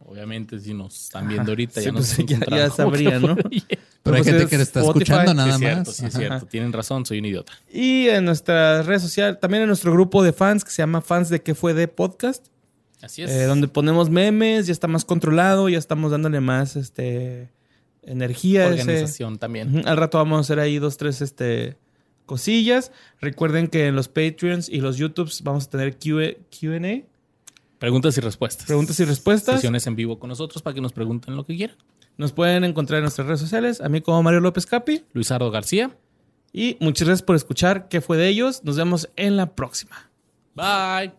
[SPEAKER 1] obviamente si nos están viendo ahorita,
[SPEAKER 2] Sí,
[SPEAKER 1] ya
[SPEAKER 2] pues,
[SPEAKER 1] nos
[SPEAKER 2] ya- ya
[SPEAKER 1] encontraron como que
[SPEAKER 2] sabría, ¿no?
[SPEAKER 1] fue ayer.
[SPEAKER 3] Pero hay
[SPEAKER 2] pues
[SPEAKER 3] gente
[SPEAKER 2] es
[SPEAKER 3] que le está
[SPEAKER 2] Spotify.
[SPEAKER 3] escuchando
[SPEAKER 1] Sí,
[SPEAKER 3] nada
[SPEAKER 1] es cierto,
[SPEAKER 3] más.
[SPEAKER 1] sí, es
[SPEAKER 3] Ajá.
[SPEAKER 1] cierto. Tienen razón, soy un idiota.
[SPEAKER 2] Y en nuestras redes sociales, también en nuestro grupo de fans que se llama Fans de qué fue de podcast,
[SPEAKER 1] Así es.
[SPEAKER 2] eh, donde ponemos memes, ya está más controlado, ya estamos dándole más este energía. a ese-
[SPEAKER 1] Organización también.
[SPEAKER 2] Ujú, Al rato vamos a hacer ahí dos, tres este, cosillas. Recuerden que en los Patreons y los YouTubes vamos a tener Q- QA,
[SPEAKER 1] Preguntas y respuestas.
[SPEAKER 2] preguntas y respuestas.
[SPEAKER 1] Sesiones en vivo con nosotros para que nos pregunten lo que quieran.
[SPEAKER 2] Nos pueden encontrar en nuestras redes sociales, a mí como Mario López Capi.
[SPEAKER 1] Luisardo García.
[SPEAKER 2] Y muchas gracias por escuchar qué fue de ellos. Nos vemos en la próxima.
[SPEAKER 1] Bye.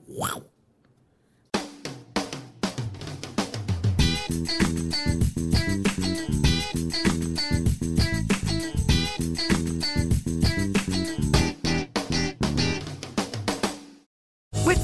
[SPEAKER 4] With